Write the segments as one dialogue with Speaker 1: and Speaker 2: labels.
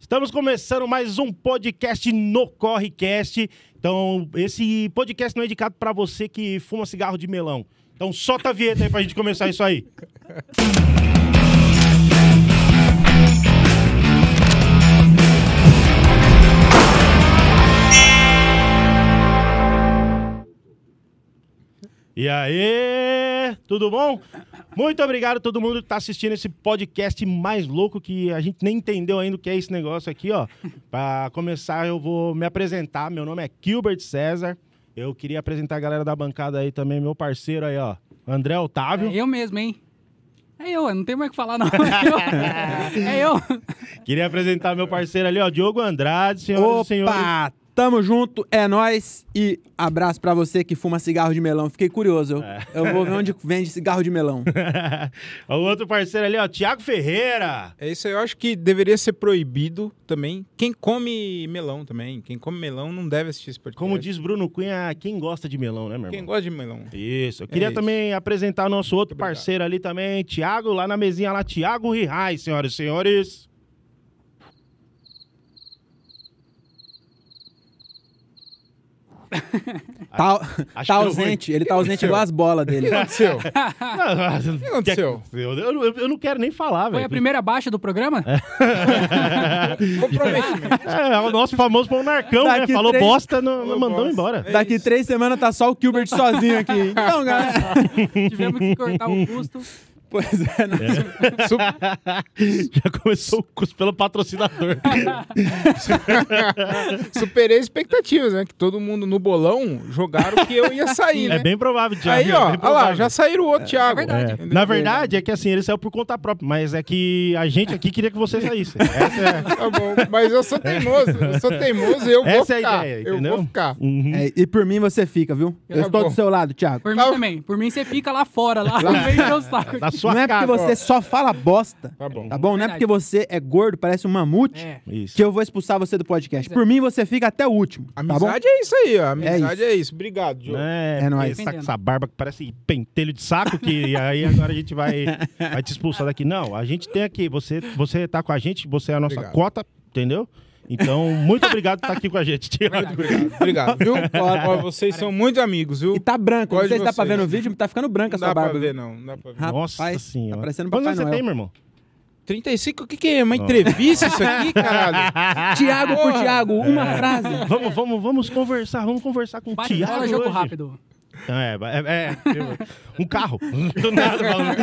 Speaker 1: Estamos começando mais um podcast no Correcast. Então, esse podcast não é indicado para você que fuma cigarro de melão. Então, solta a vinheta aí pra gente começar isso aí. E aí, tudo bom? Muito obrigado a todo mundo que está assistindo esse podcast mais louco que a gente nem entendeu ainda o que é esse negócio aqui, ó. Para começar, eu vou me apresentar. Meu nome é Gilbert César. Eu queria apresentar a galera da bancada aí também, meu parceiro aí, ó. André Otávio.
Speaker 2: É eu mesmo, hein? É eu, eu não tem mais o que falar, não. É eu. É eu.
Speaker 1: Queria apresentar meu parceiro ali, ó, Diogo Andrade, senhoras e senhores.
Speaker 3: Opa! Tamo junto, é nóis e abraço pra você que fuma cigarro de melão. Fiquei curioso, eu,
Speaker 1: É.
Speaker 3: eu vou ver onde vende cigarro de melão.
Speaker 1: o outro parceiro ali, ó, Tiago Ferreira.
Speaker 4: É isso aí, eu acho que deveria ser proibido também. Quem come melão também, quem come melão não deve assistir esse podcast.
Speaker 1: Como diz Bruno Cunha, quem gosta de melão, né, meu irmão?
Speaker 4: Quem gosta de melão.
Speaker 1: Isso. Eu queria
Speaker 4: isso.
Speaker 1: também apresentar o nosso outro
Speaker 4: Obrigado.
Speaker 1: parceiro ali também, Thiago, lá na mesinha lá, Thiago Rihai, senhoras e senhores.
Speaker 3: Tá,
Speaker 1: acho
Speaker 3: tá
Speaker 1: que é deu
Speaker 3: ausente, ele tá ausente igual as bolas dele.
Speaker 4: Aconteceu.
Speaker 1: O que
Speaker 4: aconteceu?
Speaker 1: Eu, eu- eu não quero nem falar, velho.
Speaker 2: Foi a primeira baixa do programa?
Speaker 4: Comprometimento.
Speaker 1: É, o nosso famoso pão narcão, né?
Speaker 3: Daqui
Speaker 1: Falou
Speaker 3: três-
Speaker 1: bosta, não, não mandou
Speaker 4: bosta. É.
Speaker 1: embora.
Speaker 3: Daqui três semanas tá só o Gilbert sozinho aqui. Então, galera.
Speaker 2: Tivemos que cortar o custo.
Speaker 3: Pois é, não.
Speaker 1: Já começou o curso pelo patrocinador.
Speaker 4: Superei expectativas, né? Que todo mundo no bolão jogaram que eu ia sair, né?
Speaker 1: é bem provável, Thiago.
Speaker 4: Aí,
Speaker 1: é
Speaker 4: ó,
Speaker 1: bem
Speaker 4: olha lá,
Speaker 1: provável.
Speaker 4: já saíram o outro Thiago.
Speaker 2: É verdade.
Speaker 1: É. Na verdade, é que assim, ele saiu por conta própria, mas é que a gente aqui queria que você saísse. Essa é,
Speaker 4: Tá bom, mas eu sou teimoso, eu sou teimoso e eu vou
Speaker 1: essa é a
Speaker 4: ficar.
Speaker 1: ideia,
Speaker 4: eu
Speaker 1: entendeu?
Speaker 4: vou ficar.
Speaker 1: Uhum.
Speaker 3: É, e por mim você fica, viu? Eu
Speaker 4: Tá
Speaker 3: estou
Speaker 4: bom.
Speaker 3: do seu lado, Thiago.
Speaker 2: Por mim
Speaker 4: Tá.
Speaker 2: também. Por mim, você fica lá fora, lá no meio do meu saco.
Speaker 1: Na sua
Speaker 3: não é
Speaker 1: cara.
Speaker 3: porque você só fala bosta,
Speaker 4: Tá bom.
Speaker 3: tá bom? Não é
Speaker 2: Verdade.
Speaker 3: porque você é gordo, parece um mamute,
Speaker 2: É.
Speaker 1: Isso.
Speaker 3: que eu vou expulsar você do podcast.
Speaker 1: é.
Speaker 3: Por mim você fica até o último, tá bom?
Speaker 4: Amizade é isso aí, ó. Amizade é isso. Obrigado, Diogo.
Speaker 1: É,
Speaker 3: É nóis.
Speaker 1: Essa, essa barba que parece pentelho de saco, que aí agora a gente vai, vai te expulsar daqui. Não, a gente tem aqui, você, você tá com a gente, você é a nossa
Speaker 4: Obrigado.
Speaker 1: cota, entendeu? Então, muito obrigado por estar aqui com a gente, Tiago.
Speaker 4: Obrigado, obrigado, viu? Ó, vocês são muito amigos, viu?
Speaker 3: E tá branco, não
Speaker 4: Qual de
Speaker 3: sei se dá pra ver
Speaker 4: vocês?
Speaker 3: no vídeo, mas tá ficando branca
Speaker 4: Não
Speaker 3: a sua
Speaker 4: dá pra
Speaker 3: barba.
Speaker 4: ver,
Speaker 3: viu?
Speaker 4: não. não dá pra ver.
Speaker 3: Rapaz,
Speaker 1: Nossa senhora.
Speaker 3: tá parecendo
Speaker 1: Quantos
Speaker 3: Papai
Speaker 1: anos você
Speaker 3: Noel.
Speaker 1: tem, meu irmão?
Speaker 4: 35? O que, que é? Uma entrevista isso aqui, caralho?
Speaker 3: Tiago por
Speaker 4: Porra.
Speaker 3: Tiago, uma frase.
Speaker 1: Vamos, vamos, vamos conversar, vamos conversar com o
Speaker 2: É. Bate
Speaker 1: Tiago.
Speaker 2: bola, jogo
Speaker 1: hoje.
Speaker 2: rápido.
Speaker 1: É, é, é, um carro. Do nada falando.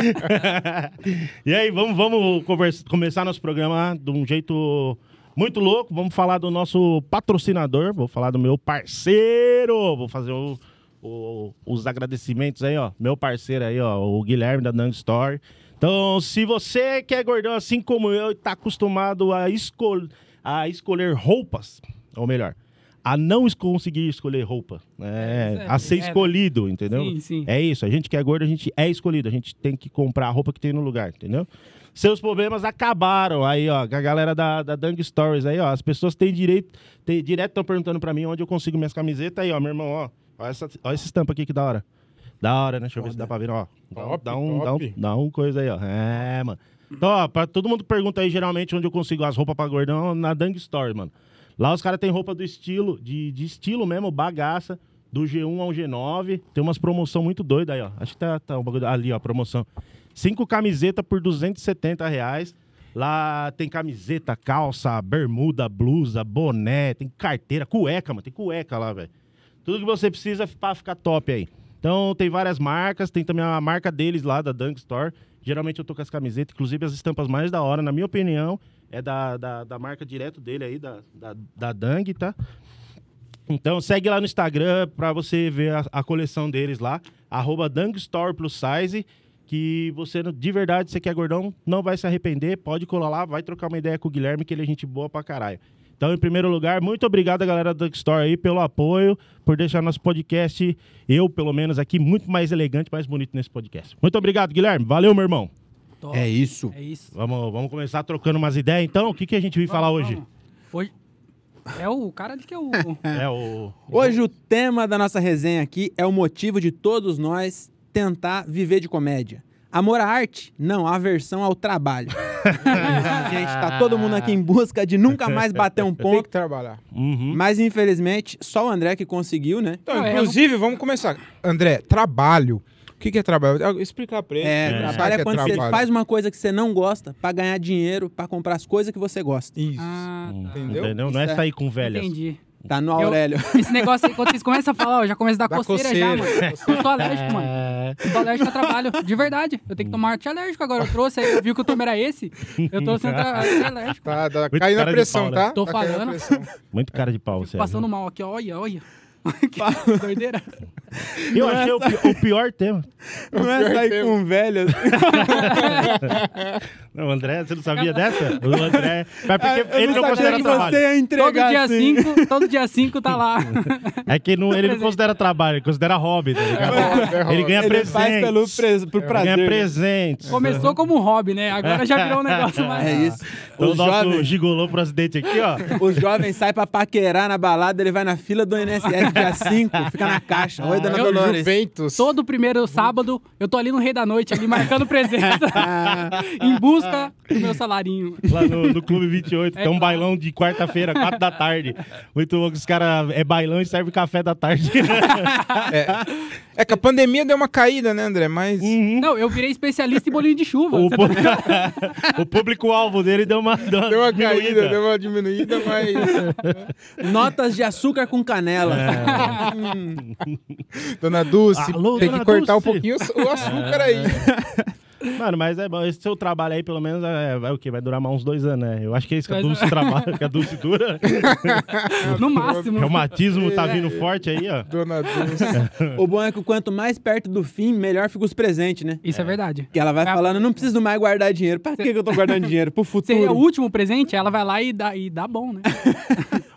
Speaker 1: e aí, vamos, vamos conversa- começar nosso programa de um jeito muito louco. Vamos falar do nosso patrocinador. Vou falar do meu parceiro. Vou fazer o- o- os agradecimentos aí, ó. Meu parceiro aí, ó, o Guilherme da Nang Store. Então, se você que é gordão assim como eu e tá acostumado a, escol a escolher roupas, ou melhor, a não es- conseguir escolher roupa, né?
Speaker 2: É,
Speaker 1: a ser
Speaker 2: é, né?
Speaker 1: escolhido, entendeu?
Speaker 2: Sim, sim.
Speaker 1: É isso, a gente que é gordo, a gente é escolhido, a gente tem que comprar a roupa que tem no lugar, entendeu? Seus problemas acabaram aí, ó, com a galera da, da Dung Stories aí, ó, as pessoas têm direito, têm, direto estão perguntando pra mim onde eu consigo minhas camisetas aí, ó, meu irmão, ó, ó essa, ó essa estampa aqui que da hora. Da hora, né? Deixa eu ver se dá pra ver, ó. Dá, um-
Speaker 4: Top,
Speaker 1: dá um, dá, um,
Speaker 4: top.
Speaker 1: dá um coisa aí, ó. É, mano. Então, ó, pra todo mundo que pergunta aí, geralmente, onde eu consigo as roupas pra gordão, na Dung Story, mano. Lá os caras têm roupa do estilo, de, de estilo mesmo, bagaça, do G1 ao G9. Tem umas promoção muito doida aí, ó. Acho que tá, tá um bagulho ali, ó, promoção. Cinco camisetas por 270 reais. Lá tem camiseta, calça, bermuda, blusa, boné, tem carteira, cueca, mano. Tem cueca lá, velho. Tudo que você precisa é pra ficar top aí. Então tem várias marcas, tem também a marca deles lá, da Dunk Store. Geralmente eu tô com as camisetas, inclusive as estampas mais da hora, na minha opinião, é da, da, da marca direto dele aí, da, da, da Dunk, tá? Então segue lá no Instagram pra você ver a, a coleção deles lá, arroba Dunk Store Plus Size, que você, não- de verdade, você que é gordão, não vai se arrepender, pode colar lá, vai trocar uma ideia com o Guilherme, que ele é gente boa pra caralho. Então, em primeiro lugar, muito obrigado a galera da Dunk Store aí pelo apoio, por deixar nosso podcast, eu pelo menos aqui, muito mais elegante, mais bonito nesse podcast. Muito obrigado, Guilherme. Valeu, meu irmão.
Speaker 2: Top.
Speaker 3: É isso.
Speaker 2: É isso.
Speaker 1: Vamos, vamos começar trocando umas ideias, então. O que, que a gente veio falar hoje?
Speaker 2: Vamos. Hoje. É o cara que é o.
Speaker 1: É o.
Speaker 3: Hoje o tema da nossa resenha aqui é o motivo de todos nós tentar viver de comédia. Amor à arte? Não, aversão ao trabalho. É gente, tá todo mundo aqui em busca de nunca mais bater um
Speaker 4: Tem
Speaker 3: ponto.
Speaker 4: que trabalhar.
Speaker 1: Uhum.
Speaker 3: Mas infelizmente, só o André que conseguiu, né?
Speaker 4: Então,
Speaker 2: Não, é,
Speaker 4: inclusive, vamos começar. André, trabalho. O que, que é trabalho? Eu- Explicar pra ele.
Speaker 3: É,
Speaker 4: Ele não né? sabe
Speaker 3: trabalho
Speaker 4: o que
Speaker 3: é quando você
Speaker 4: trabalho.
Speaker 3: faz uma coisa que você não gosta pra ganhar dinheiro, pra comprar as coisas que você gosta.
Speaker 4: Isso.
Speaker 2: Ah,
Speaker 1: Hum,
Speaker 4: Entendeu?
Speaker 1: Entendeu? Não é
Speaker 3: Isso é-
Speaker 1: sair com velhas.
Speaker 2: entendi.
Speaker 3: Tá no
Speaker 2: Eu-
Speaker 3: Aurélio.
Speaker 2: Esse negócio aí, quando vocês começam a falar, ó, já começa a dar
Speaker 4: Dá
Speaker 2: coceira, já,
Speaker 4: coceira.
Speaker 2: mano. Eu sou
Speaker 1: É.
Speaker 2: alérgico, mano. Eu sou alérgico a trabalho. De verdade. Eu tenho que tomar anti-alérgico agora. Eu trouxe, aí eu vi que o tema era esse. Eu tô sendo tra- anti-alérgico.
Speaker 4: Tá, tá
Speaker 1: Muito
Speaker 4: caindo
Speaker 1: cara de
Speaker 4: a pressão,
Speaker 1: pau, né?
Speaker 4: tá?
Speaker 2: Tô
Speaker 4: Tá caindo a
Speaker 2: falando.
Speaker 4: pressão.
Speaker 1: Muito cara de pau, é,
Speaker 2: Fico
Speaker 3: Tá.
Speaker 1: sério.
Speaker 2: passando mal aqui, olha, olha. Que doideira.
Speaker 1: Eu achei o, pi- o pior tema.
Speaker 3: Não é sair
Speaker 4: tempo.
Speaker 3: com velho.
Speaker 1: Não, André, você não sabia dessa? O André. Mas porque
Speaker 3: Eu
Speaker 1: ele não
Speaker 3: sabia
Speaker 1: considera
Speaker 3: que
Speaker 1: trabalho.
Speaker 3: você ia
Speaker 2: Todo
Speaker 3: entregar
Speaker 2: dia,
Speaker 3: assim.
Speaker 2: cinco, todo dia 5 tá lá.
Speaker 1: É que não- ele não considera trabalho, ele considera hobby, tá ligado?
Speaker 3: É
Speaker 1: Ele ganha
Speaker 3: Ele
Speaker 1: presentes.
Speaker 3: faz pelo pres- pro
Speaker 1: Ele
Speaker 3: prazer.
Speaker 1: Ganha presentes.
Speaker 2: Começou como hobby, né? Agora já virou um negócio mais.
Speaker 1: Ah,
Speaker 3: É isso.
Speaker 1: Então, O
Speaker 3: O
Speaker 1: nosso
Speaker 3: jovem,
Speaker 1: gigolô pro acidente aqui, ó.
Speaker 3: o jovem sai pra paquerar na balada, ele vai na fila do INSS dia 5, fica na caixa. Oi,
Speaker 1: Ah,
Speaker 3: dona
Speaker 2: Eu-
Speaker 3: Dolores.
Speaker 4: Juventus.
Speaker 2: Todo primeiro sábado, eu tô ali no Rei da Noite, ali marcando presença. em busca do meu salarinho.
Speaker 1: Lá no, no Clube 28.
Speaker 2: É
Speaker 1: tem um
Speaker 2: claro.
Speaker 1: bailão de quarta-feira, quatro da tarde. Muito louco. Os caras é bailão e serve café da tarde.
Speaker 4: É que a pandemia deu uma caída, né, André? Mas.
Speaker 2: Não, eu virei especialista em bolinho de chuva.
Speaker 1: o
Speaker 2: Você
Speaker 1: pu- o público-alvo dele deu uma. Deu uma,
Speaker 4: Deu uma
Speaker 1: diminuída.
Speaker 4: caída, deu uma diminuída, mas.
Speaker 3: Notas de açúcar com canela.
Speaker 4: Dona Dulce,
Speaker 1: Alô,
Speaker 4: tem
Speaker 1: Dona
Speaker 4: que cortar um
Speaker 1: Dulce.
Speaker 4: pouquinho o açúcar aí.
Speaker 1: Mano, mas é bom. Esse seu trabalho aí, pelo menos, é, vai o quê? Vai durar mais uns dois anos, né? Eu acho que é isso que a
Speaker 2: Dois
Speaker 1: Dulce trabalha, que a Dulce dura.
Speaker 2: No máximo.
Speaker 3: É
Speaker 1: Reumatismo tá vindo forte aí, ó.
Speaker 4: Dona Dulce.
Speaker 3: o bom é que quanto mais perto do fim, melhor fica os presentes, né?
Speaker 2: Isso é, verdade.
Speaker 3: Que ela vai
Speaker 2: É.
Speaker 3: falando, não preciso mais guardar dinheiro. Pra que, que eu tô guardando dinheiro? Pro futuro.
Speaker 2: Seria é o último presente, ela vai lá e dá, e dá bom, né?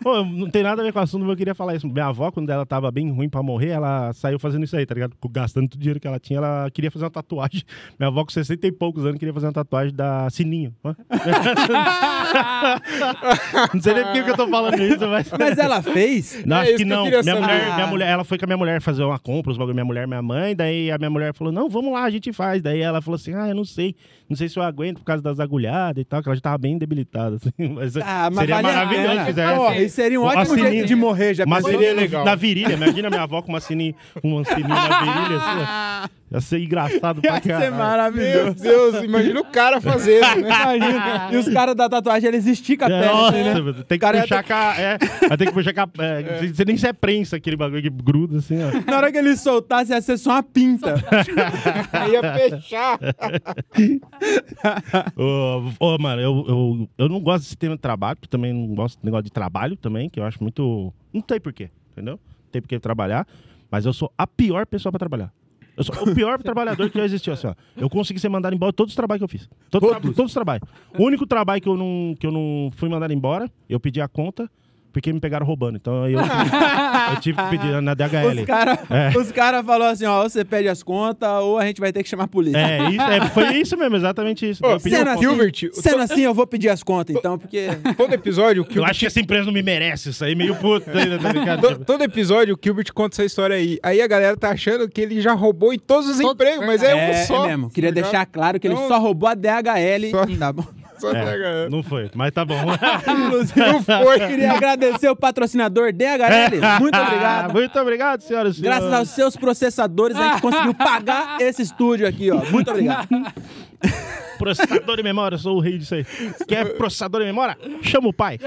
Speaker 1: Ô, não tem nada a ver com o assunto, mas eu queria falar isso. Minha avó, quando ela tava bem ruim pra morrer, ela saiu fazendo isso aí, tá ligado? Gastando todo o dinheiro que ela tinha, ela queria fazer uma tatuagem. Minha avó, com 60 e poucos anos, queria fazer uma tatuagem da Sininho. Hã? não sei nem por que que eu tô falando isso, mas.
Speaker 3: Mas ela fez?
Speaker 1: Não,
Speaker 4: É
Speaker 1: acho
Speaker 4: isso
Speaker 1: que
Speaker 4: que eu
Speaker 1: não.
Speaker 4: queria
Speaker 1: minha,
Speaker 4: saber.
Speaker 1: mulher, minha mulher- ela foi com a minha mulher fazer uma compra, os bagulho, minha mulher, minha mãe. Daí a minha mulher falou: Não, vamos lá, a gente faz. Daí ela falou assim: Ah, eu não sei. Não sei se eu aguento por causa das agulhadas e tal, que ela já tava bem debilitada. assim, mas
Speaker 3: Ah, mas
Speaker 1: seria
Speaker 3: vale a
Speaker 1: maravilhoso
Speaker 3: pena.
Speaker 1: se fizesse.
Speaker 3: Porra, isso seria um
Speaker 1: Uma
Speaker 3: ótimo jeito
Speaker 1: sininho.
Speaker 3: de morrer, já
Speaker 1: Uma
Speaker 3: pensou?
Speaker 1: sininha
Speaker 4: seria
Speaker 1: no-
Speaker 4: legal.
Speaker 1: na virilha. Imagina minha avó com uma sininha, uma sininha na virilha. Assim, ó. ia ser engraçado pra
Speaker 3: Ia ser
Speaker 1: caralho.
Speaker 4: Meu
Speaker 3: maravilhoso.
Speaker 4: Deus, imagina o cara fazendo, né?
Speaker 3: Imagina. E os caras da tatuagem, eles esticam a
Speaker 1: É,
Speaker 3: perna,
Speaker 1: nossa,
Speaker 3: né?
Speaker 1: velho, tem que
Speaker 3: Cara,
Speaker 1: puxar com a. É, vai ter que puxar com a. é, não sei nem se é prensa aquele bagulho que gruda assim, ó.
Speaker 3: Na hora que ele soltasse, ia ser só uma pinta.
Speaker 4: Ia fechar.
Speaker 1: Ô, ô, mano, eu, eu, eu não gosto desse tema de trabalho, porque também não gosto do negócio de trabalho também, que eu acho muito. Não tem porquê, entendeu? Não tem porquê trabalhar, mas eu sou a pior pessoa pra trabalhar. Eu sou o pior trabalhador que já existiu, assim, ó. Eu consegui ser mandado embora todos os trabalhos que eu fiz. Todo tra- todos os trabalhos. O único trabalho que eu, não, que eu não fui mandado embora, eu pedi a conta, porque me pegaram roubando. Então eu, eu tive que pedir na DHL.
Speaker 3: Os caras
Speaker 1: É.
Speaker 3: os cara falaram assim, ó, ou você pede as contas ou a gente vai ter que chamar a polícia.
Speaker 1: É, isso, é, foi isso mesmo, exatamente isso. eu, pedi um a
Speaker 3: Sendo
Speaker 1: conta.
Speaker 3: assim,
Speaker 4: Gilbert, eu tô- É
Speaker 3: sendo assim, eu vou pedir as contas, então, porque...
Speaker 4: Todo episódio, o
Speaker 1: Eu
Speaker 4: Kilbert.
Speaker 1: acho que essa empresa não me merece, isso aí meio puto ainda, tá ligado?
Speaker 4: to- Todo episódio o Kilbert conta essa história aí. Aí a galera tá achando que ele já roubou em todos os
Speaker 2: Todo-
Speaker 4: empregos, mas é, um
Speaker 3: É,
Speaker 4: só.
Speaker 3: é mesmo. Queria
Speaker 4: tá ligado?
Speaker 3: deixar claro que ele
Speaker 4: Então-
Speaker 3: só roubou a DHL.
Speaker 4: Só-
Speaker 3: Tá bom.
Speaker 4: Só
Speaker 1: É,
Speaker 4: pega-
Speaker 1: não foi, mas tá bom.
Speaker 3: Ah. Inclusive,
Speaker 4: Não foi. é
Speaker 3: queria agradecer o patrocinador DHL. Muito
Speaker 4: Ah,
Speaker 3: obrigado.
Speaker 1: Ah, Muito obrigado, senhoras e senhores.
Speaker 3: Graças aos seus processadores, a gente conseguiu pagar esse estúdio aqui, ó. Muito obrigado.
Speaker 1: Processador de memória, eu sou o rei disso aí. Quer processador de memória? Chama o pai.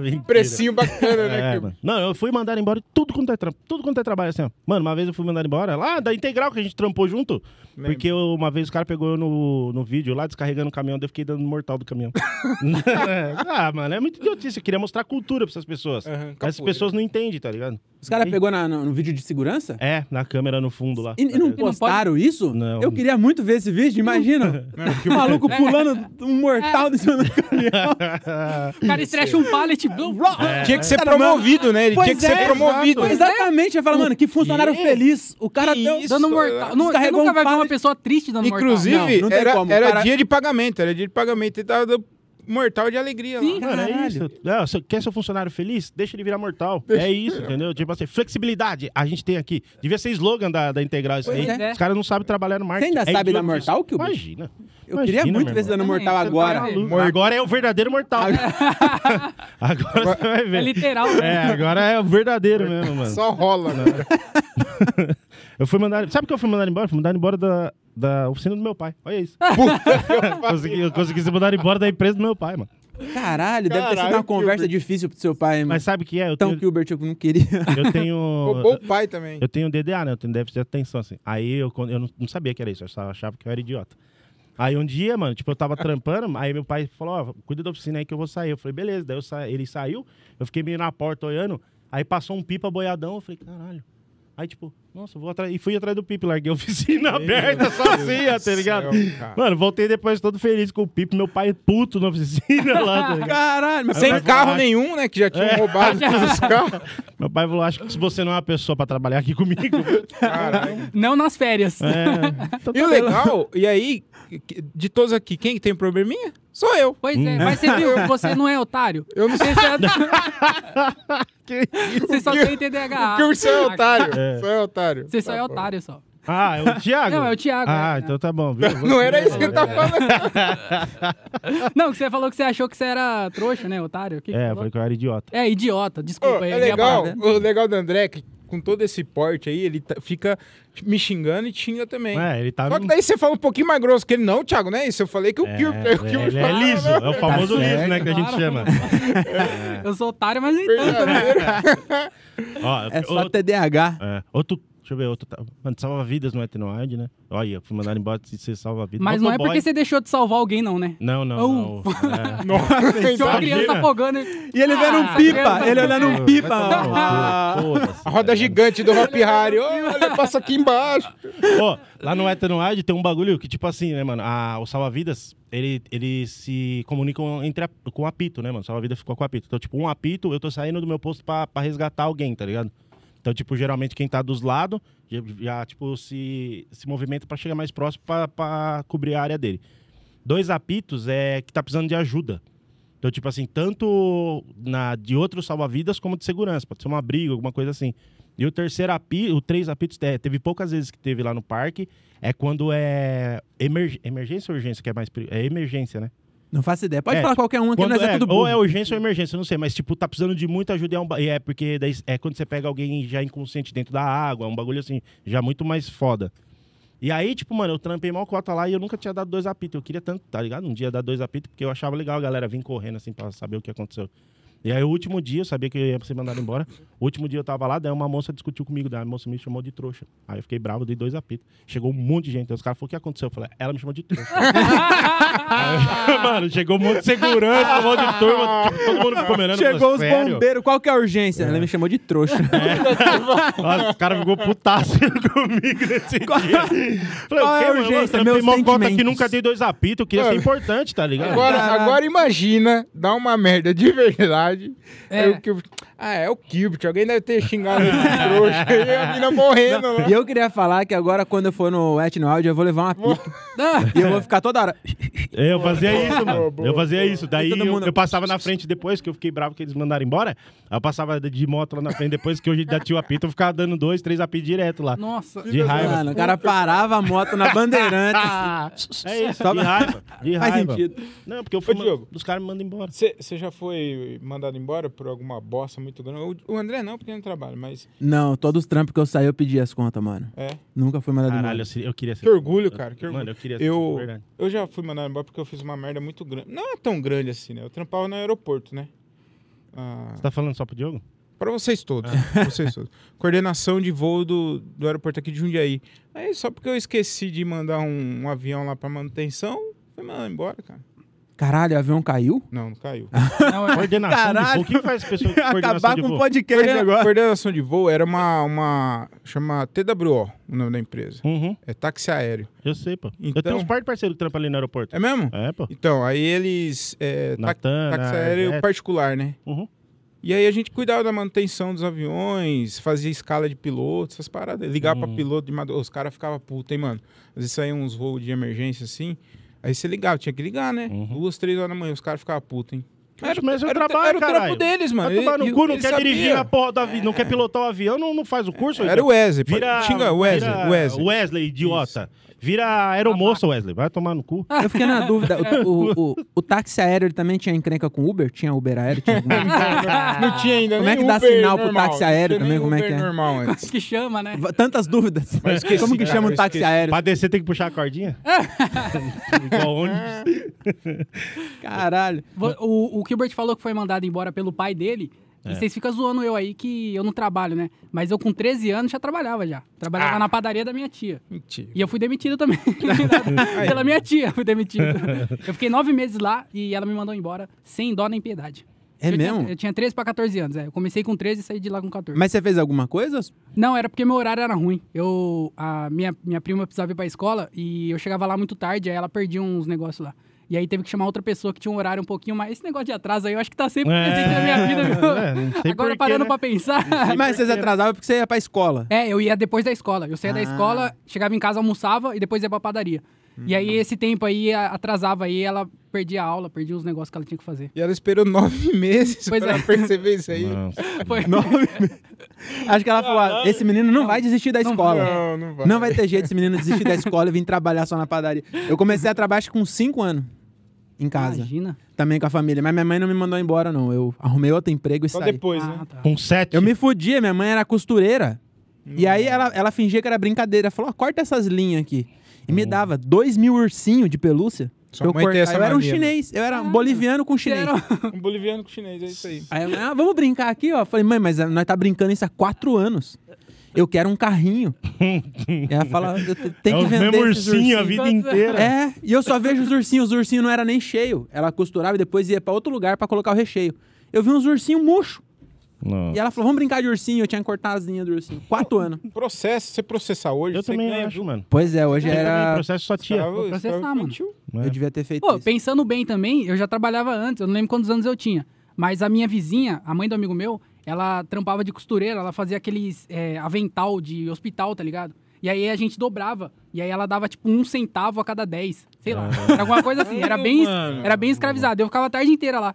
Speaker 1: Mentira.
Speaker 4: um Precinho bacana, né,
Speaker 1: É,
Speaker 4: Kilbert?
Speaker 1: mano. Não, eu fui mandar embora de tudo quanto é trampo. Tudo quanto é trabalho, assim, ó. Mano, uma vez eu fui mandar embora lá da Integral, que a gente trampou junto. Porque eu- uma vez o cara pegou eu no, no vídeo lá, descarregando o caminhão, daí eu fiquei dando mortal do caminhão. ah, mano, é muito idiotice. Eu queria mostrar cultura pra essas pessoas.
Speaker 4: Aham,
Speaker 1: Mas essas
Speaker 4: capoeira.
Speaker 1: pessoas não entendem, tá ligado?
Speaker 3: Os caras pegou na- no, no vídeo de segurança?
Speaker 1: É, na câmera no fundo lá.
Speaker 3: E, e não postaram isso?
Speaker 1: Não.
Speaker 3: Eu queria muito ver esse vídeo, imagina. O maluco pulando um mortal de cima do caminhão.
Speaker 2: O cara estrecha um pallet.
Speaker 4: É.
Speaker 2: blum, blum.
Speaker 4: Tinha
Speaker 1: É.
Speaker 4: que ser
Speaker 3: Cara,
Speaker 4: promovido, né? Ele
Speaker 3: Pois
Speaker 4: tinha que
Speaker 3: é,
Speaker 4: ser promovido. né?
Speaker 3: exato. Exatamente, eu falo, mano, que funcionário feliz. O um cara
Speaker 4: Que
Speaker 3: deu...
Speaker 4: isso? é.
Speaker 2: Dando mortal. Não, você
Speaker 3: Descarregou
Speaker 2: nunca
Speaker 3: um
Speaker 2: vai ver uma
Speaker 3: pallet.
Speaker 2: pessoa triste dando mortal.
Speaker 4: Inclusive,
Speaker 3: Não, não tem
Speaker 4: era,
Speaker 3: como,
Speaker 4: era
Speaker 3: cara-
Speaker 4: dia de pagamento, era dia de pagamento. Ele tava dando mortal de alegria
Speaker 2: Sim.
Speaker 4: lá.
Speaker 1: Mano, é
Speaker 3: Caralho.
Speaker 1: isso. É, você quer seu funcionário feliz? Deixa ele virar mortal. É isso, entendeu? Tipo assim, flexibilidade. A gente tem aqui. Devia ser slogan da, da Integral isso aí.
Speaker 3: Pois
Speaker 2: é.
Speaker 1: Os caras não sabem trabalhar no marketing.
Speaker 3: Você ainda
Speaker 1: É
Speaker 3: sabe da
Speaker 1: idiota isso.
Speaker 3: Mortal, Kilber?
Speaker 1: Imagina.
Speaker 3: Eu queria muito ver
Speaker 1: ver
Speaker 3: esse dano
Speaker 2: irmão.
Speaker 3: mortal
Speaker 2: Também,
Speaker 3: agora.
Speaker 2: você tá
Speaker 1: Amor, Agora é o verdadeiro mortal. Agora você vai
Speaker 2: É
Speaker 1: ver.
Speaker 2: literal,
Speaker 1: É,
Speaker 2: né?
Speaker 1: agora é o verdadeiro mesmo, mano.
Speaker 4: Só rola, né?
Speaker 1: Eu fui mandar. Sabe que eu fui mandado embora? Fui mandado embora da, da oficina do meu pai. Olha isso. consegui, eu consegui ser mandado embora da empresa do meu pai, mano.
Speaker 3: Caralho, deve ter sido
Speaker 4: Caralho,
Speaker 3: uma conversa
Speaker 4: Kilber.
Speaker 3: difícil pro seu pai,
Speaker 1: Mas
Speaker 3: mas
Speaker 1: sabe o que é? Eu
Speaker 3: então
Speaker 1: tenho.
Speaker 3: que o Bert eu não queria.
Speaker 1: Eu tenho
Speaker 4: Roubou o pai também.
Speaker 1: eu tenho DDA, né? Eu tenho déficit de atenção, assim. Aí eu, quando- eu não, não sabia que era isso, eu só achava que eu era idiota. Aí um dia, mano, tipo, eu tava trampando, aí meu pai falou, ó, cuida da oficina aí que eu vou sair. Eu falei, beleza. Daí eu sa- ele saiu, eu fiquei meio na porta olhando, aí passou um pipa boiadão, eu falei, caralho. Aí, tipo, nossa, eu vou atrás. E fui atrás do pipa, larguei a oficina
Speaker 4: Meu
Speaker 1: aberta
Speaker 4: Deus
Speaker 1: sozinha,
Speaker 4: do
Speaker 1: tá ligado?
Speaker 4: céu, cara.
Speaker 1: mano, voltei depois todo feliz com o pipa, meu pai puto na oficina lá, tá ligado?
Speaker 3: Caralho, mas
Speaker 4: Sem
Speaker 1: Mas eu É.
Speaker 4: carro
Speaker 1: acho-
Speaker 4: nenhum, né? Que já tinham roubado todos os carros.
Speaker 1: Meu pai falou, acho que se você não é uma pessoa pra trabalhar aqui comigo.
Speaker 4: Caralho.
Speaker 2: Não nas férias.
Speaker 1: é, então
Speaker 4: E o legal, e aí, que- de todos aqui, quem tem probleminha? Sou eu.
Speaker 2: Pois é, mas você viu, você não é otário. Eu não sei se é...
Speaker 4: é
Speaker 1: que-
Speaker 2: Você só tem TDAH.
Speaker 4: Porque o seu é otário.
Speaker 1: É.
Speaker 4: Sou eu otário.
Speaker 2: Ah, Você só
Speaker 4: Tá
Speaker 2: é
Speaker 4: bom.
Speaker 2: otário, só.
Speaker 1: Ah, é o Thiago?
Speaker 2: Não, é o Thiago,
Speaker 1: Ah,
Speaker 2: é.
Speaker 1: então tá bom. viu?
Speaker 4: Não era isso que eu tava falando.
Speaker 2: Não, que você falou que você achou que você era trouxa, né, otário? O que que
Speaker 1: É,
Speaker 2: você
Speaker 1: eu
Speaker 2: falou?
Speaker 1: falei que eu era idiota.
Speaker 2: É, idiota, desculpa.
Speaker 4: Ô,
Speaker 2: aí,
Speaker 4: é
Speaker 2: a minha
Speaker 4: legal,
Speaker 2: palavra.
Speaker 4: o legal do André é que com todo esse porte aí, ele tá- fica me xingando e xinga também.
Speaker 1: É, ele tá...
Speaker 4: Só que daí você fala um pouquinho mais grosso que ele. Não, Thiago, não é isso. Eu né? falei que o
Speaker 1: É,
Speaker 4: Kirby... o
Speaker 1: é,
Speaker 4: Kirby
Speaker 1: ele é
Speaker 4: fala,
Speaker 1: liso,
Speaker 4: não,
Speaker 1: é o famoso
Speaker 3: Tá
Speaker 1: liso,
Speaker 3: certo,
Speaker 1: né, que a gente
Speaker 2: claro.
Speaker 1: chama.
Speaker 2: Eu sou otário, mas nem tanto, né?
Speaker 4: verdadeiro.
Speaker 1: Ó,
Speaker 3: é só
Speaker 1: outro,
Speaker 3: TDAH.
Speaker 1: é, outro- deixa eu ver, outro... tá- Mano, salva-vidas não é Tenoide, né? Olha, fui mandado embora de ser salva-vidas.
Speaker 2: Mas não é
Speaker 1: Motoboy.
Speaker 2: porque você deixou de salvar alguém, não, né?
Speaker 1: Não, não, é.
Speaker 2: Oh.
Speaker 1: não.
Speaker 2: Tinha uma
Speaker 1: Imagina.
Speaker 2: criança afogando.
Speaker 3: E ele vendo um
Speaker 2: Ah,
Speaker 3: pipa,
Speaker 2: criança
Speaker 3: ele olhando um pipa.
Speaker 1: É.
Speaker 3: Ah.
Speaker 1: Foda-se,
Speaker 4: A roda
Speaker 1: tá ligado?
Speaker 4: gigante do Hop Harry. Ô,
Speaker 2: é
Speaker 4: Olha, passa aqui embaixo.
Speaker 1: Ó, lá no Etanoide tem um bagulho que, tipo assim, né, mano? A, o salva-vidas, ele, ele se comunicam entre a- com o apito, né, mano? O salva-vidas ficou com o apito. Então, tipo, um apito, eu tô saindo do meu posto pra, pra resgatar alguém, tá ligado? Então, tipo, geralmente quem tá dos lados já, já, tipo, se, se movimenta pra chegar mais próximo pra, pra cobrir a área dele. Dois apitos é que tá precisando de ajuda. Então, tipo assim, tanto na, de outros salva-vidas como de segurança. Pode ser uma briga, alguma coisa assim. E o terceiro apito, o três apitos, é, teve poucas vezes que teve lá no parque, é quando é emer- emergência ou urgência, que é mais... pri- É emergência, né?
Speaker 3: Não faço ideia. Pode
Speaker 1: É,
Speaker 3: falar qualquer um aqui,
Speaker 1: Quando
Speaker 3: nós é
Speaker 1: é,
Speaker 3: tudo
Speaker 1: ou
Speaker 3: burro.
Speaker 1: é urgência ou emergência, eu não sei, mas tipo, tá precisando de muita ajuda e é, um ba- e é porque daí é quando você pega alguém já inconsciente dentro da água, é um bagulho assim, já muito mais foda. E aí, tipo, mano, eu trampei mal cota lá e eu nunca tinha dado dois apitos. Eu queria tanto, tá ligado? Um dia dar dois apitos, porque eu achava legal a galera vir correndo assim pra saber o que aconteceu. E aí, o último dia, eu sabia que eu ia ser mandado embora. O último dia eu tava lá, daí uma moça discutiu comigo, daí a moça me chamou de trouxa. Aí eu fiquei bravo, dei dois apitos. Chegou um monte de gente, aí os caras falaram, o que aconteceu? Eu falei, ela me chamou de trouxa. Aí, mano, chegou um monte de segurança, um monte de turma, tipo, todo mundo ficou mirando. eu falei,
Speaker 3: Chegou os
Speaker 1: "Sério?"
Speaker 3: bombeiros, qual que é a urgência? Ele me chamou de trouxa.
Speaker 1: Nossa, os caras ficou putaço comigo nesse dia. Falei,
Speaker 3: qual é
Speaker 1: "O quê,
Speaker 3: a
Speaker 1: mano?
Speaker 3: urgência?
Speaker 1: Eu
Speaker 3: Meus
Speaker 1: trampei mó cota que
Speaker 3: sentimentos."
Speaker 1: nunca dei dois apitos, eu queria ser
Speaker 4: Mano.
Speaker 1: importante, tá ligado?
Speaker 4: Agora,
Speaker 3: Caralho.
Speaker 4: agora imagina dar uma merda de verdade.
Speaker 2: É.
Speaker 4: Aí o Kirby... Ah, é o Kirby. Alguém deve ter xingado ele de trouxa. E a mina morrendo lá.
Speaker 3: E eu queria falar que agora, quando eu for no Etno Audio, eu vou levar uma pipa.
Speaker 2: Ah,
Speaker 3: e eu vou ficar toda hora.
Speaker 1: Eu fazia isso, mano.
Speaker 4: boa,
Speaker 1: eu fazia isso. Daí
Speaker 3: todo
Speaker 1: eu,
Speaker 3: mundo-
Speaker 1: eu passava na frente depois, que eu fiquei bravo que eles mandaram embora. Aí eu passava de moto lá na frente depois, que hoje da tio apito, eu ficava dando dois, três apitos direto lá.
Speaker 2: Nossa.
Speaker 1: De raiva.
Speaker 3: Mano, o cara parava a moto na
Speaker 2: Ah,
Speaker 3: Bandeirantes.
Speaker 1: É isso,
Speaker 3: Só-
Speaker 1: de raiva. De
Speaker 3: Faz
Speaker 1: raiva.
Speaker 3: sentido.
Speaker 1: Não, porque eu fui.
Speaker 4: Ô, Diogo.
Speaker 1: Os caras me mandam embora.
Speaker 4: Você já foi mandado embora por alguma bosta muito grande? O, o André não, porque não trabalha, mas.
Speaker 3: Não, todos os trampos que eu saí, eu pedi as contas, mano.
Speaker 4: É.
Speaker 3: Nunca fui mandado
Speaker 1: Caralho, eu,
Speaker 3: embora.
Speaker 1: seria- eu queria ser.
Speaker 4: Que orgulho, cara. Que orgulho.
Speaker 1: Mano, eu queria ser.
Speaker 4: Eu,
Speaker 1: verdade.
Speaker 4: eu já fui mandado embora porque eu fiz uma merda muito grande. Não é tão grande assim, né? Eu trampava no aeroporto, né? Ah,
Speaker 1: Você tá falando só pro Diogo?
Speaker 4: Pra vocês todos. vocês todos. Coordenação de voo do, do aeroporto aqui de Jundiaí. Aí só porque eu esqueci de mandar um, um avião lá pra manutenção, foi mandado embora, cara.
Speaker 3: Caralho, o avião caiu?
Speaker 4: Não, não caiu.
Speaker 2: Não, é.
Speaker 1: Coordenação de
Speaker 3: Caralho.
Speaker 1: voo. O que faz as pessoas com coordenação
Speaker 3: Acabar
Speaker 1: de
Speaker 3: com
Speaker 1: voo?
Speaker 3: o podcast
Speaker 4: Coordena-
Speaker 3: agora.
Speaker 4: Coordenação de voo era uma, uma. chama TWO, o nome da empresa.
Speaker 1: Uhum,
Speaker 4: É táxi aéreo.
Speaker 1: eu sei, pô. Eu
Speaker 4: Então-
Speaker 1: tenho uns par de parceiros que trampam ali no aeroporto.
Speaker 4: É mesmo?
Speaker 1: É, pô.
Speaker 4: Então, aí eles. É, tá-
Speaker 1: Natan,
Speaker 4: táxi aéreo
Speaker 1: Arjet.
Speaker 4: particular, né?
Speaker 1: é. Uhum.
Speaker 4: E aí a gente cuidava da manutenção dos aviões, fazia escala de piloto, essas
Speaker 1: Uhum.
Speaker 4: paradas. Ligava pra piloto de madrugada. Os caras ficavam putos, hein, mano? Às vezes saíam uns voos de emergência assim. Aí você ligava, tinha que ligar, né? Duas, três horas da manhã, os caras ficavam putos, hein?
Speaker 1: Uhum. Mas mas é o
Speaker 4: o-
Speaker 1: trabalho,
Speaker 4: era o
Speaker 1: caralho.
Speaker 4: trampo deles, mano.
Speaker 1: Vai tomar no
Speaker 4: Ele-
Speaker 1: cu, não
Speaker 4: ele
Speaker 1: quer dirigir
Speaker 4: sabia. É.
Speaker 1: a porra do avião, não quer pilotar o avião, não, não faz o curso. então.
Speaker 4: Era o Wesley. pô.
Speaker 1: Vira,
Speaker 4: Xinga o Wesley.
Speaker 1: vira
Speaker 4: Wesley. Ah,
Speaker 1: Wesley, idiota. Vira aeromoça, Wesley. Vai tomar no cu.
Speaker 3: Eu fiquei na dúvida. O, o, o- o táxi aéreo ele também tinha encrenca com Uber? Tinha Uber aéreo? Tinha alguma coisa?
Speaker 4: Não tinha ainda
Speaker 3: Como é
Speaker 4: nem
Speaker 3: que dá
Speaker 4: Uber
Speaker 3: sinal pro
Speaker 4: normal,
Speaker 3: táxi
Speaker 4: não
Speaker 3: aéreo
Speaker 4: tinha nem
Speaker 3: também, como é
Speaker 4: Uber
Speaker 3: que é?
Speaker 4: normal antes.
Speaker 2: Que chama, né?
Speaker 3: Va- Tantas dúvidas.
Speaker 4: esqueci,
Speaker 3: Como que
Speaker 4: cara,
Speaker 3: chama
Speaker 4: eu
Speaker 3: o táxi
Speaker 4: esqueci.
Speaker 3: aéreo?
Speaker 1: Pra descer tem que puxar a cordinha? Igual ônibus.
Speaker 3: Caralho.
Speaker 2: Vo- O, o Gilbert falou que foi mandado embora pelo pai dele. E vocês ficam zoando eu aí que eu não trabalho, né? Mas eu com 13 anos já trabalhava já. Trabalhava
Speaker 4: Ah.
Speaker 2: na padaria da minha tia.
Speaker 4: Mentira.
Speaker 2: E eu fui demitido também. Pela minha tia, fui demitido. Eu fiquei nove meses lá e ela me mandou embora sem dó nem piedade.
Speaker 3: É
Speaker 2: eu
Speaker 3: mesmo?
Speaker 2: Tinha, eu tinha 13 pra 14 anos, é. Eu comecei com 13 e saí de lá com 14.
Speaker 3: Mas você fez alguma coisa?
Speaker 2: Não, era porque meu horário era ruim. Eu, a minha, minha prima precisava ir pra escola e eu chegava lá muito tarde, aí ela perdia uns negócios lá. E aí teve que chamar outra pessoa que tinha um horário um pouquinho mais. Esse negócio de atraso aí, eu acho que tá sempre
Speaker 1: É,
Speaker 2: presente na minha vida, viu?
Speaker 1: é, não sei
Speaker 2: Agora
Speaker 1: porquê,
Speaker 2: parando
Speaker 1: né?
Speaker 2: pra pensar.
Speaker 3: Mas vocês atrasavam porque você ia pra escola.
Speaker 2: É, eu ia depois da escola. Eu saía da
Speaker 3: Ah.
Speaker 2: escola, chegava em casa, almoçava e depois ia pra padaria. E
Speaker 1: Uhum.
Speaker 2: aí esse tempo aí a- atrasava aí, ela perdia a aula, perdia os negócios que ela tinha que fazer.
Speaker 4: E ela esperou nove meses
Speaker 2: Pois
Speaker 4: pra
Speaker 2: é.
Speaker 4: perceber isso aí.
Speaker 1: Nossa.
Speaker 2: Foi.
Speaker 3: Acho que ela falou: ah, esse menino não vai desistir da escola.
Speaker 4: Não, não vai.
Speaker 3: Não vai ter jeito esse menino desistir da escola e vir trabalhar só na padaria. Eu comecei a trabalhar acho que com 5 anos em casa,
Speaker 2: Imagina.
Speaker 3: também com a família. Mas minha mãe não me mandou embora, não. Eu arrumei outro emprego e
Speaker 4: Só
Speaker 3: saí.
Speaker 4: depois,
Speaker 2: Ah,
Speaker 4: né?
Speaker 2: tá.
Speaker 1: Com sete.
Speaker 3: Eu me fudia, minha mãe era costureira.
Speaker 4: Hum.
Speaker 3: E aí ela, ela fingia que era brincadeira. Falou, ó, corta essas linhas aqui. E me dava dois mil ursinhos de pelúcia.
Speaker 4: Hum.
Speaker 3: pra
Speaker 4: Sua
Speaker 3: eu
Speaker 4: mãe tem
Speaker 3: cortar.
Speaker 4: essa
Speaker 3: eu era um
Speaker 4: mania, né?
Speaker 3: chinês, eu era um
Speaker 2: Ah,
Speaker 3: boliviano com
Speaker 2: Você
Speaker 3: chinês.
Speaker 2: era-
Speaker 4: Um boliviano com chinês, é isso aí.
Speaker 3: Aí eu, ah, vamos brincar aqui, ó. Falei, mãe, mas nós tá brincando isso há quatro anos. Eu quero um carrinho. e ela fala, eu te- tem
Speaker 1: é
Speaker 3: que
Speaker 1: os
Speaker 3: vender
Speaker 1: mesmos
Speaker 3: esses
Speaker 1: ursinhos a
Speaker 3: ursinhos.
Speaker 1: vida inteira.
Speaker 3: É, e eu só vejo os ursinhos. Os ursinhos não era nem cheio. Ela costurava e depois ia pra outro lugar pra colocar o recheio. Eu vi uns ursinhos murcho.
Speaker 1: Não.
Speaker 3: E ela falou, vamos brincar de ursinho. Eu tinha que cortar as linhas do ursinho. Quatro anos.
Speaker 4: Processo, se você processar hoje,
Speaker 1: Eu
Speaker 4: você
Speaker 1: também
Speaker 4: ganha,
Speaker 1: acho,
Speaker 4: viu?
Speaker 1: mano.
Speaker 3: Pois é, hoje
Speaker 1: O
Speaker 3: era.
Speaker 1: processo só tinha.
Speaker 4: Escravo-
Speaker 2: Vou processar,
Speaker 4: escravo
Speaker 2: mano.
Speaker 4: infantil.
Speaker 1: né?
Speaker 3: Eu devia ter feito
Speaker 2: Pô,
Speaker 3: isso.
Speaker 2: pensando bem também, eu já trabalhava antes, eu não lembro quantos anos eu tinha. Mas a minha vizinha, a mãe do amigo meu, ela trampava de costureira, ela fazia aqueles é, avental de hospital, tá ligado? E aí a gente dobrava. E aí ela dava tipo um centavo a cada dez. Sei lá. Era alguma coisa assim. Era bem,
Speaker 4: Mano.
Speaker 2: era bem escravizado. Eu ficava a tarde inteira lá.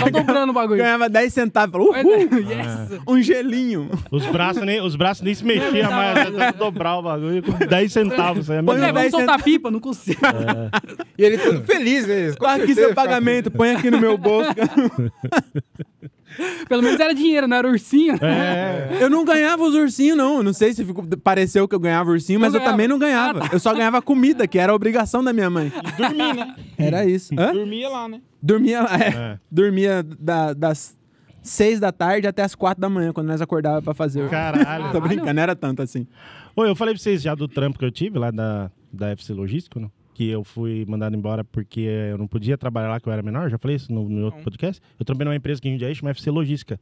Speaker 2: Só dobrando o bagulho.
Speaker 3: Ganhava 10 centavos. Falou,
Speaker 2: Pois é,
Speaker 3: uhul,
Speaker 2: yes.
Speaker 3: um gelinho.
Speaker 1: Os braços nem, os braços nem se mexiam mais. até dobrar o bagulho com 10 centavos. aí é
Speaker 3: Põe
Speaker 2: É,
Speaker 1: melhor.
Speaker 3: dez
Speaker 2: vamos soltar pipa, não consigo.
Speaker 4: E ele todo feliz, né? Com
Speaker 3: Tá aqui
Speaker 4: certeza,
Speaker 3: seu pagamento, põe aqui no meu bolso.
Speaker 2: Pelo menos era dinheiro, não era ursinho.
Speaker 1: É,
Speaker 3: Eu não ganhava os ursinhos, não. Eu Não sei se ficou- pareceu que eu ganhava ursinho, mas
Speaker 2: Não
Speaker 3: eu também
Speaker 2: ganhava. Ah, tá.
Speaker 3: não ganhava. Eu só ganhava comida, que era a obrigação da minha mãe.
Speaker 4: E dormir, né?
Speaker 3: Era isso. Hã?
Speaker 4: Dormia lá, né?
Speaker 3: Dormia lá. é.
Speaker 1: É.
Speaker 3: Dormia da- das seis da tarde até as quatro da manhã, quando nós acordávamos pra fazer. o-
Speaker 1: caralho.
Speaker 3: Tô brincando, não era tanto assim.
Speaker 1: Oi, eu falei pra vocês já do trampo que eu tive lá da, da FC Logístico, não? Que eu fui mandado embora porque eu não podia trabalhar lá, que eu era menor. Já falei isso no, no outro podcast. Eu trampei numa empresa que em Jundiaí chama FC Logística.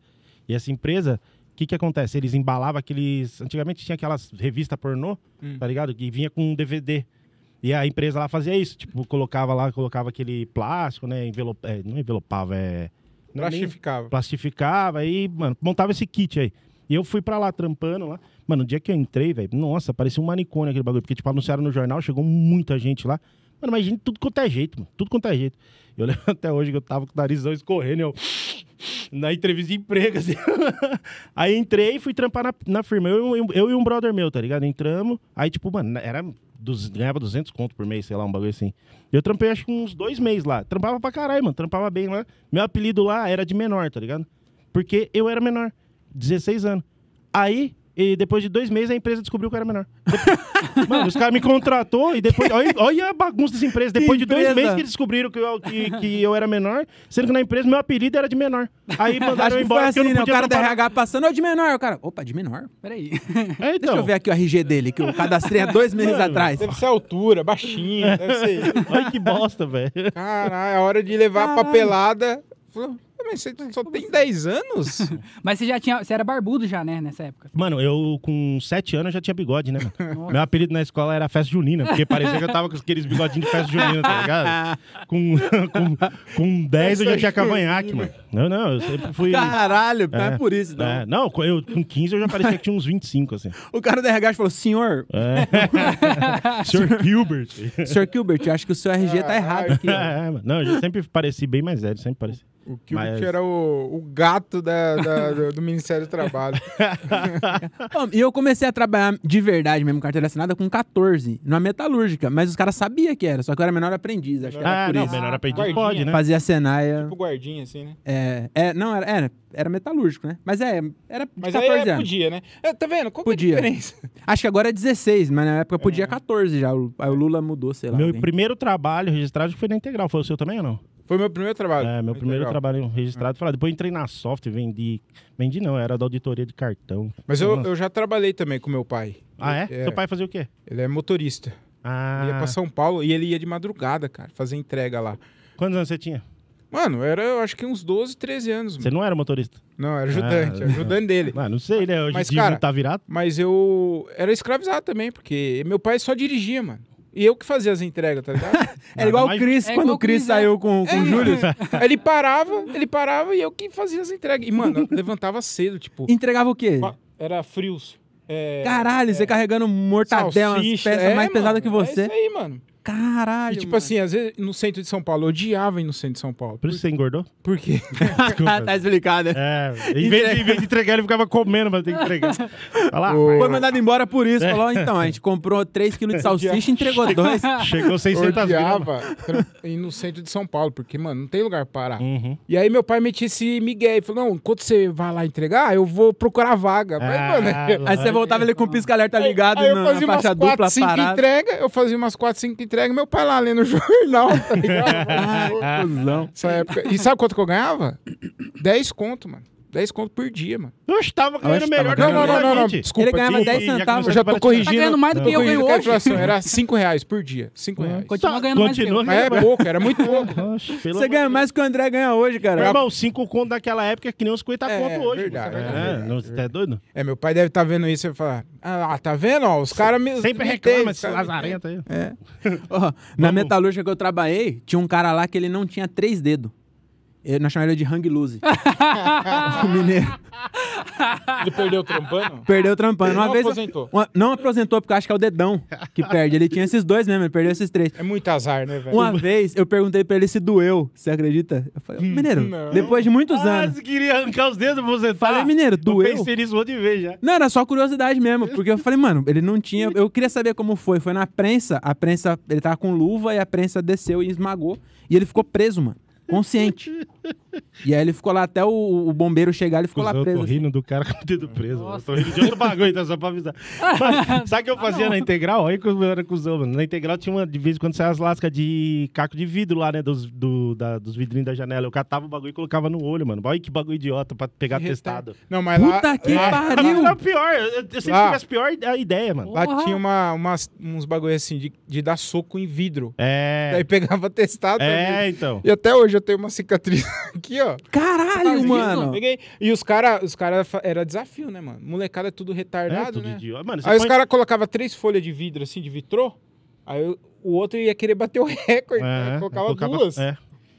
Speaker 1: E essa empresa, o que que acontece? Eles embalavam aqueles... Antigamente tinha aquelas revistas pornô, tá ligado? Que vinha com um DVD. E a empresa lá fazia isso. Tipo, colocava lá, colocava aquele plástico, né? Envelop... é, não envelopava, é... não é nem-
Speaker 4: Plastificava.
Speaker 1: plastificava aí, mano, montava esse kit aí. E eu fui pra lá trampando lá. Mano, o dia que eu entrei, velho, nossa, parecia um manicômio aquele bagulho, porque tipo anunciaram no jornal, chegou muita gente lá. Mano, mas gente, tudo quanto é jeito, mano. Tudo quanto é jeito. Eu lembro até hoje que eu tava com o narizão escorrendo, eu na entrevista de emprego, assim. aí entrei e fui trampar na, na firma. Eu, e um- eu e um brother meu, tá ligado? Entramos. Aí, tipo, mano, era. Dos, ganhava 200 conto por mês, sei lá, um bagulho assim. Eu trampei acho que uns dois meses lá. Trampava pra caralho, mano. Trampava bem lá. Meu apelido lá era de menor, tá ligado? Porque eu era menor. 16 anos. Aí, e depois de dois meses, a empresa descobriu que eu era menor. Depois- mano, os caras me contratou e depois. Olha, olha a bagunça dessa empresa.
Speaker 3: Que
Speaker 1: Depois de dois
Speaker 3: empresa?
Speaker 1: meses que eles descobriram que eu, que, que eu era menor, sendo que na empresa meu apelido era de menor. Aí mandaram
Speaker 3: Acho
Speaker 1: eu
Speaker 3: que foi
Speaker 1: embora porque
Speaker 3: assim,
Speaker 1: eu não
Speaker 3: né? O
Speaker 1: podia
Speaker 3: cara da
Speaker 1: trampar.
Speaker 3: RH passando, ó, de menor. O cara, opa, de menor?
Speaker 2: Peraí.
Speaker 1: É,
Speaker 3: Deixa
Speaker 1: então.
Speaker 3: eu ver aqui o RG dele, que eu cadastrei há dois meses atrás.
Speaker 4: Deve ser altura, baixinho, deve ser.
Speaker 1: Olha que bosta, velho.
Speaker 4: Caralho, a hora de levar a
Speaker 3: Caralho.
Speaker 4: papelada. Falou, Mas você só tem 10 anos?
Speaker 2: Mas você já tinha. Você era barbudo já, né, nessa época.
Speaker 1: Mano, eu com 7 anos já tinha bigode, né, mano? Meu apelido na escola era Festa Junina, porque parecia que eu tava com aqueles bigodinhos de Festa Junina, tá ligado? Com, com, com 10 eu já tinha cavanhaque, mano. Não, não, eu sempre fui.
Speaker 3: Caralho, não é por isso, não.
Speaker 1: É, não, eu, com 15 eu já parecia que tinha uns 25, assim.
Speaker 3: O cara da RH falou, senhor,
Speaker 1: É. Sr. Gilbert.
Speaker 3: senhor Gilbert, eu acho que o seu RG tá errado aqui. ó.
Speaker 1: É, mano. Não, eu já sempre pareci bem mais velho, sempre pareci.
Speaker 4: O que
Speaker 1: Mas-
Speaker 4: era o, o gato da- da- do, do Ministério do Trabalho.
Speaker 3: Ó, E eu comecei a trabalhar de verdade mesmo, carteira assinada, com 14, numa metalúrgica. Mas os caras sabiam que era, só que eu era menor aprendiz, acho que era
Speaker 1: Ah,
Speaker 3: por
Speaker 1: não,
Speaker 3: isso.
Speaker 1: melhor aprendiz
Speaker 4: Guardinha.
Speaker 1: pode, né?
Speaker 3: Fazia Senaia.
Speaker 4: tipo guardinha, assim, né?
Speaker 3: É, é, não, era, era, era metalúrgico, né? Mas é, era de
Speaker 1: Tá
Speaker 4: Mas
Speaker 3: 14
Speaker 4: aí é,
Speaker 3: anos.
Speaker 4: podia, né? É, tá vendo? Qual
Speaker 3: Podia.
Speaker 4: que é a diferença?
Speaker 3: Acho que agora é 16, mas na época
Speaker 4: É.
Speaker 3: podia 14 já. o- Aí o Lula mudou, sei lá.
Speaker 1: Meu
Speaker 3: alguém.
Speaker 1: primeiro trabalho registrado foi na Integral. Foi o seu também ou não?
Speaker 4: Foi meu primeiro trabalho.
Speaker 1: É, meu
Speaker 4: Foi
Speaker 1: primeiro
Speaker 4: legal.
Speaker 1: trabalho registrado. Foi lá. Depois eu entrei na soft, vendi. Vendi não, era da auditoria de cartão.
Speaker 4: Mas eu, eu já trabalhei também com meu pai.
Speaker 1: Ah, é?
Speaker 4: É.
Speaker 1: Seu pai fazia o quê?
Speaker 4: Ele é motorista.
Speaker 1: Ah,
Speaker 4: Ele ia pra São Paulo e ele ia de madrugada, cara, fazer entrega lá.
Speaker 1: quantos anos você tinha?
Speaker 4: Mano, era, eu acho que uns 12, 13 anos.
Speaker 1: Você
Speaker 4: Mano.
Speaker 1: não era motorista?
Speaker 4: Não, era ajudante,
Speaker 1: Ah.
Speaker 4: ajudante dele.
Speaker 1: Ah, não sei, né? Hoje
Speaker 4: Mas,
Speaker 1: em dia
Speaker 4: cara-
Speaker 1: não tá virado.
Speaker 4: Mas eu era escravizado também, porque meu pai só dirigia, mano. E eu que fazia as entregas, tá ligado?
Speaker 3: Era igual
Speaker 1: Mas-
Speaker 3: o Cris,
Speaker 2: É
Speaker 3: quando
Speaker 2: igual
Speaker 3: o
Speaker 2: o
Speaker 3: Cris
Speaker 2: Chris,
Speaker 3: saiu com, com o Júlio.
Speaker 4: É. ele parava, ele parava e eu que fazia as entregas. E, mano, eu levantava cedo, tipo.
Speaker 3: Entregava o quê?
Speaker 4: pa- Era frios. É,
Speaker 3: Caralho, você carregando mortadela, umas
Speaker 4: salsicha,
Speaker 3: peças
Speaker 4: é,
Speaker 3: mais pesadas
Speaker 4: mano,
Speaker 3: que
Speaker 4: É
Speaker 3: você.
Speaker 4: isso aí, mano.
Speaker 3: Caralho.
Speaker 4: E tipo
Speaker 3: mano.
Speaker 4: assim, às vezes no centro de São Paulo, eu odiava ir no centro de São Paulo.
Speaker 1: Por isso você engordou?
Speaker 4: Por quê?
Speaker 1: Desculpa.
Speaker 3: tá explicado. né?
Speaker 1: é, em vez, de, em vez de entregar, ele ficava comendo pra ter que entregar. Olha lá,
Speaker 4: Ô,
Speaker 3: Foi mandado embora por isso. Falou, então, a gente comprou 3kg de salsicha e entregou dois.
Speaker 1: chegou
Speaker 3: tá
Speaker 1: 600 gramas.
Speaker 4: odiava tra- ir no centro de São Paulo, porque, mano, não tem lugar pra parar.
Speaker 3: Hum.
Speaker 1: Uhum.
Speaker 4: E aí meu pai metia esse migué e falou, não, enquanto você vai lá entregar, eu vou procurar vaga. Mas, mano...
Speaker 1: Ah,
Speaker 3: Aí você voltava ele com o pisca-alerta ligado
Speaker 4: aí eu
Speaker 3: na, na
Speaker 4: fazia
Speaker 3: faixa
Speaker 4: umas quatro,
Speaker 3: dupla,
Speaker 4: cinco
Speaker 3: parada.
Speaker 4: entregas, eu fazia umas quatro, cinco entregas, meu pai lá lendo o jornal, tá ligado?
Speaker 3: Ah, cuzão.
Speaker 4: Essa época. E sabe quanto que eu ganhava? 10 conto, mano. 10 conto por dia, mano.
Speaker 1: Eu estava ganhando
Speaker 3: Eu
Speaker 1: melhor
Speaker 3: estava
Speaker 1: que
Speaker 4: Não, não, não, não, não.
Speaker 1: muita gente.
Speaker 4: Desculpa,
Speaker 3: Ele ganhava
Speaker 4: desculpa.
Speaker 3: 10
Speaker 1: E já
Speaker 3: centavos.
Speaker 1: começou
Speaker 4: Eu
Speaker 1: a
Speaker 4: já tô
Speaker 1: baratear.
Speaker 4: corrigindo.
Speaker 2: Tá ganhando mais do
Speaker 4: tô
Speaker 2: que eu
Speaker 4: corrigindo
Speaker 2: ganho
Speaker 4: a
Speaker 2: hoje. Uhum.
Speaker 4: inflação. Era 5 reais por dia.
Speaker 3: Uhum.
Speaker 4: 5 reais.
Speaker 2: Continua ganhando mais que eu.
Speaker 1: Continua
Speaker 4: Mas é pouco, era muito pouco.
Speaker 1: Oxe, pelo
Speaker 3: Você ganha mais que o André ganha hoje,
Speaker 1: Meu
Speaker 3: cara.
Speaker 1: irmão, 5 conto daquela época é que nem uns 50
Speaker 4: É,
Speaker 1: conto hoje.
Speaker 4: verdade,
Speaker 1: É,
Speaker 4: verdade,
Speaker 1: não, Você tá doido?
Speaker 4: É, meu pai deve estar vendo isso e vai falar: Ah, lá, tá vendo? Ó, os caras me.
Speaker 1: Sempre
Speaker 4: me
Speaker 1: reclama
Speaker 4: tem,
Speaker 1: desse
Speaker 4: sabe? É.
Speaker 1: lazarento aí.
Speaker 3: Ó, na metalúrgica que eu trabalhei, tinha um cara lá que ele não tinha três dedos. Ele- Nós chamamos ele de hang loose. o mineiro
Speaker 4: Ele perdeu o trampando?
Speaker 3: perdeu trampando. Uma
Speaker 4: Não
Speaker 3: vez
Speaker 4: aposentou.
Speaker 3: uma- não aposentou, porque eu acho que é o dedão que perde. Ele tinha esses dois mesmo, ele perdeu esses três.
Speaker 4: É muito azar, né, velho?
Speaker 3: Uma vez eu perguntei pra ele se doeu, você acredita? Eu falei, Mineiro,
Speaker 4: Hum, não.
Speaker 3: depois de muitos
Speaker 1: Ah,
Speaker 3: anos.
Speaker 1: você queria arrancar os dedos pra você tá?
Speaker 3: Falei, mineiro, doeu?
Speaker 1: Eu pensei nisso outra vez já.
Speaker 3: Não, era só curiosidade mesmo, porque eu falei, mano, ele não tinha. Eu queria saber como foi. Foi na prensa, a prensa, ele tava com luva e a prensa desceu e esmagou. E ele ficou preso, mano. Consciente. E aí ele ficou lá até o, o bombeiro chegar, ele ficou lá
Speaker 1: eu tô
Speaker 3: preso. assim.
Speaker 1: rindo do cara com o dedo preso. mano. Eu tô rindo de outro bagulho, tá? Só pra avisar. Mas, sabe o que
Speaker 3: Ah,
Speaker 1: eu fazia na integral? Olha que eu era cuzão, mano. Na integral tinha uma, de vez em quando saia as lascas de caco de vidro lá, né? Dos, do- da- dos vidrinhos da janela. Eu catava o bagulho e colocava no olho, mano. Olha que bagulho idiota pra pegar testado.
Speaker 4: Não, mas lá. É.
Speaker 3: Puta que
Speaker 4: lá,
Speaker 3: pariu!
Speaker 1: Era é pior. Eu, eu sempre
Speaker 4: Lá.
Speaker 1: tive as piores a ideia, mano.
Speaker 4: lá
Speaker 2: Porra.
Speaker 4: tinha uma, umas, uns bagulho assim de, de dar soco em vidro.
Speaker 1: É.
Speaker 4: Daí pegava testado.
Speaker 1: É,
Speaker 4: né?
Speaker 1: então.
Speaker 4: E até hoje eu tenho uma cicatriz aqui, ó.
Speaker 3: Caralho,
Speaker 2: Faz
Speaker 3: mano!
Speaker 4: Peguei. E os caras, os cara fa- era desafio, né, mano? Molecada é tudo retardado,
Speaker 1: É, tudo
Speaker 4: né?
Speaker 1: idiota. Mano, você
Speaker 4: Aí os
Speaker 1: põe-
Speaker 4: caras colocavam três folhas de vidro, assim, de vitrô. Aí o- o outro ia querer bater o
Speaker 1: É,
Speaker 4: recorde. né? colocava,
Speaker 1: colocava-
Speaker 4: duas.
Speaker 1: é.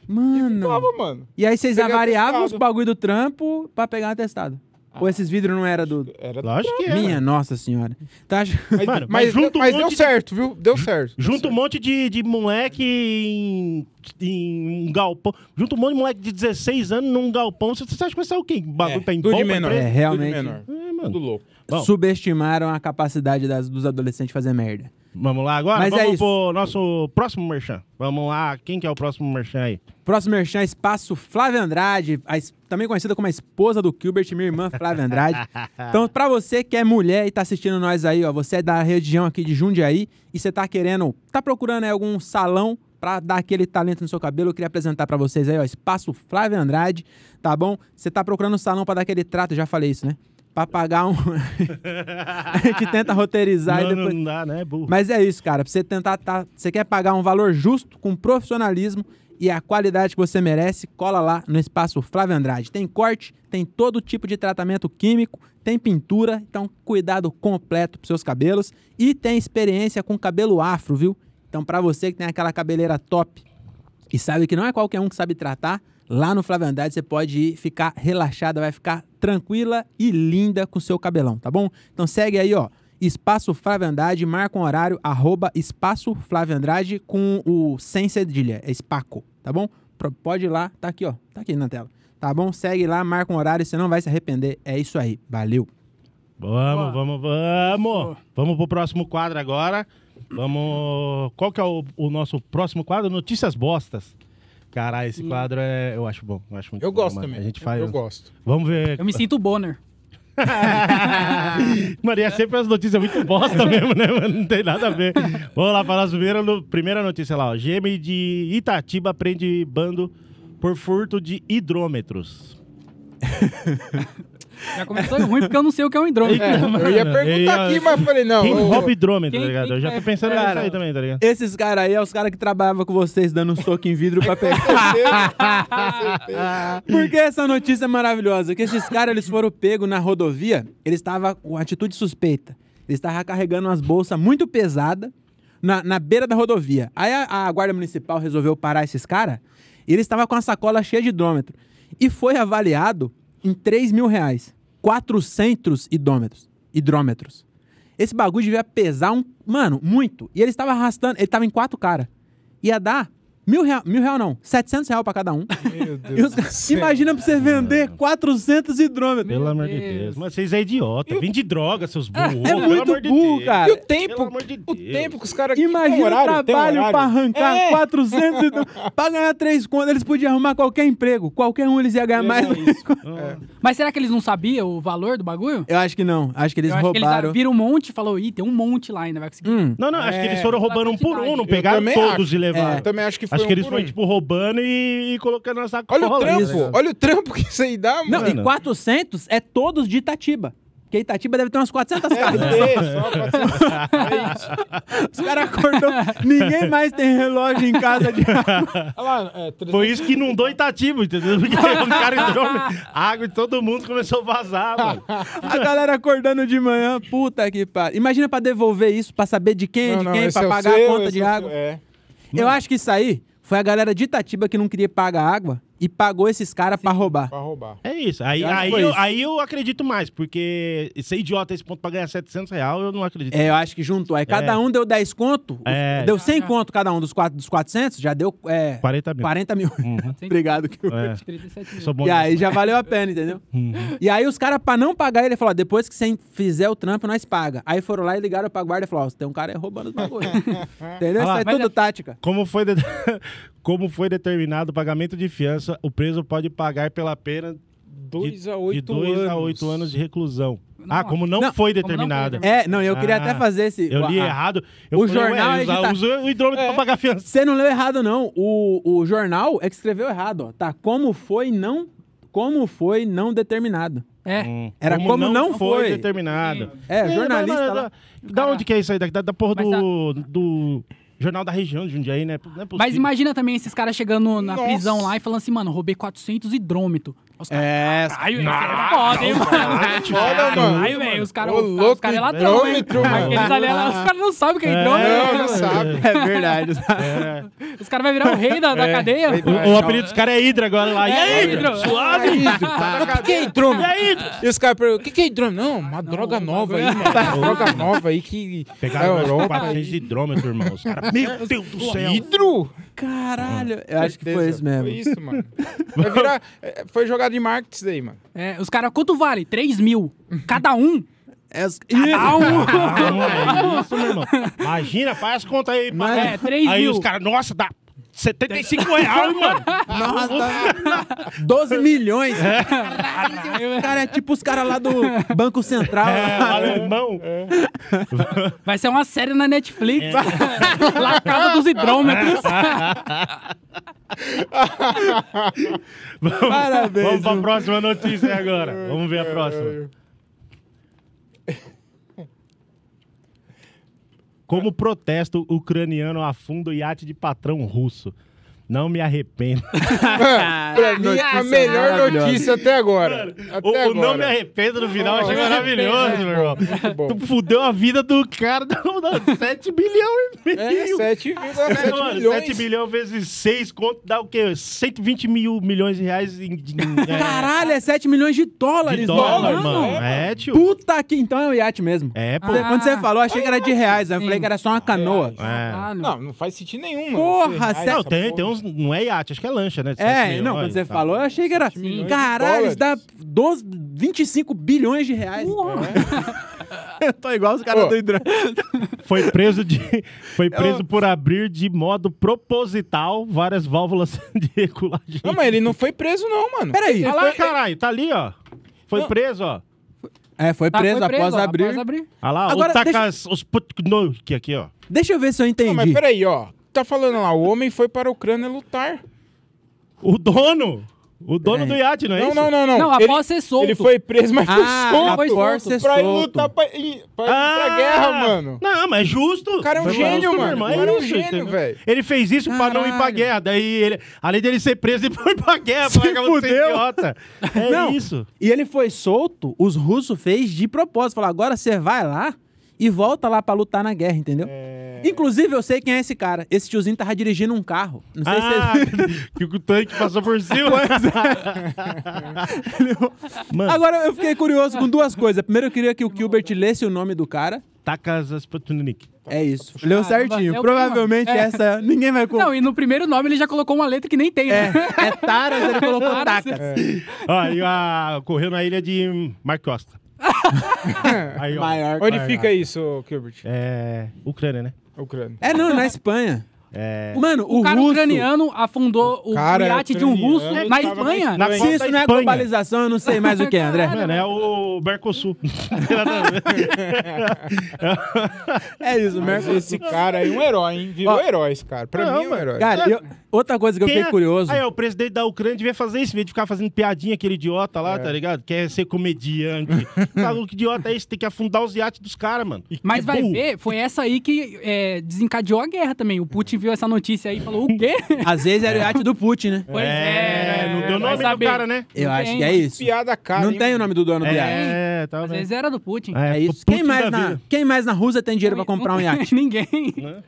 Speaker 3: Mano.
Speaker 4: Colocava, mano.
Speaker 3: E aí vocês
Speaker 4: Pegar
Speaker 3: avariavam os
Speaker 4: atestado. Ah.
Speaker 3: bagulho do trampo pra pegar um atestado. Ou esses vidros não era do.
Speaker 4: Era
Speaker 1: Lógico que é.
Speaker 3: Minha nossa senhora. Tá ach-
Speaker 4: Mas,
Speaker 1: Mano, mas
Speaker 4: mas,
Speaker 1: junto um
Speaker 4: mas
Speaker 1: monte
Speaker 4: deu
Speaker 1: de-
Speaker 4: certo, viu? Deu certo.
Speaker 1: Junta um monte de, de moleque em, em um galpão. Junta um monte de moleque de 16 anos num galpão. Você, você acha que vai sair o quê? Bagulho pra
Speaker 4: é,
Speaker 1: ir
Speaker 4: tudo de
Speaker 1: bomba,
Speaker 4: menor.
Speaker 1: pra-
Speaker 3: É, realmente.
Speaker 4: Tudo de menor.
Speaker 1: É, mano.
Speaker 4: Tudo louco.
Speaker 1: Bom.
Speaker 3: Subestimaram a capacidade das, dos adolescentes fazer merda.
Speaker 1: Vamos lá agora?
Speaker 3: Mas é
Speaker 1: Vamos
Speaker 3: isso.
Speaker 1: pro nosso próximo merchan. Vamos lá. Quem que é o próximo merchan aí?
Speaker 3: Próximo merchan, espaço Flávia Andrade, a es- também conhecida como a esposa do Gilbert, minha irmã Flávia Andrade. Então, pra você que é mulher e tá assistindo nós aí, ó, você é da região aqui de Jundiaí e você tá querendo, tá procurando aí algum salão pra dar aquele talento no seu cabelo, eu queria apresentar pra vocês aí, ó, espaço Flávia Andrade, tá bom? Você tá procurando um salão pra dar aquele trato, eu já falei isso, né? Pra pagar um A gente tenta roteirizar
Speaker 1: não,
Speaker 3: e depois
Speaker 1: não dá, né? Burro.
Speaker 3: Mas é isso, cara. Pra você tentar. Tá, você quer pagar um valor justo, com profissionalismo e a qualidade que você merece, cola lá no Espaço Flávio Andrade. Tem corte, tem todo tipo de tratamento químico, tem pintura, então cuidado completo para seus cabelos e tem experiência com cabelo afro, viu? Então para você que tem aquela cabeleira top e sabe que não é qualquer um que sabe tratar, lá no Flávio Andrade você pode ir ficar relaxada, vai ficar tranquila e linda com seu cabelão, tá bom? Então segue aí, ó. Espaço Flávio Andrade, marca um horário, arroba Espaço Flávio Andrade com o sem cedilha, é Spaco, tá bom? Pro- Pode ir lá, tá aqui, ó, tá aqui na tela. Tá bom? Segue lá, marca um horário, você não vai se arrepender. É isso aí, valeu.
Speaker 1: Vamos,
Speaker 2: Boa.
Speaker 1: vamos, vamos! Vamos pro próximo quadro agora. Vamos. Qual que é o, o nosso próximo quadro? Notícias bostas. Caralho,
Speaker 2: Hum.
Speaker 1: esse quadro é. Eu acho bom. Eu, acho muito
Speaker 4: Eu
Speaker 1: bom,
Speaker 4: gosto
Speaker 1: mano.
Speaker 4: também.
Speaker 1: A gente faz. um-
Speaker 4: Eu gosto.
Speaker 1: Vamos ver.
Speaker 2: Eu me sinto boner.
Speaker 1: mano, e é sempre as notícias muito bosta mesmo, né, mano? Não tem nada a ver. Vamos lá para a primeira, no- primeira notícia lá, ó. Gêmeo de Itatiba prende bando por furto de hidrômetros.
Speaker 2: Já começou ruim porque eu não sei o que é um hidrômetro.
Speaker 4: É, eu ia
Speaker 1: mano, eu ia-
Speaker 4: perguntar aqui, mas falei, não.
Speaker 1: Quem
Speaker 4: eu-
Speaker 1: rouba hidrômetro, tá
Speaker 2: Quem-
Speaker 1: ligado?
Speaker 2: quem
Speaker 1: Eu já
Speaker 2: que
Speaker 1: tô
Speaker 2: é-
Speaker 1: pensando nisso
Speaker 3: Cara.
Speaker 1: aí também, tá ligado?
Speaker 3: Esses caras aí é os caras que trabalhavam com vocês dando um soco em vidro pra pegar. Por que essa notícia é maravilhosa? Que esses caras eles foram pegos na rodovia, eles estavam com atitude suspeita. Eles estavam carregando umas bolsas muito pesadas na, na beira da rodovia. Aí a, a guarda municipal resolveu parar esses caras e eles estavam com a sacola cheia de hidrômetro. E foi avaliado em 3 mil reais. 400 hidrômetros. Hidrômetros. Esse bagulho devia pesar um. Mano, muito. E ele estava arrastando. Ele estava em quatro caras. Ia dar mil real. Mil real não. 700 real pra cada um.
Speaker 4: Meu Deus
Speaker 3: E os
Speaker 4: do
Speaker 3: caras-
Speaker 4: céu.
Speaker 3: imagina pra você vender 400 hidrômetros.
Speaker 1: Pelo amor de
Speaker 2: Deus.
Speaker 1: Deus. Mas vocês é idiota. Vem de droga, seus burros.
Speaker 3: É
Speaker 1: Pelo
Speaker 3: muito
Speaker 1: amor de
Speaker 3: burro,
Speaker 1: Deus.
Speaker 4: E
Speaker 3: cara.
Speaker 4: o tempo,
Speaker 1: Pelo amor de
Speaker 4: o
Speaker 1: Deus.
Speaker 4: tempo que os caras... Tem um
Speaker 3: Imagina o
Speaker 4: horário? Tem
Speaker 3: trabalho
Speaker 4: horário?
Speaker 3: pra arrancar
Speaker 4: É.
Speaker 3: 400 hidrômetros. pra ganhar três contas, eles podiam arrumar qualquer emprego. Qualquer um eles iam ganhar mais.
Speaker 4: É isso.
Speaker 1: Ah,
Speaker 2: Mas será que eles não sabiam o valor do bagulho?
Speaker 3: Eu acho que não. Acho que eles
Speaker 2: eu acho que
Speaker 3: roubaram.
Speaker 2: eles viram um monte e falou, ih, tem um monte lá ainda, vai conseguir.
Speaker 3: Hum.
Speaker 1: Não, não, acho que eles foram
Speaker 2: É.
Speaker 1: roubando um por um, não
Speaker 2: Eu
Speaker 1: pegaram
Speaker 4: também
Speaker 1: todos
Speaker 4: acho.
Speaker 1: e levaram.
Speaker 4: Eu também acho que foi
Speaker 1: Acho
Speaker 4: um
Speaker 1: que eles
Speaker 4: por
Speaker 1: foram,
Speaker 4: um.
Speaker 1: tipo, roubando e, e colocando na sacola.
Speaker 4: Olha o
Speaker 1: tá ligado?
Speaker 4: trampo, olha o trampo que isso aí dá,
Speaker 3: Não,
Speaker 4: mano.
Speaker 1: Mano.
Speaker 3: e 400 é todos de Itatiba. Porque Itatiba deve ter umas 400
Speaker 4: É.
Speaker 3: casas. Os caras acordou. Ninguém mais tem relógio em casa de
Speaker 1: Foi isso que inundou Itatiba, entendeu? Porque o cara entrou, água e todo mundo começou a vazar, mano.
Speaker 3: A galera acordando de manhã, puta que pariu. Imagina pra devolver isso, pra saber de quem é de quem, pra pagar a conta
Speaker 4: é
Speaker 3: de água. Eu acho que isso aí foi a galera de Itatiba que não queria pagar água e pagou esses caras pra roubar.
Speaker 4: pra roubar.
Speaker 1: É isso. Aí,
Speaker 3: Eu acho que
Speaker 1: aí,
Speaker 3: foi
Speaker 1: eu,
Speaker 3: isso.
Speaker 1: aí eu acredito mais, porque ser idiota a esse ponto pra ganhar 700 reais, eu não acredito.
Speaker 3: É, eu acho que juntou. Aí cada
Speaker 1: É.
Speaker 3: um deu 10 conto, os-
Speaker 1: É.
Speaker 3: deu 100
Speaker 2: Ah.
Speaker 3: conto cada um dos, quatro, dos 400, já deu é,
Speaker 1: 40 mil. Uhum.
Speaker 3: 40 mil. Obrigado. Que...
Speaker 1: É,
Speaker 2: 37 mil.
Speaker 1: sou bom
Speaker 3: E
Speaker 1: nisso.
Speaker 3: aí já valeu a pena, entendeu?
Speaker 1: Uhum.
Speaker 3: E aí os caras, pra não pagar, ele falou, ó, depois que você fizer o trampo, nós paga. Aí foram lá e ligaram pra guarda e falaram, ó, tem um cara aí roubando os bagulhos. entendeu? Isso
Speaker 1: lá.
Speaker 3: é
Speaker 2: Mas
Speaker 3: tudo
Speaker 2: é-
Speaker 3: tática.
Speaker 1: Como foi, de- Como foi determinado o pagamento de fiança, o preso pode pagar pela pena
Speaker 4: 2 a
Speaker 1: de
Speaker 4: 8
Speaker 1: dois a oito anos de reclusão.
Speaker 2: Não,
Speaker 1: ah, como não,
Speaker 3: não,
Speaker 1: foi
Speaker 2: como não foi
Speaker 1: determinado.
Speaker 2: determinado.
Speaker 3: É, não, eu queria
Speaker 1: Ah,
Speaker 3: até fazer esse...
Speaker 1: Eu li
Speaker 3: a-
Speaker 1: errado.
Speaker 3: O
Speaker 1: Eu falei,
Speaker 3: jornal
Speaker 1: ué,
Speaker 3: é
Speaker 1: usa,
Speaker 3: editado.
Speaker 1: usa o hidrômetro pra pagar a fiança.
Speaker 3: Você não leu errado, não. O, o jornal é que escreveu errado, ó. Tá, como foi não... Como foi não determinado.
Speaker 2: É.
Speaker 1: Hum.
Speaker 3: Era como não foi.
Speaker 1: determinado.
Speaker 3: É,
Speaker 1: Ih,
Speaker 3: jornalista
Speaker 1: mas- mas-
Speaker 3: lá.
Speaker 1: Da onde que é isso aí? Da, da, da porra
Speaker 2: Mas
Speaker 1: do, do jornal da região de Jundiaí, né? Não é possível.
Speaker 2: Mas imagina também esses caras chegando na
Speaker 4: Nossa.
Speaker 2: prisão lá e falando assim, mano, roubei 400 hidrômetro. Os caras,
Speaker 3: É,
Speaker 2: caralho, esse é foda, hein, mano.
Speaker 4: Foda, mano.
Speaker 2: Caralho, velho, os caras
Speaker 4: Ô,
Speaker 2: os cara é
Speaker 4: louco,
Speaker 2: ladrão, hein.
Speaker 4: hidrômetro,
Speaker 2: Mas
Speaker 4: mano.
Speaker 2: Eles ali, os caras não sabem o que é
Speaker 4: Não,
Speaker 1: né?
Speaker 2: hidrômetro.
Speaker 4: não sabe.
Speaker 3: é verdade. É.
Speaker 2: Os caras vão virar o rei da, da cadeia.
Speaker 1: O, o apelido dos caras é Hidra agora lá. E
Speaker 2: É,
Speaker 1: aí, Hidra?
Speaker 2: Hidra.
Speaker 1: Suave?
Speaker 4: O que é hidrômetro?
Speaker 1: E aí, Hidra?
Speaker 4: E os caras perguntam, o que, que é hidrômetro? Não, uma droga nova aí, mano. droga nova aí que...
Speaker 1: Pegaram
Speaker 3: É
Speaker 4: da
Speaker 1: mais de
Speaker 4: Europa.
Speaker 1: 400 hidrômetro, irmão. Os caras, meu Deus do céu.
Speaker 4: Hidro?
Speaker 3: Caralho. Eu acho que foi isso mesmo.
Speaker 4: Foi isso, mano. Vai virar... é, Foi jogada de marketing isso daí, mano.
Speaker 2: É, os caras, quanto vale? 3 mil. Cada um.
Speaker 3: É, os-
Speaker 2: Cada um.
Speaker 1: Ah, não é isso, meu irmão. Imagina, faz as contas aí.
Speaker 3: Mas-
Speaker 1: paga.
Speaker 2: É, três
Speaker 1: aí
Speaker 2: mil.
Speaker 1: os caras, nossa, dá 75 reais, mano.
Speaker 3: Nossa, 12 milhões. Cara, é tipo os caras lá do Banco Central.
Speaker 1: É, alemão.
Speaker 2: Vai ser uma série na Netflix.
Speaker 1: É.
Speaker 2: La Casa dos Hidrômetros.
Speaker 3: Parabéns.
Speaker 1: Vamos pra
Speaker 3: viu?
Speaker 1: próxima notícia agora. Vamos ver a
Speaker 4: é.
Speaker 1: próxima. Como protesto, ucraniano afunda o iate de patrão russo. Não me arrependo.
Speaker 4: Mano, pra mim, é a
Speaker 3: Notícia
Speaker 4: melhor
Speaker 3: maravilhosa.
Speaker 4: notícia até agora. Até
Speaker 1: O, o é
Speaker 4: agora.
Speaker 1: não me arrependo no final, achei maravilhoso, meu irmão.
Speaker 4: Muito bom.
Speaker 1: Tu fudeu a vida do cara, não, não, 7 bilhão e meio.
Speaker 4: É, 7,7
Speaker 1: Mano,
Speaker 4: milhões.
Speaker 1: 7 bilhão vezes 6 conto dá o quê? 120 mil milhões de reais em. de- é,
Speaker 3: Caralho, é 7 milhões de dólares,
Speaker 1: de dólar,
Speaker 3: mano.
Speaker 1: mano. É, tio.
Speaker 3: Puta que então é o iate mesmo.
Speaker 1: É, pô.
Speaker 3: Você-
Speaker 2: Ah.
Speaker 3: Quando você falou, achei que era de reais. Aí eu falei que era só uma canoa.
Speaker 4: Reais.
Speaker 1: É.
Speaker 2: Caralho.
Speaker 4: Não, não faz sentido nenhum, mano.
Speaker 3: Porra,
Speaker 4: Você-
Speaker 3: sério?
Speaker 4: Ai,
Speaker 1: Não,
Speaker 4: essa
Speaker 1: tem,
Speaker 4: porra.
Speaker 1: tem uns. Não é iate, acho que é lancha, né? Sete
Speaker 3: É,
Speaker 1: milhões,
Speaker 3: não, quando você
Speaker 1: tá.
Speaker 3: falou, eu achei que era.
Speaker 4: milhões de
Speaker 3: Caralho, isso dá
Speaker 4: dólares.
Speaker 3: 12, 25 bilhões de reais.
Speaker 2: Porra.
Speaker 3: Eu tô igual os caras
Speaker 4: Ô.
Speaker 3: do hidra...
Speaker 1: Foi preso, de, foi preso por abrir de modo proposital várias válvulas de regulagem.
Speaker 4: Não, mas ele não foi preso, não, mano.
Speaker 3: Peraí.
Speaker 1: Olha lá, caralho, tá ali, ó. Foi
Speaker 4: Não.
Speaker 1: preso, ó.
Speaker 3: É, foi
Speaker 2: Tá,
Speaker 3: preso,
Speaker 2: foi
Speaker 3: após,
Speaker 2: ó,
Speaker 3: abrir.
Speaker 2: após abrir.
Speaker 1: Olha lá,
Speaker 3: Agora,
Speaker 1: o taca
Speaker 3: deixa-
Speaker 1: as- os putnuk aqui, ó.
Speaker 3: Deixa eu ver se eu entendi.
Speaker 4: Não, mas peraí, ó. Tá falando lá, o homem foi para a Ucrânia lutar.
Speaker 1: O dono! O dono do iate, não é
Speaker 4: Não,
Speaker 1: isso?
Speaker 4: não, não, não.
Speaker 2: Não,
Speaker 4: ele,
Speaker 2: após ser solto.
Speaker 4: ele foi preso, mas
Speaker 3: Ah,
Speaker 4: foi
Speaker 2: foi
Speaker 4: solto.
Speaker 3: após ser
Speaker 4: pra ir
Speaker 3: solto.
Speaker 4: lutar pra, ir, pra, ir pra guerra, mano.
Speaker 1: Ah! Não, mas é justo.
Speaker 4: O cara é um
Speaker 1: Foi
Speaker 4: gênio,
Speaker 1: justo, meu
Speaker 4: mano.
Speaker 1: irmão,
Speaker 4: O cara é um
Speaker 1: justo,
Speaker 4: gênio,
Speaker 1: entendeu?
Speaker 4: velho.
Speaker 1: Ele fez isso pra não ir pra
Speaker 3: Caralho.
Speaker 1: guerra. Daí ele, além dele ser preso, ele foi pra guerra.
Speaker 3: Se
Speaker 1: pra acabar de ser
Speaker 3: fudeu.
Speaker 1: idiota. É
Speaker 3: Não.
Speaker 1: isso.
Speaker 3: E ele foi solto, os russos fez de propósito. Falou, agora você vai lá e volta lá pra lutar na guerra, entendeu? Inclusive, eu sei quem é esse cara. Esse tiozinho tava dirigindo um carro. Não sei
Speaker 1: Ah,
Speaker 3: se vocês...
Speaker 1: que o tanque passou por cima.
Speaker 4: é.
Speaker 1: Mano,
Speaker 3: Agora, eu fiquei curioso com duas coisas. Primeiro, eu queria que o Gilbert lesse o nome do cara.
Speaker 1: taca as Sputnik.
Speaker 3: É isso. Leu certinho.
Speaker 2: é o
Speaker 3: Provavelmente
Speaker 2: Puma. É.
Speaker 3: essa ninguém vai... com-
Speaker 2: Não, e no primeiro nome ele já colocou uma letra que nem tem,
Speaker 3: É,
Speaker 2: né?
Speaker 3: é Taras, ele colocou
Speaker 2: Taras. é.
Speaker 3: Takas.
Speaker 1: Ó, e a... correu na ilha de Marcosta. Aí, ó.
Speaker 3: Maior.
Speaker 4: É. Onde
Speaker 3: maior.
Speaker 4: fica isso, Kilbert?
Speaker 1: É... Ucrânia, né? É,
Speaker 4: Ucrânia.
Speaker 3: É, não, na Espanha. Mano, o,
Speaker 2: É. O cara um
Speaker 3: russo...
Speaker 2: ucraniano afundou o,
Speaker 4: cara
Speaker 2: o iate de um
Speaker 4: ucraniano
Speaker 2: russo na
Speaker 4: tava
Speaker 2: Espanha.
Speaker 1: na
Speaker 3: Se isso não é
Speaker 1: Espanha.
Speaker 3: globalização, eu não sei mais o que, André.
Speaker 1: Mano, é o Mercosul. Não tem nada a ver.
Speaker 3: É isso,
Speaker 4: Mas
Speaker 3: Mercosul.
Speaker 4: esse cara aí é um herói, hein? Virou
Speaker 3: Ó.
Speaker 4: herói esse cara. Pra
Speaker 1: Não,
Speaker 4: mim é um
Speaker 1: mano.
Speaker 4: herói.
Speaker 3: Cara, eu- outra coisa que eu
Speaker 1: Quem
Speaker 3: fiquei
Speaker 1: é-
Speaker 3: curioso.
Speaker 1: Aí, ó, o presidente da Ucrânia devia fazer isso, em vez de ficar fazendo piadinha, aquele idiota lá, tá ligado? Quer ser comediante. Fala, que idiota é esse? Tem que afundar os iates dos caras, mano.
Speaker 2: Mas vai
Speaker 1: burro.
Speaker 2: ver, foi essa aí que é, desencadeou a guerra também. O Putin viu essa notícia aí e falou, o quê?
Speaker 3: Às vezes era o iate do Putin, né?
Speaker 2: Pois
Speaker 1: é, não deu
Speaker 2: vai
Speaker 1: nome do
Speaker 2: saber.
Speaker 1: cara, né?
Speaker 3: Eu
Speaker 2: Não
Speaker 3: acho
Speaker 2: tem,
Speaker 3: que é
Speaker 2: mano.
Speaker 3: isso.
Speaker 4: Tá Piada cara,
Speaker 3: Não
Speaker 4: hein,
Speaker 3: tem o nome do dono do iate.
Speaker 1: É, é, tá
Speaker 2: Às
Speaker 1: vendo?
Speaker 2: vezes era do Putin.
Speaker 3: É
Speaker 1: ficou
Speaker 3: isso. Quem
Speaker 1: puto
Speaker 3: mais,
Speaker 1: da
Speaker 3: na,
Speaker 1: vida.
Speaker 3: quem mais na Rússia tem dinheiro pra
Speaker 2: Não-
Speaker 3: comprar
Speaker 2: não
Speaker 3: um
Speaker 2: tem
Speaker 3: iate?
Speaker 2: Ninguém.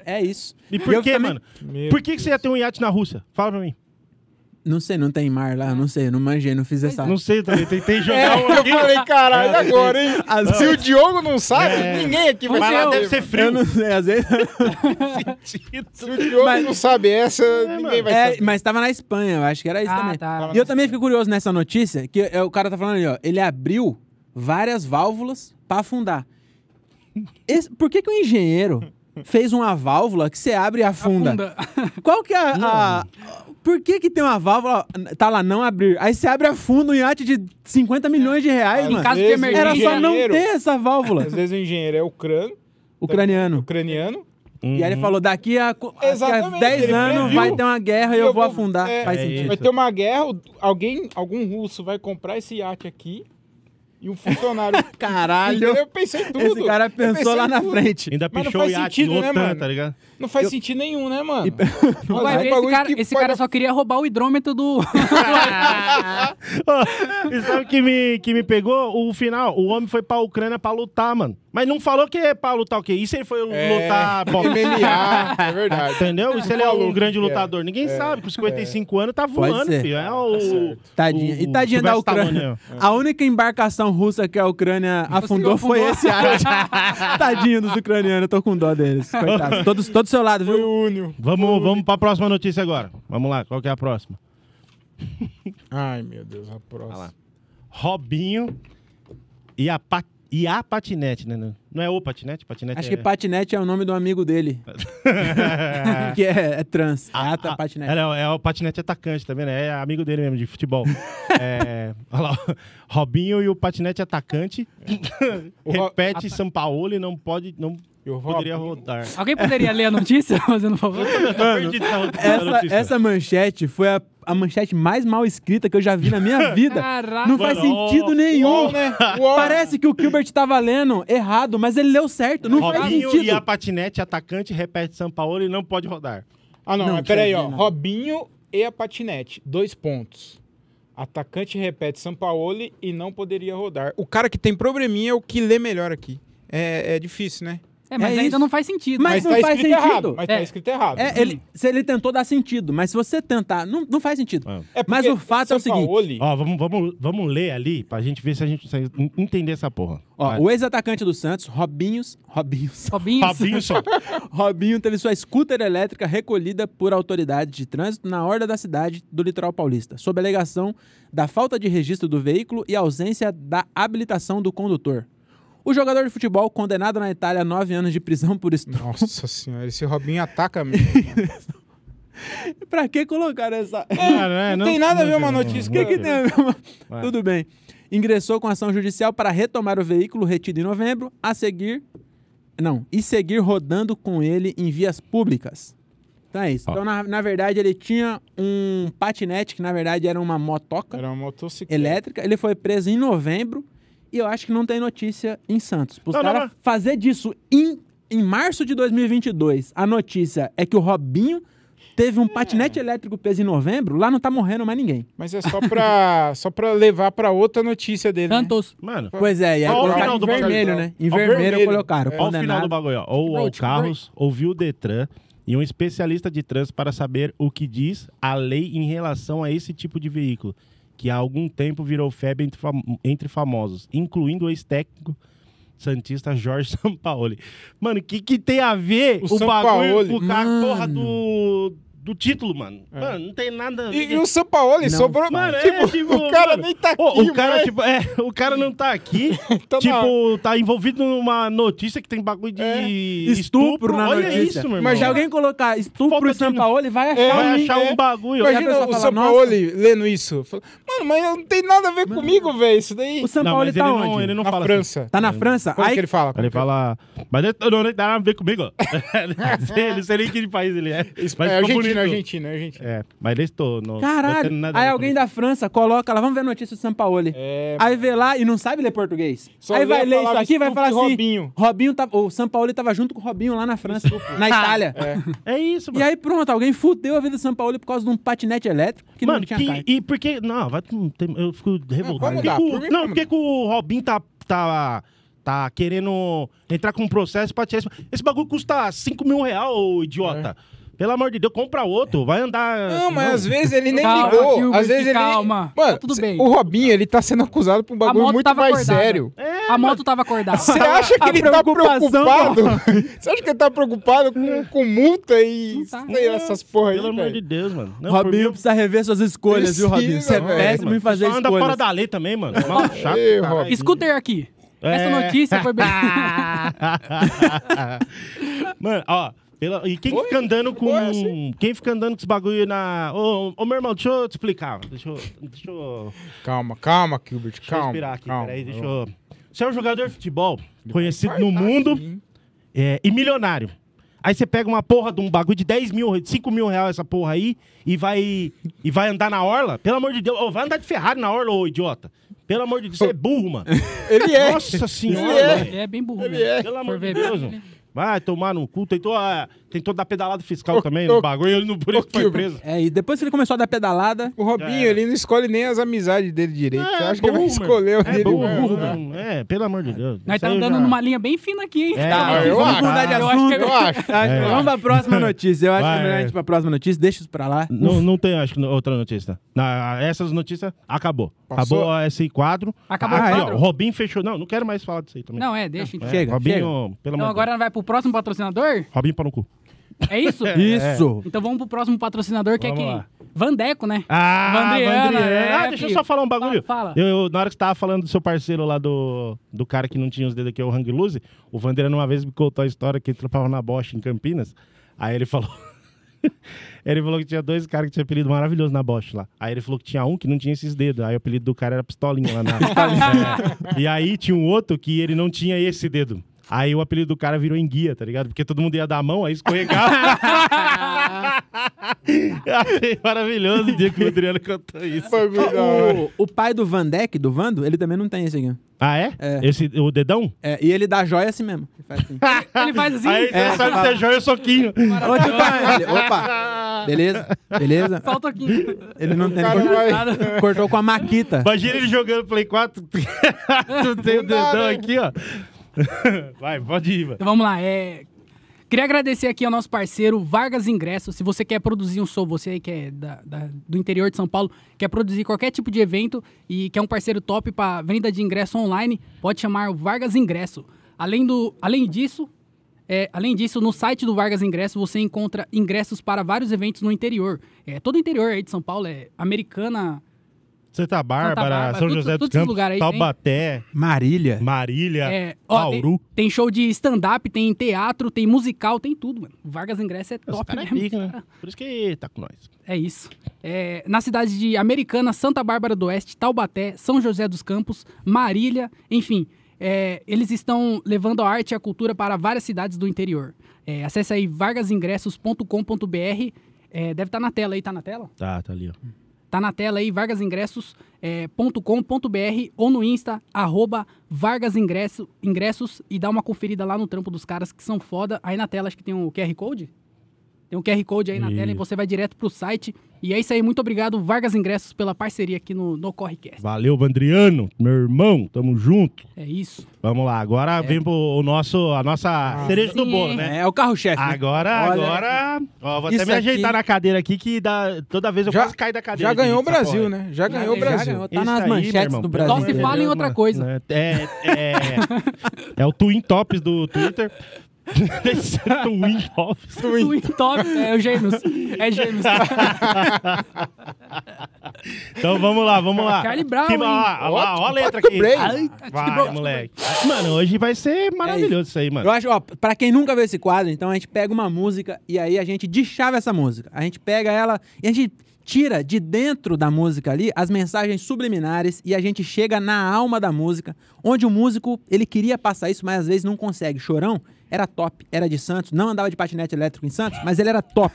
Speaker 3: É isso.
Speaker 1: E por
Speaker 3: eu
Speaker 1: que,
Speaker 3: também-
Speaker 1: mano?
Speaker 4: Meu
Speaker 1: Por que, que você ia ter um iate na Rússia? Fala pra mim.
Speaker 3: Não sei, não tem mar lá, não sei, não manjei, não fiz essa.
Speaker 1: é. Não sei também, tentei jogar um
Speaker 4: É, eu
Speaker 1: aqui.
Speaker 4: falei, caralho, agora, hein?
Speaker 3: As-
Speaker 4: Se o Diogo não sabe,
Speaker 1: É.
Speaker 4: ninguém aqui vai
Speaker 1: Mas lá
Speaker 4: saber.
Speaker 1: deve ser
Speaker 3: Eu
Speaker 1: frio.
Speaker 3: não sei, às vezes.
Speaker 4: Se o Diogo
Speaker 3: Mas-
Speaker 4: não sabe essa, ninguém vai
Speaker 3: É,
Speaker 4: saber.
Speaker 3: mas tava na Espanha, eu acho que era isso
Speaker 2: Ah,
Speaker 3: também.
Speaker 2: tá.
Speaker 3: E eu também fico curioso nessa notícia, que é, o cara tá falando ali, ó, ele abriu várias válvulas pra afundar. Esse- por que que o engenheiro fez uma válvula que você abre e afunda?
Speaker 2: Afunda.
Speaker 3: Qual que é a, a- Por que que tem uma válvula, ó, tá lá, não abrir, aí você abre afunda um iate de 50 milhões É, de reais,
Speaker 4: Às
Speaker 3: mano.
Speaker 2: caso de
Speaker 4: vezes o
Speaker 2: emergência.
Speaker 3: Era só não
Speaker 4: engenheiro-
Speaker 3: ter essa válvula,
Speaker 4: Às vezes o engenheiro é ucrano,
Speaker 3: ucraniano.
Speaker 4: ucraniano.
Speaker 3: E
Speaker 1: Uhum.
Speaker 3: aí ele falou, daqui a, co- daqui a
Speaker 4: Exatamente,
Speaker 3: 10
Speaker 4: ele
Speaker 3: anos
Speaker 4: previu.
Speaker 3: vai ter uma guerra e eu, vou afundar.
Speaker 4: é,
Speaker 3: Faz
Speaker 1: é
Speaker 3: sentido.
Speaker 1: isso.
Speaker 4: Vai ter uma guerra, alguém, algum russo vai comprar esse iate aqui e um funcionário.
Speaker 3: Caralho.
Speaker 4: Eu pensei em é tudo.
Speaker 3: Esse cara
Speaker 4: Eu pensei
Speaker 3: pensou lá
Speaker 4: em
Speaker 3: na
Speaker 4: tudo.
Speaker 3: frente.
Speaker 1: Ainda
Speaker 4: Mas não
Speaker 1: pichou o
Speaker 4: faz
Speaker 1: iate
Speaker 4: sentido,
Speaker 1: do
Speaker 4: né,
Speaker 1: OTAN,
Speaker 4: mano?
Speaker 1: tá ligado?
Speaker 4: Não faz sentido nenhum, né, mano? Mas
Speaker 2: Vai
Speaker 4: é um
Speaker 2: ver, esse
Speaker 4: bagulho
Speaker 2: cara,
Speaker 4: que
Speaker 2: esse
Speaker 4: pode
Speaker 2: cara só queria roubar o hidrômetro do...
Speaker 1: Ó, e sabe o que me, que me pegou? O final, o homem foi pra Ucrânia pra lutar, mano. Mas não falou que é pra lutar o quê? E se ele foi
Speaker 4: É.
Speaker 1: lutar boxe?
Speaker 4: MMA, é verdade.
Speaker 1: Entendeu? E se ele é
Speaker 4: Falou
Speaker 1: um
Speaker 4: que
Speaker 1: grande
Speaker 4: é.
Speaker 1: lutador? Ninguém sabe, com 55 anos tá voando,
Speaker 3: ser.
Speaker 1: filho. É o.
Speaker 3: Tadinha.
Speaker 1: o- né?
Speaker 3: e tadinha
Speaker 1: o
Speaker 3: da
Speaker 1: Sylvester
Speaker 3: Ucrânia. A única embarcação russa que a Ucrânia afundou foi
Speaker 2: afundou.
Speaker 3: esse iate. Tadinho dos ucranianos, eu tô com dó deles. Coitados. Todos, todo seu lado,
Speaker 4: Foi
Speaker 3: viu?
Speaker 4: o Únio.
Speaker 1: Vamos, vamos pra próxima notícia agora. Vamos lá, qual que é a próxima?
Speaker 4: Ai, meu Deus, a
Speaker 1: Olha lá.
Speaker 4: próxima.
Speaker 1: Robinho e a, pa- e a patinete, né? né? Não é o patinete? Patinete
Speaker 3: Acho
Speaker 1: é...
Speaker 3: que patinete é o nome do amigo dele. que é, é trans.
Speaker 1: A-
Speaker 3: Ata
Speaker 1: a-
Speaker 3: patinete.
Speaker 1: É, não, é o patinete atacante, tá vendo? É amigo dele mesmo, de futebol. é, olha lá, Robinho e o patinete atacante.
Speaker 4: O Ro-
Speaker 1: Repete São Paulo e não pode, não
Speaker 4: E o
Speaker 1: poderia
Speaker 4: Robinho?
Speaker 1: rodar.
Speaker 2: Alguém poderia ler a notícia, fazendo um favor?
Speaker 1: Eu tô perdido na notícia.
Speaker 3: Essa, essa manchete foi a, a manchete mais mal escrita que eu já vi na minha vida.
Speaker 2: Caraca.
Speaker 3: Não faz
Speaker 1: Mano, ó,
Speaker 3: sentido nenhum.
Speaker 4: Uou, né? Uou.
Speaker 3: Parece que o Gilbert tá tava lendo errado, mas ele leu certo. Não faz
Speaker 1: Robinho e a
Speaker 3: sentido.
Speaker 1: patinete atacante repete São Paulo e não pode rodar.
Speaker 4: Ah, não,
Speaker 3: Não,
Speaker 4: mas
Speaker 3: tinha
Speaker 4: peraí,
Speaker 3: ver,
Speaker 4: ó.
Speaker 3: não.
Speaker 4: Robinho e a patinete. Dois pontos. Atacante repete Sampaoli e não poderia rodar. O cara que tem probleminha é o que lê melhor aqui. É, é difícil, né?
Speaker 2: É, mas
Speaker 3: É
Speaker 2: ainda
Speaker 3: isso.
Speaker 2: não faz sentido. né?
Speaker 3: Mas não faz
Speaker 4: escrito
Speaker 3: sentido.
Speaker 4: errado. Mas
Speaker 2: É.
Speaker 4: tá escrito errado.
Speaker 3: É, ele, se ele tentou dar sentido, mas se você tentar, não, não faz sentido.
Speaker 1: É.
Speaker 4: É porque
Speaker 3: mas o fato é o seguinte,
Speaker 4: Sampaoli-
Speaker 1: Ó, vamos, vamos, vamos ler ali pra gente ver se a gente consegue entender essa porra.
Speaker 3: Ó, o ex-atacante do Santos, Robinhos, Robinhos,
Speaker 2: Robinho,
Speaker 1: Fabinho só.
Speaker 3: Robinho teve sua scooter elétrica recolhida por autoridades de trânsito na orla da cidade do litoral paulista, sob alegação da falta de registro do veículo e ausência da habilitação do condutor. O jogador de futebol, condenado na Itália a nove anos de prisão por estupro.
Speaker 4: Nossa senhora, esse Robinho ataca mesmo.
Speaker 3: pra que colocar essa...
Speaker 1: Cara, né?
Speaker 4: não tem nada a ver uma notícia
Speaker 3: O que, que tem a ver uma-
Speaker 1: Vai.
Speaker 3: Tudo bem. Ingressou com ação judicial para retomar o veículo retido em novembro, a seguir. Não, e seguir rodando com ele em vias públicas. Então é isso.
Speaker 1: Ó.
Speaker 3: Então, na, na verdade, ele tinha um patinete, que na verdade era uma motoca
Speaker 4: Era é uma motocicleta.
Speaker 3: elétrica. Ele é foi preso em novembro e eu acho que não tem notícia em Santos. Os
Speaker 1: Não, não,
Speaker 3: caras
Speaker 1: não.
Speaker 3: fazer disso em, em março de 2022, a notícia é que o Robinho teve um
Speaker 1: É.
Speaker 3: patinete elétrico preso em novembro, lá não tá morrendo mais ninguém.
Speaker 4: Mas é só pra, só pra levar pra outra notícia dele. né?
Speaker 2: Santos.
Speaker 1: Mano,
Speaker 3: Pois é, e aí
Speaker 1: Olha o
Speaker 3: colocaram
Speaker 1: final
Speaker 3: em
Speaker 1: do bagulho.
Speaker 3: vermelho, né? Em
Speaker 4: Olha o
Speaker 3: vermelho,
Speaker 4: vermelho.
Speaker 3: colocaram.
Speaker 1: olha
Speaker 4: É.
Speaker 1: o final do
Speaker 3: Condenado.
Speaker 1: bagulho, ó. Ou ao
Speaker 2: Break,
Speaker 1: Carros ouviu o Detran e um especialista de trânsito para saber o que diz a lei em relação a esse tipo de veículo, que há algum tempo virou febre entre, fam- entre famosos, incluindo o ex-técnico Santista Jorge Sampaoli. Mano, o que, que tem a ver
Speaker 4: O
Speaker 1: o, bagulho
Speaker 4: Sampaoli.
Speaker 1: com a
Speaker 3: Mano.
Speaker 1: porra do, do título, mano?
Speaker 4: É.
Speaker 1: Mano, não tem nada. a
Speaker 4: E,
Speaker 1: ver.
Speaker 4: e o Sampaoli
Speaker 3: Não,
Speaker 4: sobrou.
Speaker 1: Mano, é,
Speaker 4: tipo,
Speaker 1: tipo,
Speaker 4: o cara
Speaker 1: mano,
Speaker 4: nem tá aqui.
Speaker 1: Ô, o,
Speaker 4: mano.
Speaker 1: cara, tipo, é, o cara não tá aqui.
Speaker 3: Então
Speaker 4: Tá na-
Speaker 1: tipo, tá envolvido numa notícia que tem bagulho de
Speaker 4: É.
Speaker 1: estupro.
Speaker 3: Estupro, na
Speaker 1: Olha
Speaker 3: notícia.
Speaker 1: isso, meu irmão.
Speaker 3: Mas se alguém colocar estupro
Speaker 1: Falta
Speaker 3: em
Speaker 1: de-
Speaker 3: São Paulo, ele vai achar
Speaker 4: É,
Speaker 3: um
Speaker 1: vai
Speaker 4: alguém-
Speaker 1: achar
Speaker 4: é.
Speaker 1: um bagulho.
Speaker 3: Mas-
Speaker 4: Imagina
Speaker 3: a pessoa
Speaker 4: o
Speaker 3: fala,
Speaker 4: Sampaoli lendo isso. Fala, Mano, mas eu não tem nada a ver comigo, velho, isso daí.
Speaker 3: O São
Speaker 1: Não,
Speaker 3: Paulo
Speaker 1: mas
Speaker 3: tá
Speaker 1: ele
Speaker 3: onde?
Speaker 1: não, ele não É.
Speaker 4: Na
Speaker 1: fala
Speaker 4: França.
Speaker 3: Tá na França?
Speaker 4: Como é
Speaker 3: Aí-
Speaker 4: que ele fala?
Speaker 1: assim. Ele fala, mas ele não tem nada a ver comigo. não, sei, não sei nem que país ele é. Mas
Speaker 4: é
Speaker 1: ficou
Speaker 4: Argentina,
Speaker 1: bonito.
Speaker 4: Argentina, Argentina.
Speaker 1: É, mas ele estou. Não, não é tem
Speaker 3: Caralho.
Speaker 1: nada a
Speaker 3: Aí
Speaker 1: ver
Speaker 3: alguém
Speaker 1: comigo.
Speaker 3: da França coloca lá, vamos ver a notícia do São Paulo.
Speaker 4: É,
Speaker 3: Aí vê lá e não sabe ler português.
Speaker 4: Só
Speaker 3: aí
Speaker 4: lê
Speaker 3: vai
Speaker 4: a
Speaker 3: ler isso
Speaker 4: palavra
Speaker 3: aqui e vai
Speaker 4: estupro
Speaker 3: falar
Speaker 4: e
Speaker 3: assim:
Speaker 4: Robinho.
Speaker 3: Robinho tá, o São Paulo tava junto com o Robinho lá na França, na Itália.
Speaker 1: É isso, mano.
Speaker 3: E aí pronto, alguém fudeu a vida do São Paulo por causa de um patinete elétrico que
Speaker 1: Mano,
Speaker 3: não tinha
Speaker 1: que,
Speaker 3: carta.
Speaker 1: e por que. Não, vai, não tem- eu fico revoltado.
Speaker 4: vamos
Speaker 1: Por que
Speaker 4: dar,
Speaker 1: que o-
Speaker 4: por mim,
Speaker 1: não,
Speaker 4: vamos
Speaker 1: por que que o Robin tá, tá, tá querendo entrar com um processo pra tirar esse. Esse bagulho custa 5 mil reais, ô idiota. Pelo amor de Deus, compra outro. Vai andar.
Speaker 4: É. Não, mas às vezes ele nem
Speaker 2: Calma,
Speaker 4: ligou.
Speaker 2: Gilbert,
Speaker 4: às vezes ele.
Speaker 2: calma.
Speaker 4: Mano,
Speaker 2: Tá tudo
Speaker 4: cê-
Speaker 2: bem.
Speaker 4: o Robinho, ele tá sendo acusado por um bagulho
Speaker 2: moto
Speaker 4: muito
Speaker 2: tava
Speaker 4: mais
Speaker 2: acordada.
Speaker 4: sério.
Speaker 2: a moto tava acordada.
Speaker 4: Você acha que
Speaker 3: a
Speaker 4: ele tá
Speaker 3: preocupação
Speaker 4: preocupado? Você acha que ele tá preocupado com, com multa e
Speaker 2: Não tá.
Speaker 4: sei lá, essas porra aí,
Speaker 1: Pelo amor
Speaker 4: velho?
Speaker 1: de Deus, mano. Não, por
Speaker 3: Robinho
Speaker 1: mim,
Speaker 3: precisa rever suas escolhas, viu,
Speaker 4: Precisa,
Speaker 3: Robinho? Você é
Speaker 4: velho.
Speaker 3: péssimo em
Speaker 1: mano,
Speaker 3: fazer
Speaker 1: só anda
Speaker 3: escolhas.
Speaker 1: fora da lei também, mano. Maluco chato.
Speaker 4: Ei,
Speaker 1: caralho.
Speaker 4: Robin.
Speaker 2: Scooter aqui. Essa
Speaker 1: É.
Speaker 2: notícia foi bem.
Speaker 1: Mano, ó. pela- E quem fica andando com.
Speaker 4: Boa, assim.
Speaker 1: Quem fica andando com esse bagulho na. Ô, ô, meu irmão, deixa eu te explicar. Deixa eu. Deixa eu,
Speaker 4: Calma, calma, Gilbert,
Speaker 1: deixa eu
Speaker 4: calma.
Speaker 1: respirar aqui,
Speaker 4: calma.
Speaker 1: peraí. Deixa eu. Você é um jogador de futebol conhecido
Speaker 4: Vai
Speaker 1: no
Speaker 4: tá
Speaker 1: mundo
Speaker 4: aqui.
Speaker 1: é, e milionário. Aí você pega uma porra de um bagulho de 10 mil, de 5 mil reais essa porra aí e vai, e vai andar na orla? Pelo amor de Deus. Ô, vai andar de Ferrari na orla, ô idiota. Pelo amor de Deus, você é burro, mano.
Speaker 4: Ele é.
Speaker 1: Nossa senhora.
Speaker 4: Ele é.
Speaker 1: mano.
Speaker 2: Ele é bem burro.
Speaker 4: Ele
Speaker 2: mesmo.
Speaker 4: é.
Speaker 1: Pelo amor
Speaker 2: For
Speaker 1: de
Speaker 2: ver
Speaker 1: Deus.
Speaker 2: bem, né?
Speaker 1: Vai tomar no cu. Tentou, ah, tentou dar pedalada fiscal
Speaker 4: Ô,
Speaker 1: também
Speaker 4: ô,
Speaker 1: no bagulho. Ele não por isso
Speaker 4: ô,
Speaker 1: foi
Speaker 4: Kilber.
Speaker 1: preso.
Speaker 3: É, e depois que ele começou a dar pedalada,
Speaker 4: O Robinho,
Speaker 1: era.
Speaker 4: ele não escolhe nem as amizades dele direito. Você acha É, que ele né? vai
Speaker 1: boomer.
Speaker 4: escolher o
Speaker 1: é
Speaker 4: dele?
Speaker 1: burro,
Speaker 4: mano?
Speaker 1: mano. É, pelo amor de Deus.
Speaker 2: Nós
Speaker 1: Isso
Speaker 2: tá
Speaker 1: aí eu
Speaker 2: andando
Speaker 1: já-
Speaker 2: numa linha bem fina aqui, hein?
Speaker 1: É,
Speaker 2: Tá,
Speaker 4: eu
Speaker 2: vamos
Speaker 4: acho,
Speaker 2: mudar de
Speaker 3: eu
Speaker 2: assunto.
Speaker 3: acho que-
Speaker 4: Eu acho.
Speaker 1: É.
Speaker 3: Vamos pra próxima notícia. Eu acho
Speaker 1: Vai,
Speaker 3: que é melhor a
Speaker 1: é.
Speaker 3: gente ir pra próxima notícia. Deixa isso pra lá.
Speaker 1: Ah, Não, não tem, acho que, no- outra notícia. Na, essas notícias, acabou.
Speaker 4: Passou?
Speaker 1: Acabou esse quadro.
Speaker 2: Acabou o
Speaker 1: Aí, ó,
Speaker 2: quadro?
Speaker 1: Ah, Robin fechou. Não, não quero mais falar disso aí também.
Speaker 2: Não, é, deixa então.
Speaker 1: É,
Speaker 3: Chega,
Speaker 1: Robinho,
Speaker 3: chega.
Speaker 1: pelo
Speaker 2: Então
Speaker 1: amor de Deus.
Speaker 2: agora vai pro próximo patrocinador?
Speaker 1: Robinho para no cu.
Speaker 2: É isso?
Speaker 3: Isso.
Speaker 2: Então vamos pro próximo patrocinador, que
Speaker 1: Vamos
Speaker 2: é
Speaker 1: lá.
Speaker 2: quem? Vandeco, né?
Speaker 1: Ah,
Speaker 2: Vandriana,
Speaker 1: Vandriana.
Speaker 2: é,
Speaker 1: Ah, deixa eu
Speaker 2: filho.
Speaker 1: só falar um bagulho.
Speaker 2: Fala, fala.
Speaker 1: Eu, eu- na hora que você tava falando do seu parceiro lá do, do cara que não tinha os dedos aqui, é o Hang Lose, o Vandriana uma vez me contou a história que ele trampava na Bosch em Campinas. Aí ele falou. ele falou que tinha dois caras que tinham apelido maravilhoso na Bosch lá. Aí ele falou que tinha um que não tinha esses dedos. Aí o apelido do cara era pistolinha lá na. É. E aí tinha um outro que ele não tinha esse dedo. Aí o apelido do cara virou enguia, tá ligado? Porque todo mundo ia dar a mão, aí escorregava. Achei maravilhoso o dia que o Adriano contou isso.
Speaker 4: Bagulho da hora.
Speaker 3: O, o pai do Van Deck, do Vando, ele também não tem esse aqui.
Speaker 1: Ah, é?
Speaker 3: É.
Speaker 1: Esse, o dedão?
Speaker 3: É, e ele dá joia assim mesmo. Ele faz assim.
Speaker 2: Ele faz assim.
Speaker 1: Aí você
Speaker 3: É.
Speaker 1: sabe se é joia ou soquinho.
Speaker 3: Ô, Tio Tom, ele- tá? Opa! Beleza? Beleza?
Speaker 2: Falta aqui.
Speaker 3: Ele não ele
Speaker 4: Cara,
Speaker 3: cortou,
Speaker 4: vai.
Speaker 2: Nada.
Speaker 3: cortou com a Maquita.
Speaker 1: Imagina ele jogando Play 4. tu tem o
Speaker 4: Não dá,
Speaker 1: dedão
Speaker 4: né?
Speaker 1: aqui, ó. Vai, pode ir, mano.
Speaker 2: Então vamos lá. É... Queria agradecer aqui ao nosso parceiro Vargas Ingressos. Se você quer produzir um show, você aí que é da- da- do interior de São Paulo, quer produzir qualquer tipo de evento e quer um parceiro top para venda de ingresso online, pode chamar o Vargas Ingresso. Além, do, além disso, é, além disso, no site do Vargas Ingresso você encontra ingressos para vários eventos no interior. É, todo o interior aí de São Paulo é americana.
Speaker 1: Santa Bárbara,
Speaker 2: Bárbara,
Speaker 1: São
Speaker 2: tudo-
Speaker 1: José dos
Speaker 2: todos esses
Speaker 1: Campos,
Speaker 2: lugares aí tem.
Speaker 1: Taubaté,
Speaker 3: Marília.
Speaker 1: Marília,
Speaker 2: É, ó, tem,
Speaker 1: Bauru.
Speaker 2: tem show de stand-up, tem teatro, tem musical, tem tudo, mano. Vargas Ingresso é
Speaker 1: Os
Speaker 2: top
Speaker 1: caras é
Speaker 2: mesmo,
Speaker 1: pica,
Speaker 2: cara.
Speaker 1: né? Por isso que tá com nós.
Speaker 2: É isso. É, na cidade de Americana, Santa Bárbara do Oeste, Taubaté, São José dos Campos, Marília, enfim. é, eles estão levando a arte e a cultura para várias cidades do interior. É, acesse aí vargasingressos.com.br. é, deve estar na tela aí, tá na tela?
Speaker 1: Tá, tá ali, ó.
Speaker 2: Tá na tela aí, é, vargasingressos.com.br ou no Insta, arroba vargasingresso- ingressos e dá uma conferida lá no trampo dos caras que são foda. Aí na tela acho que tem um QR Code. Tem um QR Code aí na tela e
Speaker 1: Isso.
Speaker 2: você vai direto pro site. E é isso aí, muito obrigado Vargas Ingressos pela parceria aqui no, no Correcast.
Speaker 1: Valeu, Vandriano, meu irmão, tamo junto.
Speaker 2: É isso.
Speaker 1: Vamos lá, agora vem pro o nosso, a nossa cereja do
Speaker 2: É. Ah, sim.
Speaker 1: bolo, né?
Speaker 3: É, é o carro-chefe. né?
Speaker 1: Agora,
Speaker 3: Olha-
Speaker 1: agora. Ó, vou até
Speaker 3: Isso
Speaker 1: me ajeitar
Speaker 3: aqui-
Speaker 1: na cadeira aqui, que dá, toda vez eu
Speaker 4: Já-
Speaker 1: quase caio da cadeira.
Speaker 4: Já ganhou o
Speaker 1: direito, essa
Speaker 4: Brasil,
Speaker 1: porra.
Speaker 4: né? Já ganhou o
Speaker 2: Já
Speaker 4: Brasil.
Speaker 3: ganhou. Tá nas
Speaker 1: Isso aí,
Speaker 3: manchetes
Speaker 1: meu irmão,
Speaker 3: do
Speaker 1: pelo
Speaker 3: Brasil.
Speaker 1: amor
Speaker 3: Só se
Speaker 1: de
Speaker 2: fala em
Speaker 1: Deus,
Speaker 2: outra
Speaker 1: mano.
Speaker 2: coisa.
Speaker 1: É, é, é o Twin Tops do Twitter. Esse é o Twin Tops.
Speaker 2: Twin Top, é o Gêmeos. É Gêmeos.
Speaker 1: Então vamos lá, vamos lá.
Speaker 2: Charlie Brown,
Speaker 1: Que,
Speaker 2: hein?
Speaker 1: ó, lá, ó, lá, ó a letra
Speaker 4: What
Speaker 1: aqui.
Speaker 4: the brain? É
Speaker 1: Ai, Vai, moleque. Mano, hoje vai ser maravilhoso isso aí, mano.
Speaker 3: Eu acho, ó, pra quem nunca viu esse quadro, então a gente pega uma música e aí a gente deschava essa música. A gente pega ela e a gente tira de dentro da música ali as mensagens subliminares e a gente chega na alma da música, onde o músico, ele queria passar isso, mas às vezes não consegue. Chorão era top, era de Santos, não andava de patinete elétrico em Santos, mas ele era top.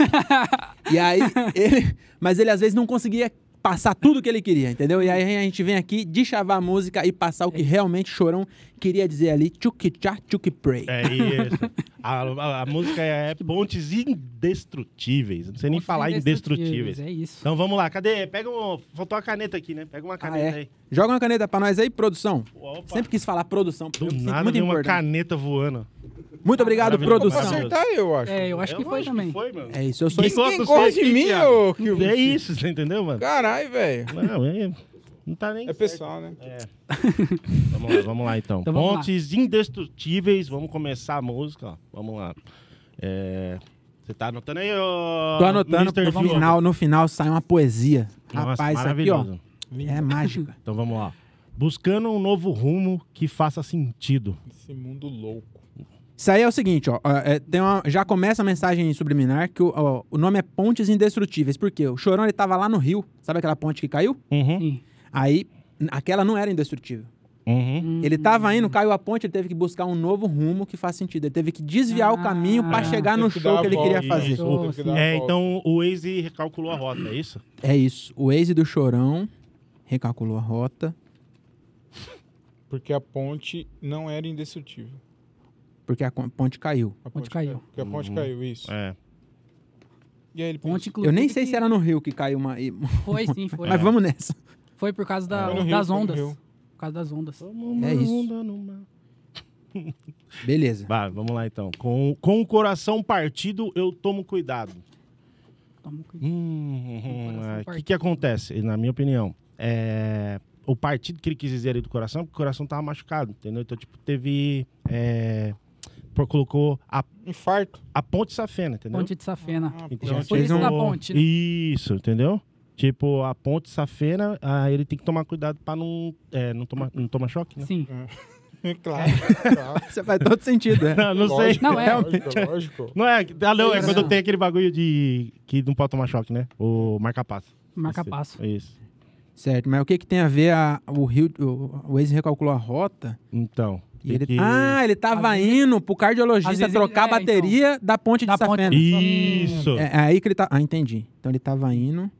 Speaker 3: E aí, ele, mas ele às vezes não conseguia passar tudo o que ele queria, entendeu? E aí a gente vem aqui deschavar a música e passar
Speaker 1: É.
Speaker 3: o que realmente Chorão queria dizer ali, tchuk-tchá, tchuk-pray.
Speaker 1: É isso. A, a- a música é Pontes Indestrutíveis. Não sei nem falar indestrutíveis.
Speaker 2: É isso.
Speaker 1: Então vamos lá, cadê? Pega um. Faltou a caneta aqui, né? Pega uma
Speaker 3: Ah,
Speaker 1: caneta
Speaker 3: é.
Speaker 1: aí.
Speaker 3: Joga uma caneta pra nós aí, produção.
Speaker 1: Opa.
Speaker 3: Sempre quis falar produção, porque
Speaker 1: Do
Speaker 3: eu me sinto
Speaker 1: nada
Speaker 3: muito
Speaker 1: veio uma
Speaker 3: importante.
Speaker 1: caneta voando.
Speaker 3: Muito obrigado,
Speaker 1: Maravilha.
Speaker 4: Pra
Speaker 1: Maravilha.
Speaker 3: produção.
Speaker 4: acertar, eu acho.
Speaker 2: É, eu acho
Speaker 1: Eu
Speaker 2: que foi
Speaker 1: acho
Speaker 2: também.
Speaker 1: foi, mano.
Speaker 3: É isso, eu sou...
Speaker 1: Quem
Speaker 3: Quem...
Speaker 1: gosta
Speaker 4: Ninguém
Speaker 1: dos
Speaker 4: gosta
Speaker 1: dois,
Speaker 4: de
Speaker 1: quem
Speaker 4: mim,
Speaker 1: que acha?
Speaker 4: ô Kilbert.
Speaker 1: É isso, você entendeu, mano?
Speaker 4: Caralho, velho.
Speaker 1: Não, é- não tá nem.
Speaker 4: É pessoal, né?
Speaker 1: certo. Vamos lá, vamos lá então.
Speaker 2: Então vamos lá.
Speaker 1: Pontes indestrutíveis, vamos começar a música, ó. Vamos lá. É, Você tá anotando aí, ô.
Speaker 3: Tô anotando, porque
Speaker 1: Mr.
Speaker 3: no
Speaker 1: Fioco?
Speaker 3: final, no final sai uma poesia.
Speaker 1: Nossa,
Speaker 3: Rapaz, isso aqui, ó,
Speaker 1: maravilhoso.
Speaker 3: é mágica.
Speaker 1: Então vamos lá. Buscando um novo rumo que faça sentido.
Speaker 4: Esse mundo louco.
Speaker 3: Isso aí é o seguinte, ó. ó, é, tem uma- já começa a mensagem subliminar que o, ó, o nome é Pontes Indestrutíveis. Por quê? O Chorão, ele tava lá no Rio. Sabe aquela ponte que caiu?
Speaker 1: Uhum.
Speaker 2: Sim.
Speaker 3: Aí, n- aquela não era indestrutível.
Speaker 1: Uhum.
Speaker 3: Ele tava indo, caiu a ponte, ele teve que buscar um novo rumo que faz sentido. Ele teve que desviar o caminho pra
Speaker 1: É,
Speaker 2: Ah.
Speaker 3: chegar
Speaker 4: Teve
Speaker 3: no
Speaker 4: Tá que
Speaker 3: show
Speaker 4: dar
Speaker 3: que ele
Speaker 4: a
Speaker 3: queria
Speaker 1: volta,
Speaker 3: fazer.
Speaker 1: isso.
Speaker 4: Teve que dar a
Speaker 1: É,
Speaker 4: volta.
Speaker 1: então o Waze recalculou a rota, é isso?
Speaker 3: É isso. O Waze do Chorão recalculou a rota,
Speaker 4: Porque a ponte não era indestrutível.
Speaker 3: porque a con- ponte caiu.
Speaker 4: A
Speaker 2: Ponte caiu.
Speaker 4: Porque a ponte caiu, isso.
Speaker 1: É.
Speaker 4: E aí ele
Speaker 2: Ponte, inclusive,
Speaker 3: Eu nem sei
Speaker 2: que
Speaker 3: se era no Rio que caiu uma. e-
Speaker 2: Foi, sim,
Speaker 1: É.
Speaker 2: foi.
Speaker 3: Mas vamos nessa.
Speaker 2: Foi por causa da-
Speaker 4: Foi no Rio,
Speaker 2: das
Speaker 4: foi no
Speaker 2: ondas.
Speaker 4: Rio.
Speaker 2: Por causa das ondas.
Speaker 3: É isso. Beleza.
Speaker 1: Vai, vamos lá então. Com, com o coração partido, eu tomo cuidado.
Speaker 2: Toma cuidado.
Speaker 1: Hum,
Speaker 2: Com o
Speaker 1: hum,
Speaker 2: coração
Speaker 1: é, o que,
Speaker 2: partido.
Speaker 1: que acontece? Na minha opinião, é, o partido que ele quis dizer ali do coração, porque o coração tava machucado, entendeu? Então, tipo, teve. é, pô, colocou a,
Speaker 4: Infarto.
Speaker 1: a ponte safena, entendeu?
Speaker 2: Ponte de Safena.
Speaker 4: Ah,
Speaker 1: Então,
Speaker 4: pronto.
Speaker 1: tipo,
Speaker 2: Por isso da ponte, né?
Speaker 1: Isso, entendeu? Tipo, a ponte safena, ah, ele tem que tomar cuidado pra não, é, não, tomar, não tomar choque, né?
Speaker 2: Sim.
Speaker 4: claro, claro.
Speaker 3: Isso faz todo sentido, né?
Speaker 1: Não, não sei.
Speaker 4: Lógico,
Speaker 2: Não, é.
Speaker 4: Lógico, lógico.
Speaker 1: Não é, ah, não, é
Speaker 2: Coração.
Speaker 1: quando tem aquele bagulho de que não pode tomar choque, né? O marca-passo.
Speaker 2: Marca
Speaker 1: Esse-
Speaker 2: passo.
Speaker 1: Isso.
Speaker 3: Certo, mas o que, que tem a ver a, o Rio. O, o Waze recalculou a rota.
Speaker 1: Então.
Speaker 3: E
Speaker 1: tem
Speaker 3: ele,
Speaker 1: que-
Speaker 3: Ah, ele tava
Speaker 2: Às
Speaker 3: indo pro
Speaker 2: às
Speaker 3: cardiologista
Speaker 2: vezes
Speaker 3: trocar
Speaker 2: ele-
Speaker 3: a
Speaker 2: é, então.
Speaker 3: bateria da ponte
Speaker 2: Da
Speaker 3: de
Speaker 2: ponte.
Speaker 3: Safena.
Speaker 1: Isso.
Speaker 3: É, é aí que ele tá. Ah, entendi. Então ele tava indo.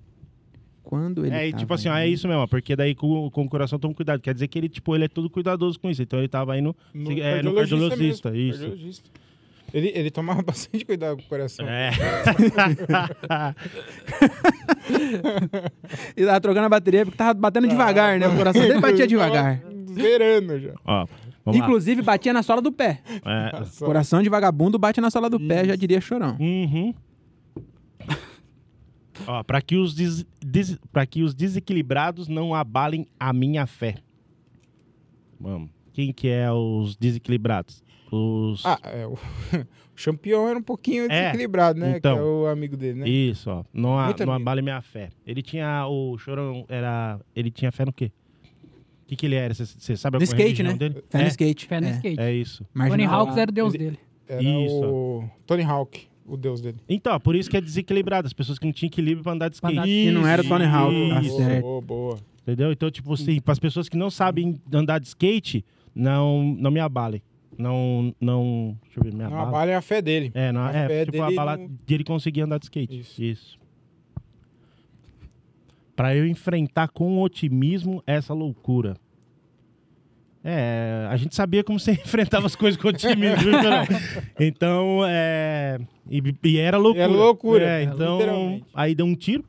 Speaker 3: Quando ele. tá
Speaker 1: É, e
Speaker 3: tava
Speaker 1: tipo assim, ó,
Speaker 3: indo.
Speaker 1: é isso mesmo, ó, porque daí com, com o coração toma cuidado. Quer dizer que ele, tipo, ele é todo cuidadoso com isso. Então ele tava indo.
Speaker 4: No
Speaker 1: é, no
Speaker 4: cardiologista
Speaker 1: cardiologista,
Speaker 4: mesmo,
Speaker 1: isso.
Speaker 4: cardiologista. Ele, ele tomava bastante cuidado com o coração.
Speaker 1: É.
Speaker 3: E tava trocando a bateria porque tava batendo
Speaker 1: Tá.
Speaker 3: devagar, né? O coração dele batia devagar.
Speaker 4: Zerando já.
Speaker 1: Ó, vamos Tá. lá.
Speaker 3: Inclusive, batia na sola do pé.
Speaker 1: É,
Speaker 4: Nossa.
Speaker 3: Coração de vagabundo bate na sola do pé,
Speaker 1: Hum.
Speaker 3: já diria chorão.
Speaker 1: Uhum. Ó, para que os des, des- pra que os desequilibrados não abalem a minha fé. Vamos. Quem que é os desequilibrados? Os
Speaker 4: Ah, é, o, o champion era um pouquinho desequilibrado, né?
Speaker 1: É, então.
Speaker 4: Que é o amigo dele, né?
Speaker 1: Isso, ó. Não, a,
Speaker 4: Muito
Speaker 1: não
Speaker 4: amigo.
Speaker 1: abale minha fé. Ele tinha o chorão era, ele tinha fé no quê? O que que ele era? Você sabe
Speaker 3: No
Speaker 1: alguma
Speaker 3: skate,
Speaker 1: religião
Speaker 3: né?
Speaker 1: dele?
Speaker 3: Fé no skate.
Speaker 2: Fé no
Speaker 3: É.
Speaker 2: skate.
Speaker 1: É, é isso.
Speaker 2: Tony
Speaker 3: Marginal.
Speaker 2: Hawks era o deus dele.
Speaker 4: Era
Speaker 1: Isso.
Speaker 4: o Tony Hawk, o deus dele.
Speaker 1: Então, por isso que é desequilibrado, as pessoas que não tinham equilíbrio pra andar de
Speaker 2: Pra
Speaker 1: skate.
Speaker 2: andar de
Speaker 3: E não era o Tony Hawk.
Speaker 1: Isso.
Speaker 3: Tá
Speaker 4: Boa,
Speaker 3: certo.
Speaker 4: boa, boa.
Speaker 1: Entendeu? Então, tipo assim, para as pessoas que não sabem andar de skate, não, não me abalem. Não, não, deixa eu ver, me
Speaker 4: Não
Speaker 1: abalem.
Speaker 4: abala a fé dele.
Speaker 1: É, não,
Speaker 4: a
Speaker 1: é,
Speaker 4: fé
Speaker 1: tipo,
Speaker 4: dele
Speaker 1: abalar
Speaker 4: não-
Speaker 1: de ele conseguir andar de skate.
Speaker 4: Isso.
Speaker 1: Isso. Pra eu enfrentar com otimismo essa loucura. É, a gente sabia como você enfrentava as coisas com otimismo, viu, Fernando? Então, é. E, e era loucura.
Speaker 4: Era loucura,
Speaker 1: É, então.
Speaker 4: literalmente.
Speaker 1: Aí deu um tiro.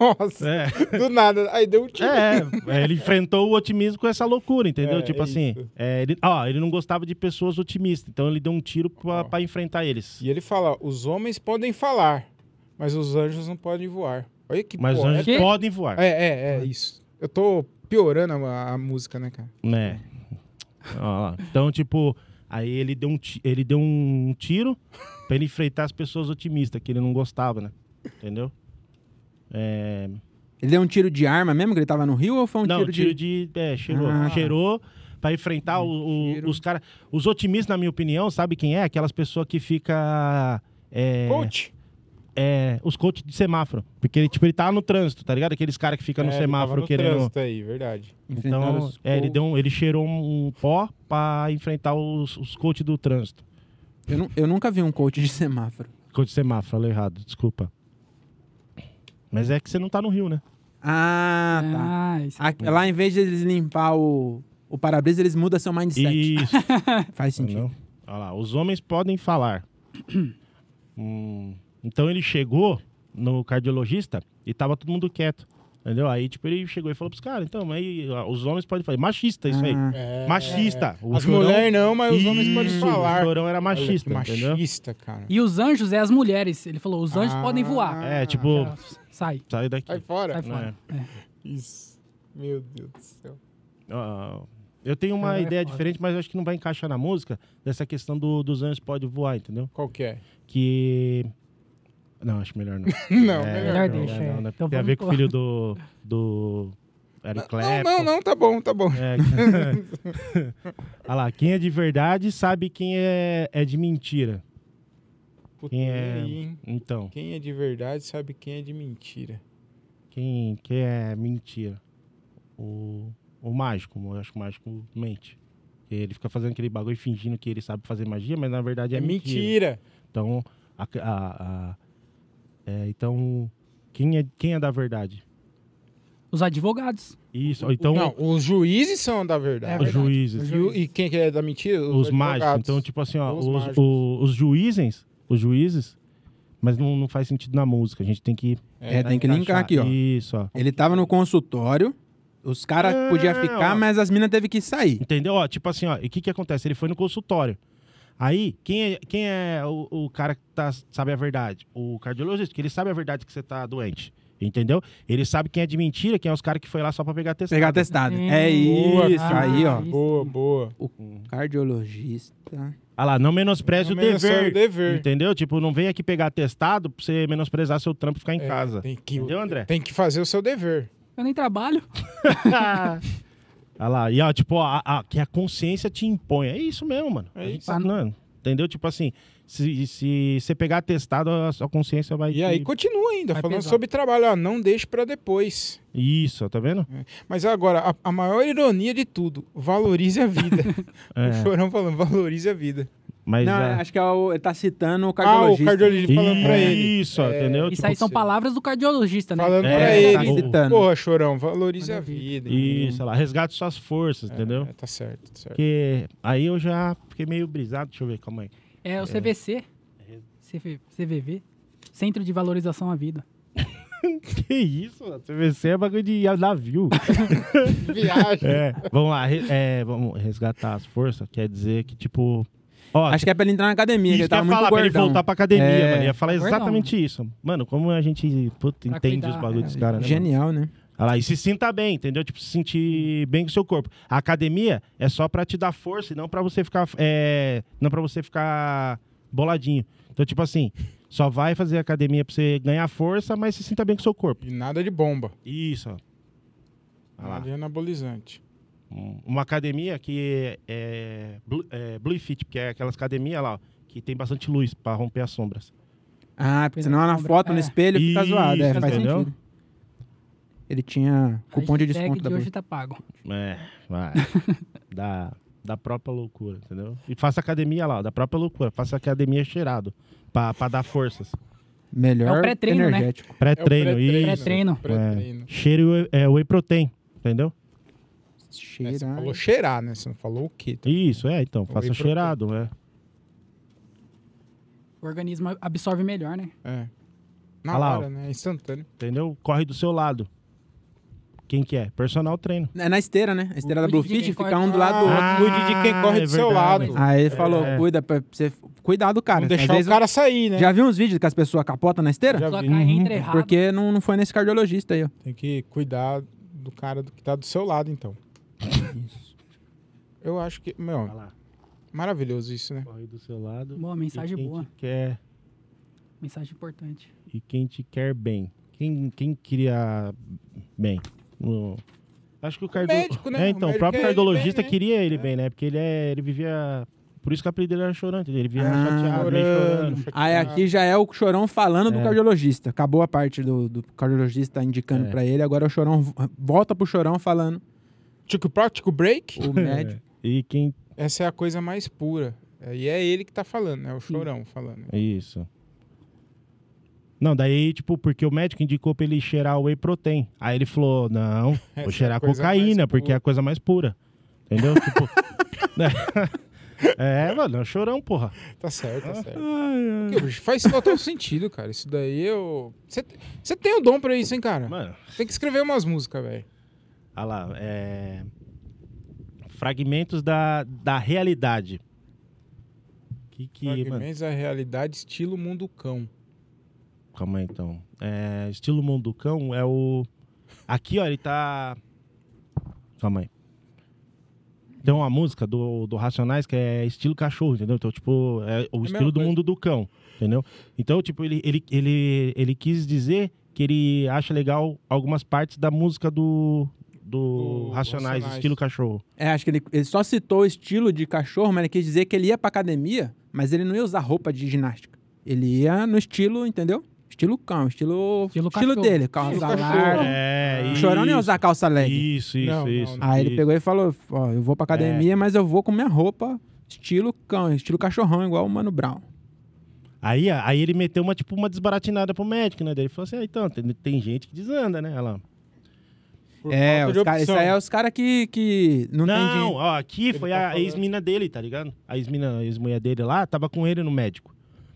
Speaker 4: Nossa,
Speaker 1: É.
Speaker 4: do nada. Aí deu um tiro.
Speaker 1: É, é, ele enfrentou o otimismo com essa loucura, entendeu?
Speaker 4: É,
Speaker 1: tipo
Speaker 4: é
Speaker 1: assim,
Speaker 4: isso.
Speaker 1: é, ele, ó, ele não gostava de pessoas otimistas, então ele deu um tiro pra,
Speaker 4: Ó.
Speaker 1: pra enfrentar eles.
Speaker 4: E ele fala: os homens podem falar, mas os anjos não podem voar. Olha que
Speaker 1: Mas os
Speaker 4: porra.
Speaker 1: anjos
Speaker 2: Quê?
Speaker 1: podem voar.
Speaker 4: É, é, é isso. Eu tô piorando a, a música, né, cara?
Speaker 1: né? Ó lá. Então, tipo, aí ele deu um, ti- ele deu um tiro pra ele enfrentar as pessoas otimistas, que ele não gostava, né? Entendeu? É,
Speaker 3: Ele deu um tiro de arma mesmo, que ele tava no rio, ou foi um
Speaker 1: não,
Speaker 3: tiro,
Speaker 1: tiro
Speaker 3: de...
Speaker 1: de. É, cheirou.
Speaker 3: Ah. Um
Speaker 1: Cheirou pra enfrentar o- o-
Speaker 3: Tiro.
Speaker 1: os caras. Os otimistas, na minha opinião, sabe quem é? Aquelas pessoas que fica. é,
Speaker 4: Coach.
Speaker 1: é, os coaches de semáforo. Porque ele, tipo, ele tá no trânsito, tá ligado? Aqueles caras que ficam no
Speaker 4: É, ele tava
Speaker 1: semáforo
Speaker 4: no
Speaker 1: querendo.
Speaker 4: trânsito aí, verdade.
Speaker 3: enfrentar
Speaker 1: Então,
Speaker 3: os
Speaker 1: é, ele,
Speaker 3: povos?
Speaker 1: deu um- ele cheirou um, um pó pra enfrentar os, os coaches do trânsito.
Speaker 3: Eu, nu- eu nunca vi um coach de semáforo.
Speaker 1: Coach de semáforo, falei errado, desculpa. Mas é que você não tá no Rio, né?
Speaker 3: Ah, tá.
Speaker 2: Ah, isso.
Speaker 3: Aqui- lá, em vez de eles limpar o, o para-brisa, eles mudam seu mindset.
Speaker 1: Isso,
Speaker 3: Faz sentido.
Speaker 1: entendeu? Olha lá, os homens podem falar. Hum, então ele chegou no cardiologista e tava todo mundo quieto. Entendeu? Aí, tipo, ele chegou e falou pros caras, então, mas aí, ó, os homens podem falar. Machista isso aí.
Speaker 3: Ah,
Speaker 4: É,
Speaker 1: Machista. O
Speaker 4: As
Speaker 1: Chorão-
Speaker 4: mulheres não, mas os homens podem
Speaker 1: Isso, O
Speaker 4: falar.
Speaker 1: chorão era
Speaker 4: Olha que
Speaker 1: é machista, entendeu?
Speaker 4: machista, cara.
Speaker 2: E os anjos é as mulheres. Ele falou, os anjos
Speaker 4: Ah.
Speaker 2: podem voar.
Speaker 1: É, tipo,
Speaker 2: Sai.
Speaker 1: sai daqui.
Speaker 4: Sai fora.
Speaker 3: É,
Speaker 2: Sai fora.
Speaker 4: Isso. Meu Deus do céu.
Speaker 1: Ah, eu tenho uma
Speaker 2: Cara, é
Speaker 1: ideia
Speaker 2: foda.
Speaker 1: diferente, mas eu acho que não vai encaixar na música dessa questão do, dos anjos pode voar, entendeu?
Speaker 4: Qual que é?
Speaker 1: Que. Não, acho melhor não.
Speaker 4: Não,
Speaker 1: É,
Speaker 2: melhor
Speaker 1: não,
Speaker 2: deixa,
Speaker 1: é, não,
Speaker 2: é.
Speaker 1: né?
Speaker 2: Então
Speaker 1: Tem a
Speaker 2: vamos
Speaker 1: ver com o
Speaker 2: pôr.
Speaker 1: filho do. do Eric
Speaker 4: Não,
Speaker 1: Clapton.
Speaker 4: não, não, tá bom, tá bom.
Speaker 1: É, que- Olha lá, quem é de verdade sabe quem é, é de mentira.
Speaker 4: Puta,
Speaker 1: Quem
Speaker 4: e
Speaker 1: é.
Speaker 4: aí, hein?
Speaker 1: Então,
Speaker 4: Quem é de verdade sabe quem é de mentira.
Speaker 1: quem, quem é mentira? O, o mágico, eu acho que o mágico mente. Ele fica fazendo aquele bagulho fingindo que ele sabe fazer magia, mas na verdade é,
Speaker 4: É
Speaker 1: mentira.
Speaker 4: mentira.
Speaker 1: Então, a, a- a- é, então quem é, quem é da verdade?
Speaker 2: Os advogados.
Speaker 1: Isso, ou então
Speaker 4: não, os juízes são da
Speaker 2: É
Speaker 4: verdade.
Speaker 1: os
Speaker 2: verdade.
Speaker 1: juízes,
Speaker 2: Os
Speaker 4: E, o- e quem que é da mentira?
Speaker 1: os mágicos.
Speaker 4: advogados.
Speaker 1: Então, tipo assim, ó,
Speaker 4: Os
Speaker 1: os,
Speaker 4: mágicos.
Speaker 1: o- os juízes, os juízes, mas não, não faz sentido na música. A gente tem que
Speaker 3: É, tem que linkar
Speaker 1: encaixar.
Speaker 3: aqui, ó.
Speaker 1: Isso, ó.
Speaker 3: Ele tava no consultório, os caras
Speaker 1: É,
Speaker 3: podiam ficar,
Speaker 1: ó.
Speaker 3: mas as minas teve que sair.
Speaker 1: Entendeu? Ó, tipo assim, ó, e o que que acontece? Ele foi no consultório. Aí, quem é, quem é o, o cara que tá, sabe a verdade? O cardiologista, que ele sabe a verdade que você tá doente. Entendeu? Ele sabe quem é de mentira, quem é os caras que foi lá só pra pegar testado.
Speaker 3: Pegar testado.
Speaker 2: Sim.
Speaker 3: É
Speaker 4: Boa,
Speaker 3: isso
Speaker 2: cara.
Speaker 3: aí, ó.
Speaker 2: Isso.
Speaker 4: Boa, boa.
Speaker 3: Cardiologista.
Speaker 1: Ah lá, não menospreze
Speaker 4: Não
Speaker 1: o
Speaker 4: menospreze
Speaker 1: dever.
Speaker 4: o dever.
Speaker 1: Entendeu? Tipo, não vem aqui pegar testado pra você menosprezar seu trampo e ficar em
Speaker 4: É,
Speaker 1: casa.
Speaker 4: Tem que,
Speaker 1: Entendeu, André?
Speaker 4: tem que fazer o seu dever.
Speaker 2: Eu nem trabalho.
Speaker 1: ah lá, e ó, tipo, ó, a, a- que a consciência te impõe. É isso mesmo, mano.
Speaker 4: É
Speaker 1: A gente
Speaker 4: isso.
Speaker 1: tá- não, entendeu? Tipo assim, se, se você pegar testado, a sua consciência vai.
Speaker 4: E
Speaker 1: te-
Speaker 4: aí continua ainda,
Speaker 2: Vai
Speaker 4: falando
Speaker 2: pesar.
Speaker 4: sobre trabalho. Ah, não deixe pra depois.
Speaker 1: Isso, ó, tá vendo?
Speaker 4: Mas agora, a, a maior ironia de tudo, valorize a vida.
Speaker 1: É.
Speaker 4: O Chorão falando, valorize a vida.
Speaker 1: Mas
Speaker 3: Não,
Speaker 1: ah,
Speaker 3: acho que é o- ele tá citando o
Speaker 4: Ah, o
Speaker 3: cardiologista.
Speaker 4: cardiologista falando pra ele.
Speaker 1: É Isso,
Speaker 3: É,
Speaker 1: entendeu?
Speaker 2: Isso
Speaker 1: Tipo,
Speaker 2: aí são palavras do cardiologista, né?
Speaker 4: Falando
Speaker 1: É,
Speaker 4: pra
Speaker 1: tá
Speaker 4: ele.
Speaker 3: citando.
Speaker 4: Porra, chorão, valorize a vida.
Speaker 1: Isso, sei lá, resgate suas forças, entendeu?
Speaker 4: É, tá certo, tá certo.
Speaker 1: Porque aí eu já fiquei meio brisado. Deixa eu ver, calma aí.
Speaker 2: É o CVC. CV, CVV. Centro de Valorização à Vida.
Speaker 1: Que isso, mano? CVC é bagulho de navio.
Speaker 4: Viagem.
Speaker 1: é, vamos lá, re- é, vamos resgatar as forças. Quer dizer que, tipo. Ó,
Speaker 3: Acho que é pra ele entrar na academia, que
Speaker 1: isso
Speaker 3: ele
Speaker 1: que eu
Speaker 3: tava
Speaker 1: ia
Speaker 3: muito
Speaker 1: falar, pra ele
Speaker 3: gordão.
Speaker 1: voltar pra academia,
Speaker 3: É.
Speaker 1: mano. Ia falar
Speaker 2: Tá Gordão,
Speaker 1: exatamente isso. Mano, como a gente puta,
Speaker 2: Pra
Speaker 1: entende
Speaker 2: cuidar,
Speaker 1: os bagulhos dos caras, né? mano?
Speaker 3: Genial, né?
Speaker 1: Olha lá, e se sinta bem, entendeu? Tipo, se sentir bem com o seu corpo. A academia é só pra te dar força e não pra você ficar. é, não para você ficar boladinho. Então, tipo assim, só vai fazer academia pra você ganhar força, mas se sinta bem com o seu corpo.
Speaker 4: E nada de bomba.
Speaker 1: Isso. ó. Olha lá.
Speaker 4: Nada de anabolizante.
Speaker 1: Um- Uma academia que é, blu- é Blue Fit, que é aquelas academias lá, ó, que tem bastante luz pra romper as sombras.
Speaker 3: Ah, porque senão na
Speaker 2: sombra.
Speaker 3: foto, no
Speaker 2: É.
Speaker 3: espelho, fica
Speaker 1: Isso,
Speaker 3: zoado. É, faz
Speaker 1: entendeu?
Speaker 3: sentido. Ele tinha cupom de desconto da
Speaker 2: de
Speaker 3: Blue.
Speaker 2: hoje tá pago.
Speaker 1: É, vai. da, da própria loucura, entendeu? E faça academia lá, ó, da própria loucura. Faça academia cheirado, pra, pra dar forças.
Speaker 3: Melhor
Speaker 2: É o pré-treino, né?
Speaker 3: energético.
Speaker 4: É
Speaker 1: Pré-treino, isso.
Speaker 2: Pré-treino.
Speaker 4: Pré-treino.
Speaker 1: Cheiro é whey protein, entendeu?
Speaker 4: É, você
Speaker 3: Cheira.
Speaker 4: falou cheirar, né? Você não falou o quê?
Speaker 1: Isso, é, então. Faça
Speaker 4: protein.
Speaker 1: cheirado, é.
Speaker 2: O organismo absorve melhor, né?
Speaker 4: É.
Speaker 1: Ah
Speaker 4: Na
Speaker 1: lá, ó.
Speaker 4: hora, né? Instantâneo.
Speaker 1: Entendeu? Corre do seu lado. Quem que é? Personal treino.
Speaker 3: É na esteira, né? A esteira da
Speaker 2: Cuide
Speaker 3: Blue
Speaker 2: de quem é
Speaker 3: Fit
Speaker 2: corre
Speaker 3: fica um do
Speaker 2: do
Speaker 3: lado do outro.
Speaker 1: Ah,
Speaker 4: Cuide de quem corre
Speaker 1: é
Speaker 4: do seu
Speaker 1: verdade.
Speaker 4: lado.
Speaker 3: Aí ele falou,
Speaker 1: é.
Speaker 3: cuida, pra você... cuidado, cara.
Speaker 4: Não
Speaker 3: Às
Speaker 4: deixar
Speaker 3: vezes-
Speaker 4: o cara sair, né?
Speaker 3: Já viu uns vídeos que as pessoas capotam na esteira?
Speaker 4: Já
Speaker 2: Só
Speaker 4: vi.
Speaker 2: cai entra
Speaker 1: Uhum,
Speaker 2: errado.
Speaker 3: Porque não, não foi nesse cardiologista aí, ó.
Speaker 4: Tem que cuidar do cara do- que tá do seu lado, então. Eu acho que,
Speaker 1: Olha
Speaker 4: meu,
Speaker 1: lá.
Speaker 4: maravilhoso isso, né?
Speaker 1: Corre do seu lado.
Speaker 2: Boa,
Speaker 1: E
Speaker 2: mensagem
Speaker 1: quem
Speaker 2: boa.
Speaker 1: Te quer,
Speaker 2: Mensagem importante.
Speaker 1: e quem te quer bem. Quem, quem queria bem? No- Acho que o, cardo...
Speaker 4: médico, né?
Speaker 1: É,
Speaker 4: O
Speaker 1: então, o
Speaker 4: médico
Speaker 1: próprio
Speaker 4: quer ele
Speaker 1: cardiologista
Speaker 4: bem, né?
Speaker 1: queria ele bem, né? Porque ele, é, ele vivia... Por isso que o apelido dele era chorante. Ele vivia
Speaker 3: Ah,
Speaker 1: chateado, meio chorando.
Speaker 3: Aí aqui já é o Chorão falando do
Speaker 1: É.
Speaker 3: cardiologista. Acabou a parte do, do cardiologista indicando
Speaker 1: É.
Speaker 3: pra ele. Agora o Chorão v- volta pro Chorão falando. É.
Speaker 4: Tico Prático Break?
Speaker 3: O médico.
Speaker 1: É. E quem...
Speaker 4: Essa é a coisa mais pura. É, E é ele que tá falando, né? O chorão falando.
Speaker 1: Isso. Não, daí, tipo, porque o médico indicou pra ele cheirar whey protein. Aí ele falou, não,
Speaker 4: é
Speaker 1: vou
Speaker 4: a
Speaker 1: cheirar
Speaker 4: coisa
Speaker 1: cocaína,
Speaker 4: mais
Speaker 1: porque é a coisa mais pura. Entendeu? tipo... É, mano, é um chorão, porra.
Speaker 4: Tá certo, tá certo. Que, bicho, faz total sentido, cara. Isso daí eu. Você tem o dom pra isso, hein, cara?
Speaker 1: Mano,
Speaker 4: Tem que escrever umas músicas, velho.
Speaker 1: olha Ah lá, é... Fragmentos da, da realidade. Que que, mano?
Speaker 4: Fragmentos da realidade, estilo mundo cão.
Speaker 1: Calma aí, então. É, estilo Monducão é o... Aqui, ó, ele tá... Calma aí. Tem uma música do, do Racionais que é estilo cachorro, entendeu? Então, tipo, é o
Speaker 4: mesma
Speaker 1: estilo do
Speaker 4: coisa.
Speaker 1: mundo do cão, entendeu? Então, tipo, ele, ele, ele, ele quis dizer que ele acha legal algumas partes da música do, do
Speaker 4: Do
Speaker 1: Racionais,
Speaker 4: Racionais.
Speaker 1: estilo cachorro.
Speaker 3: É, acho que ele, ele só citou o estilo de cachorro, mas ele quis dizer que ele ia pra academia, mas ele não ia usar roupa de ginástica. Ele ia no estilo, entendeu? Estilo cão, estilo,
Speaker 2: Estilo
Speaker 3: estilo,
Speaker 2: cachorro.
Speaker 3: dele. Calça
Speaker 4: Estilo cachorro.
Speaker 3: larga.
Speaker 1: É,
Speaker 3: O
Speaker 1: isso.
Speaker 3: Chorão nem ia usar calça leg.
Speaker 1: Isso, isso,
Speaker 4: Ah. Não, não,
Speaker 1: isso.
Speaker 4: não.
Speaker 3: Aí ele
Speaker 1: isso.
Speaker 3: pegou e falou, ó, eu vou pra academia, mas eu vou com minha roupa estilo cão, estilo cachorrão, igual o Mano Brown.
Speaker 1: Aí, aí ele meteu uma, tipo, uma desbaratinada pro médico, né? Daí ele falou assim, ah, então, tem, tem gente que desanda, né? Olha lá.
Speaker 4: Por
Speaker 3: É,
Speaker 4: falta de
Speaker 3: os cara, isso
Speaker 4: opção.
Speaker 3: aí é os caras que, que não, tem
Speaker 1: Não,
Speaker 3: dinheiro.
Speaker 1: ó, aqui
Speaker 4: Ele
Speaker 1: foi
Speaker 4: tá
Speaker 1: a
Speaker 4: falando.
Speaker 1: ex-mina dele, tá ligado? A ex-mina, a ex-mulher dele lá, tava com ele no médico.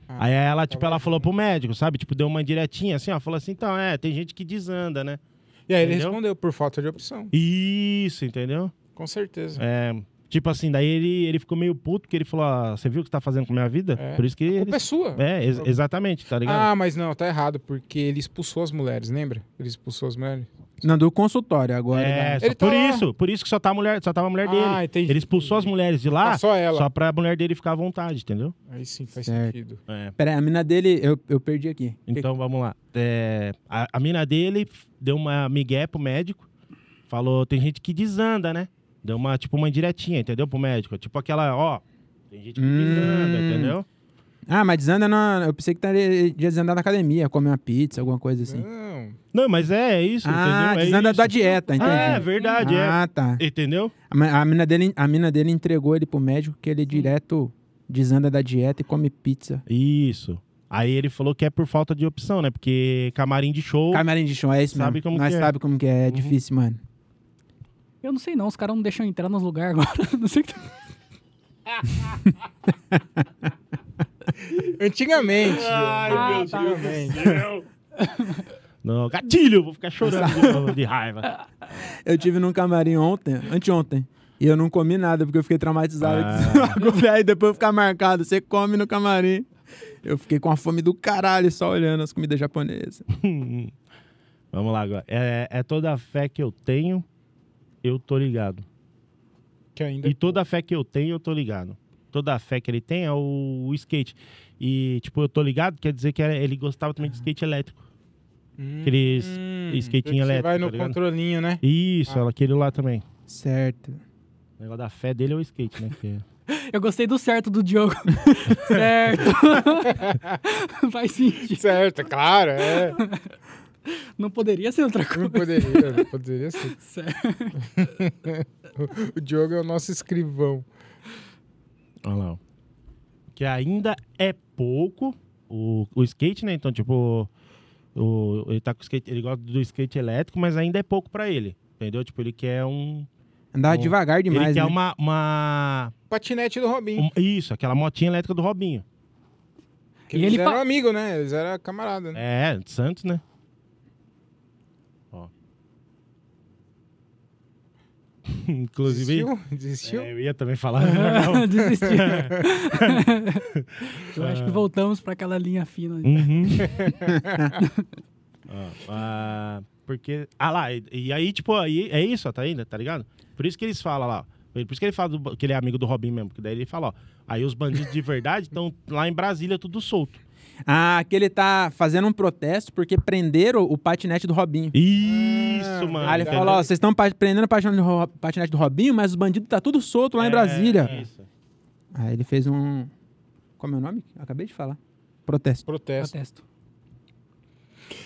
Speaker 4: Ah,
Speaker 1: aí ela, tipo,
Speaker 4: tava
Speaker 1: ela
Speaker 4: junto.
Speaker 1: falou pro médico, sabe? Tipo, deu uma diretinha assim, ó. Falou assim, então, é, tem gente que desanda, né?
Speaker 4: E aí ele
Speaker 1: Entendeu?
Speaker 4: respondeu, por falta de opção.
Speaker 1: Isso, entendeu?
Speaker 4: Com certeza.
Speaker 1: É, tipo assim, daí ele, ele ficou meio puto, porque ele falou, ó, você viu o que você tá fazendo com a minha vida?
Speaker 4: É.
Speaker 1: Por isso que
Speaker 4: A culpa
Speaker 1: ele...
Speaker 4: é sua.
Speaker 1: É, ex- exatamente, tá ligado?
Speaker 4: Ah, mas não, tá errado, porque ele expulsou as mulheres, lembra? Ele expulsou as mulheres.
Speaker 3: Não, do consultório agora.
Speaker 1: é,
Speaker 3: da-
Speaker 1: só-
Speaker 4: Ele tá
Speaker 1: por
Speaker 4: lá.
Speaker 1: isso, por isso que só, tá a mulher, só tava a mulher
Speaker 4: Ah,
Speaker 1: dele.
Speaker 4: entendi.
Speaker 1: Ele expulsou as mulheres de lá,
Speaker 4: Ah, só ela.
Speaker 1: Só pra mulher dele ficar à vontade, entendeu?
Speaker 4: Aí sim faz
Speaker 3: Certo.
Speaker 4: sentido.
Speaker 1: É.
Speaker 3: Pera aí, a mina dele, eu, eu perdi aqui.
Speaker 1: Então vamos lá. É, a, a mina dele f- deu uma migué pro médico. Falou, tem gente que desanda, né? Deu uma, tipo, uma indiretinha, entendeu? Pro médico. Tipo aquela, ó, tem gente que
Speaker 3: Hum.
Speaker 1: desanda, entendeu?
Speaker 3: Ah, mas desanda na. Eu pensei que tá de desandar na academia, comer uma pizza, alguma coisa assim.
Speaker 4: Não.
Speaker 1: Não, mas é isso,
Speaker 3: ah,
Speaker 1: É, entendeu? É
Speaker 3: desanda
Speaker 1: isso.
Speaker 3: da dieta, entendi.
Speaker 1: Ah, é verdade,
Speaker 3: ah, tá.
Speaker 1: é. Entendeu?
Speaker 3: A, ma- a mina dele, a mina dele entregou ele pro médico que ele direto desanda da dieta e come pizza.
Speaker 1: Isso. Aí ele falou que é por falta de opção, né? Porque camarim de show.
Speaker 3: Camarim de chão, é isso
Speaker 1: Sabe
Speaker 3: mesmo.
Speaker 1: como
Speaker 3: Nós
Speaker 1: que é.
Speaker 3: sabe como que é, é difícil, mano.
Speaker 2: Eu não sei não, os caras não deixam eu entrar nos lugares agora. Não sei o que tá-
Speaker 4: Antigamente.
Speaker 2: meu Deus
Speaker 4: antigamente.
Speaker 1: Ah, tá. Não, gatilho, vou ficar chorando de, novo de raiva.
Speaker 3: Eu tive num camarim ontem, anteontem, e eu não comi nada porque eu fiquei traumatizado.
Speaker 1: Ah.
Speaker 3: com esse bagulho. Aí depois ficar marcado, você come no camarim. Eu fiquei com a fome do caralho só olhando as comidas japonesas.
Speaker 1: Vamos lá agora. É, é toda a fé que eu tenho, eu tô ligado.
Speaker 4: Que ainda...
Speaker 1: E toda a fé que eu tenho, eu tô ligado. Toda a fé que ele tem é o, o skate. E, tipo, eu tô ligado, quer dizer que era- ele gostava também de skate elétrico.
Speaker 4: Hum,
Speaker 1: Aqueles skatinho
Speaker 4: você
Speaker 1: elétrico,
Speaker 4: vai
Speaker 1: tá
Speaker 4: no
Speaker 1: ligado?
Speaker 4: controlinho, né?
Speaker 1: Isso, ela aquele lá também.
Speaker 3: Certo.
Speaker 1: O negócio da fé dele é o skate, né? Que-
Speaker 2: Eu gostei do certo do Diogo. certo. Faz sentido.
Speaker 4: Certo, é claro, é.
Speaker 2: Não poderia ser outra
Speaker 4: Eu Não
Speaker 2: coisa.
Speaker 4: poderia, não poderia ser.
Speaker 2: Certo.
Speaker 4: O Diogo é o nosso escrivão.
Speaker 1: Olha lá. ó. Que ainda é pouco o, o skate, né? Então, tipo, o, ele tá com skate, ele gosta do skate elétrico, mas ainda é pouco pra ele. Entendeu? Tipo, ele quer um.
Speaker 3: Andava
Speaker 1: Bom,
Speaker 3: devagar demais,
Speaker 1: ele quer
Speaker 3: né?
Speaker 1: uma, uma,
Speaker 4: Patinete do Robinho.
Speaker 1: um- Isso, aquela motinha elétrica do Robinho.
Speaker 4: Que
Speaker 2: E
Speaker 4: eles
Speaker 2: ele
Speaker 4: eram
Speaker 2: fa-
Speaker 4: amigos, né? Eles eram camarada, né?
Speaker 1: É, de Santos, né? Ó. Inclusive.
Speaker 4: Desistiu? Desistiu?
Speaker 1: É, eu ia também falar. Não.
Speaker 2: Desisti. Eu acho que voltamos pra aquela linha fina.
Speaker 1: Uhum. Ó, ah, porque. Ah lá, e, e aí, tipo, aí é isso, ó, tá ainda, tá ligado? Por isso que eles falam lá. ó. Por isso que ele fala do- que ele é amigo do Robin mesmo, porque daí ele fala, ó. Aí os bandidos de verdade estão lá em Brasília, tudo solto.
Speaker 3: Ah, que ele tá fazendo um protesto porque prenderam o patinete do Robinho.
Speaker 1: Isso, mano.
Speaker 3: Ah,
Speaker 1: tá
Speaker 3: Aí ele
Speaker 1: entendeu?
Speaker 3: falou, ó, vocês estão pa- prendendo o patinete do Ro- patinete do Robinho, mas os bandidos tá tudo solto lá em Brasília.
Speaker 1: É, isso.
Speaker 3: Aí ele fez um... Como é o nome? Acabei de falar. Protesto.
Speaker 4: Protesto.
Speaker 2: Protesto.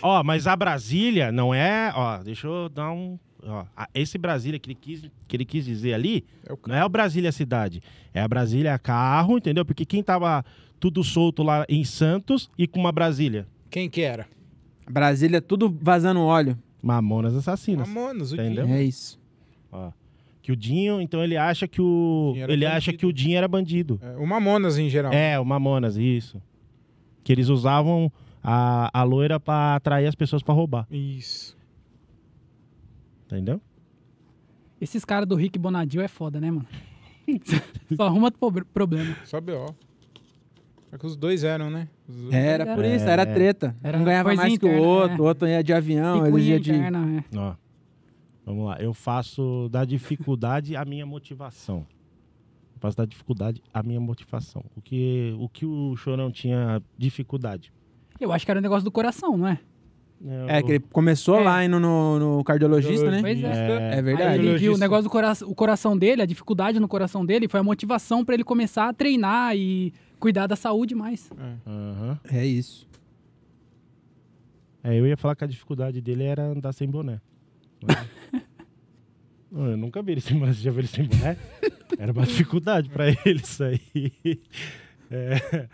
Speaker 1: Ó, mas a Brasília não é. Ó, deixa eu dar um. Ó, a- esse Brasília que ele, quis, que ele quis dizer ali
Speaker 4: É o
Speaker 1: não é o Brasília cidade. É a Brasília carro, entendeu? Porque quem tava tudo solto lá em Santos e com uma Brasília?
Speaker 4: Quem que era?
Speaker 3: Brasília tudo vazando óleo.
Speaker 1: Mamonas assassinas.
Speaker 4: Mamonos, o
Speaker 1: Entendeu?
Speaker 4: Dinho.
Speaker 3: É isso.
Speaker 1: Ó. Que o Dinho, então ele acha que o.
Speaker 4: Dinho
Speaker 1: Ele
Speaker 4: era bandido.
Speaker 1: acha que o Dinho era bandido.
Speaker 4: É, o Mamonas em geral.
Speaker 1: É, o Mamonas, isso. Que eles usavam a, a loira pra atrair as pessoas pra roubar,
Speaker 4: Isso.
Speaker 1: entendeu?
Speaker 2: Esses caras do Rick Bonadio é foda, né, mano? Só arruma pobre- problema.
Speaker 4: Só B.O. É que os dois eram, né? Os dois-
Speaker 3: Era por isso,
Speaker 1: É.
Speaker 3: era treta.
Speaker 2: Era
Speaker 3: um ganhava
Speaker 2: coisinha
Speaker 3: mais que o
Speaker 2: interna,
Speaker 3: outro,
Speaker 2: é.
Speaker 3: o outro ia de avião, eles
Speaker 2: Picuinha
Speaker 3: ia de.
Speaker 2: interna, é.
Speaker 1: Ó. Vamos lá. Eu faço da dificuldade a minha motivação. Eu faço da dificuldade a minha motivação. O que o, que o Chorão tinha dificuldade?
Speaker 2: Eu acho que era um negócio do coração, não é?
Speaker 3: É, que ele começou
Speaker 2: É.
Speaker 3: lá indo no, no cardiologista, né?
Speaker 2: Pois é.
Speaker 3: É
Speaker 2: Aí ele
Speaker 3: verdade.
Speaker 2: viu o
Speaker 4: Cardiologista.
Speaker 2: negócio do coração, o coração dele, a dificuldade no coração dele, foi a motivação pra ele começar a treinar e cuidar da saúde mais.
Speaker 1: Aham.
Speaker 3: É isso.
Speaker 1: É, eu ia falar que a dificuldade dele era andar sem boné. Mas- Não, eu nunca vi ele sem boné. Você já viu ele sem boné? Era uma dificuldade pra ele isso aí. É.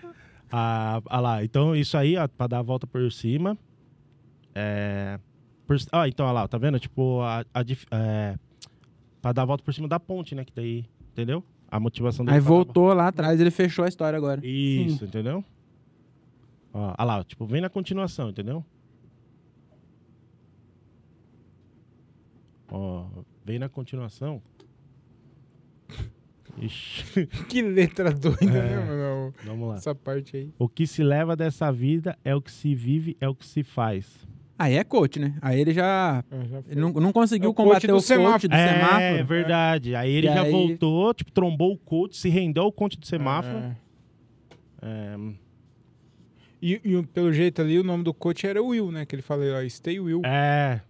Speaker 1: Ah, ah lá, então isso aí, ó, pra dar a volta por cima. É. por ci- ah, então, olha lá, tá vendo? Tipo, a, a dif- é, pra dar a volta por cima da ponte, né? Que daí, entendeu? A motivação dele.
Speaker 3: Aí
Speaker 1: pra dar a volta-
Speaker 3: voltou lá atrás, ele fechou a história agora.
Speaker 1: Isso, entendeu? Ó, ah lá, tipo, vem na continuação, entendeu? Ó, vem na continuação. Ixi,
Speaker 4: Que letra doida, né,
Speaker 3: É.
Speaker 4: mano?
Speaker 1: vamos lá.
Speaker 4: Essa parte aí.
Speaker 1: O que se leva dessa vida é o que se vive, é o que se faz.
Speaker 3: Aí é coach, né? Aí ele já.
Speaker 4: É, já foi.
Speaker 3: Ele não, não conseguiu
Speaker 4: É o coach
Speaker 3: combater
Speaker 4: do
Speaker 3: o coach
Speaker 4: semáforo.
Speaker 3: do
Speaker 1: é,
Speaker 3: semáforo.
Speaker 1: verdade. Aí ele
Speaker 3: E
Speaker 1: já
Speaker 3: aí-
Speaker 1: voltou, tipo, trombou o coach, se rendeu ao conte do semáforo.
Speaker 4: É. E, e o- pelo jeito ali, o nome do coach era Will, né? Que ele falou, ó, stay Will,
Speaker 1: É,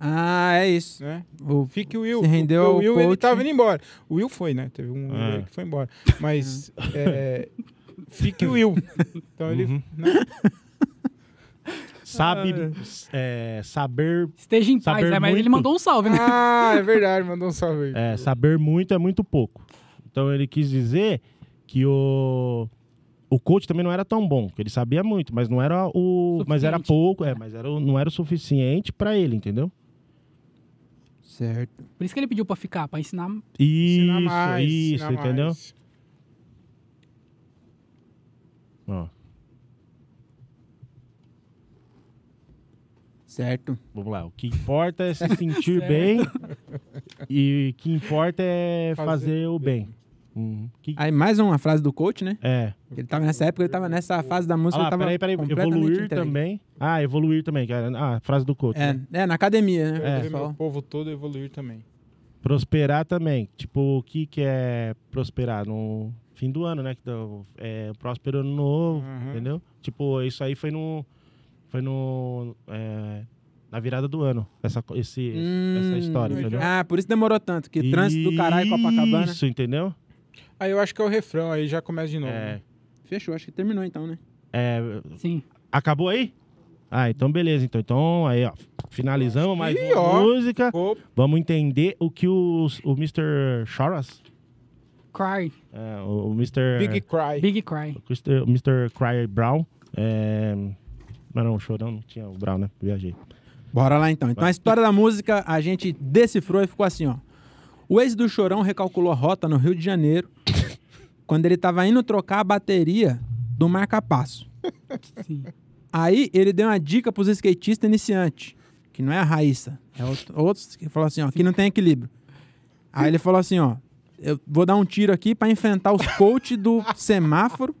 Speaker 3: Ah, é isso.
Speaker 4: né?
Speaker 3: O-
Speaker 4: Fique Will.
Speaker 3: Se rendeu ao
Speaker 4: Porque o Will, ele
Speaker 3: coach.
Speaker 4: tava indo embora. O Will foi, né? Teve um
Speaker 1: É.
Speaker 4: aí que foi embora. Mas, é, fique Will. Então ele... né?
Speaker 1: sabe,
Speaker 3: Ah.
Speaker 1: é, saber,
Speaker 2: Esteja em paz,
Speaker 1: Saber
Speaker 2: né? Mas ele
Speaker 1: muito.
Speaker 2: mandou um salve, né?
Speaker 4: Ah, é verdade, mandou um salve aí.
Speaker 1: é, saber muito é muito pouco. Então ele quis dizer que o o coach também não era tão bom, que ele sabia muito, mas não era o, mas era
Speaker 2: Suficiente.
Speaker 1: pouco, é, mas era, o- não era o suficiente pra ele, entendeu?
Speaker 3: Certo.
Speaker 2: Por isso que ele pediu pra ficar, pra ensinar.
Speaker 1: Isso,
Speaker 4: Ensinar mais,
Speaker 1: isso,
Speaker 4: ensinar
Speaker 1: entendeu?
Speaker 4: mais.
Speaker 1: Ó,
Speaker 3: Certo.
Speaker 1: vamos lá, o que importa é se sentir bem e o que importa é fazer,
Speaker 4: Fazer
Speaker 1: o bem. Uhum. Que-
Speaker 3: Aí mais uma frase do coach, né?
Speaker 1: é.
Speaker 3: Ele tava nessa época, ele tava nessa fase da música,
Speaker 1: Ah,
Speaker 3: ele
Speaker 1: lá,
Speaker 3: tava
Speaker 1: peraí, peraí,
Speaker 3: completamente
Speaker 1: evoluir
Speaker 3: entregue.
Speaker 1: também. Ah, evoluir também, cara. Ah, frase do coach. né?
Speaker 3: É, é, na academia,
Speaker 4: Quero
Speaker 3: né,
Speaker 4: ver
Speaker 3: pessoal?
Speaker 4: meu povo todo evoluir também.
Speaker 1: Prosperar também. Tipo, o que, que é prosperar? No fim do ano, né? Que dá o- é, próspero ano novo,
Speaker 4: Uhum.
Speaker 1: entendeu? Tipo, isso aí foi no. Foi no. é, na virada do ano, essa, co- esse, essa
Speaker 3: Hum,
Speaker 1: história, entendeu?
Speaker 3: Ah, por isso demorou tanto, que trânsito do caralho é Copacabana.
Speaker 1: Isso, entendeu?
Speaker 4: Aí eu acho que é o refrão, aí já começa de novo.
Speaker 1: É.
Speaker 4: né?
Speaker 3: Fechou, acho que terminou então, né?
Speaker 1: É,
Speaker 2: Sim.
Speaker 1: acabou aí? Ah, então beleza. Então, então aí, ó. Finalizamos mais
Speaker 4: que,
Speaker 1: uma
Speaker 4: ó.
Speaker 1: música.
Speaker 4: Opa,
Speaker 1: Vamos entender o que os, o Mr. Choras,
Speaker 2: Cry.
Speaker 1: é, o, o Mr.
Speaker 4: Big Cry.
Speaker 2: Big Cry.
Speaker 1: Mr. Mr. Cryer Brown. É... Mas não, o Chorão não tinha o Brown, né? Viajei.
Speaker 3: Bora lá então. Então a história da música a gente decifrou e ficou assim, ó. O ex do Chorão recalculou a rota no Rio de Janeiro quando ele tava indo trocar a bateria do marca-passo.
Speaker 2: Sim.
Speaker 3: Aí ele deu uma dica pros skatistas iniciantes, que não é a Raíssa, é outro- outros que falou assim, ó, que não tem equilíbrio. Aí ele falou assim, ó, eu vou dar um tiro aqui pra enfrentar os coach do semáforo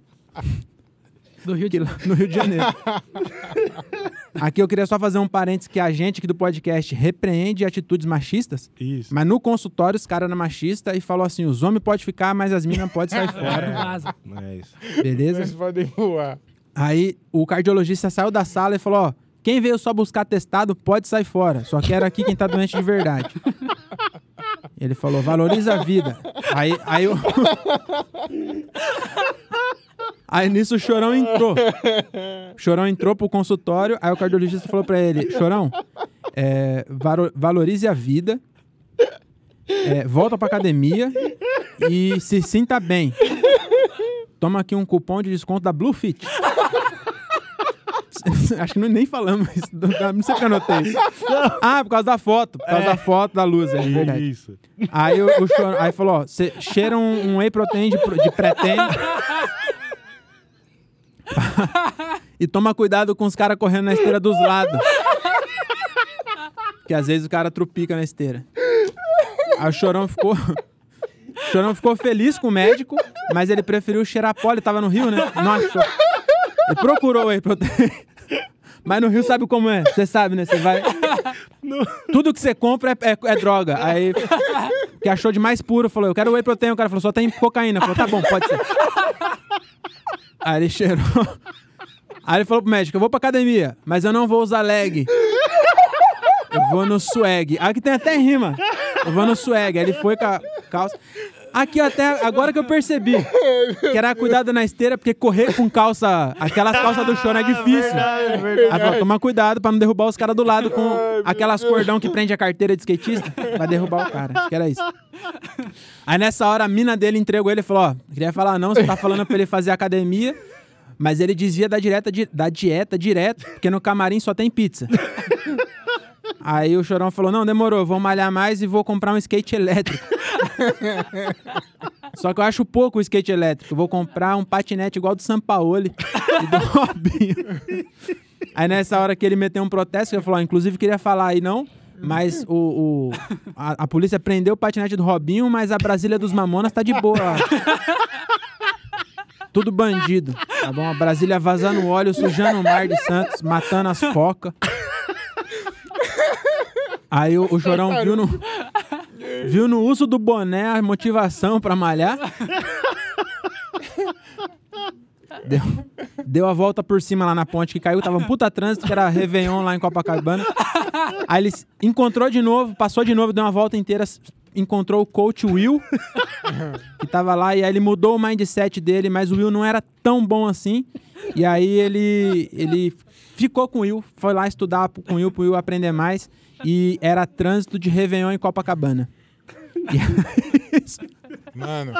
Speaker 2: Do Rio de
Speaker 3: aqui lá no Rio de Janeiro. aqui eu queria só fazer um parênteses que a gente aqui do podcast repreende atitudes machistas,
Speaker 1: Isso.
Speaker 3: mas no consultório os caras eram machistas e falou assim, os homens podem ficar, mas as minas podem sair
Speaker 2: Fora
Speaker 3: fora,
Speaker 2: vaza.
Speaker 1: Mas...
Speaker 3: É.
Speaker 4: Vocês
Speaker 3: beleza?
Speaker 4: podem voar.
Speaker 3: Aí o cardiologista saiu da sala e falou, ó, quem veio só buscar testado pode sair fora, só quero aqui quem tá doente de verdade. Ele falou, valoriza a vida. Aí, aí o... Aí nisso o Chorão entrou. Chorão entrou pro consultório, aí o cardiologista falou pra ele: Chorão, é, varo- valorize a vida, é, volta pra academia e se sinta bem. Toma aqui um cupom de desconto da Bluefit. Acho que nós nem falamos isso. Não sei porque eu anotei isso. Ah, por causa da foto. Por causa da foto da luz. É verdade.
Speaker 1: Isso.
Speaker 3: Aí o, o choro- aí falou, ó, você cheira um, um whey protein de, pro- de pretende. e toma cuidado com os caras correndo na esteira dos lados. Que às vezes o cara trupica na esteira. Aí o chorão ficou. O chorão ficou feliz com o médico, mas ele preferiu cheirar pó, ele tava no Rio, né? Não achou. Ele procurou o whey protein. Mas no Rio sabe como é? Você sabe, né? Você vai. Tudo que você compra é, é- é droga. Aí, que achou de mais puro, falou, eu quero whey protein. O cara falou, só tem cocaína. Falou, tá bom, pode ser. Aí ele cheirou. Aí ele falou pro médico, eu vou pra academia, mas eu não vou usar leg. Eu vou no swag. Aqui tem até rima. Eu vou no swag. Aí ele foi com a calça. Aqui até agora que eu percebi que era cuidado na esteira, porque correr com calça, aquelas calças do chão é difícil. Aí falou, toma cuidado pra não derrubar os caras do lado com aquelas cordão que prende a carteira de skatista. Vai derrubar o cara. Acho que era isso. Aí nessa hora a mina dele entregou ele e falou: Ó, queria falar não, você tá falando pra ele fazer academia. Mas ele dizia da, direta, di- da dieta direto, porque no camarim só tem pizza. Aí o Chorão falou: Não, demorou, vou malhar mais e vou comprar um skate elétrico. Só que eu acho pouco o skate elétrico. Vou comprar um patinete igual do Sampaoli e do Robinho. Aí nessa hora que ele meteu um protesto, ele falou, ó, inclusive queria falar aí não, mas o, o- a, a polícia prendeu o patinete do Robinho, mas a Brasília dos Mamonas tá de boa. lá. Tudo bandido, tá bom? A Brasília vazando óleo, sujando o mar de Santos, matando as focas. Aí o, o Chorão viu no, viu no uso do boné a motivação pra malhar. Deu, deu a volta por cima lá na ponte que caiu, tava um puta trânsito, que era Réveillon lá em Copacabana. Aí ele se encontrou de novo, passou de novo, deu uma volta inteira, s- encontrou o coach Will, que tava lá, e aí ele mudou o mindset dele, mas o Will não era tão bom assim. E aí ele, ele ficou com o Will, foi lá estudar pro- com o Will, pro Will aprender mais, e era trânsito de Réveillon em Copacabana. E é isso.
Speaker 4: Mano,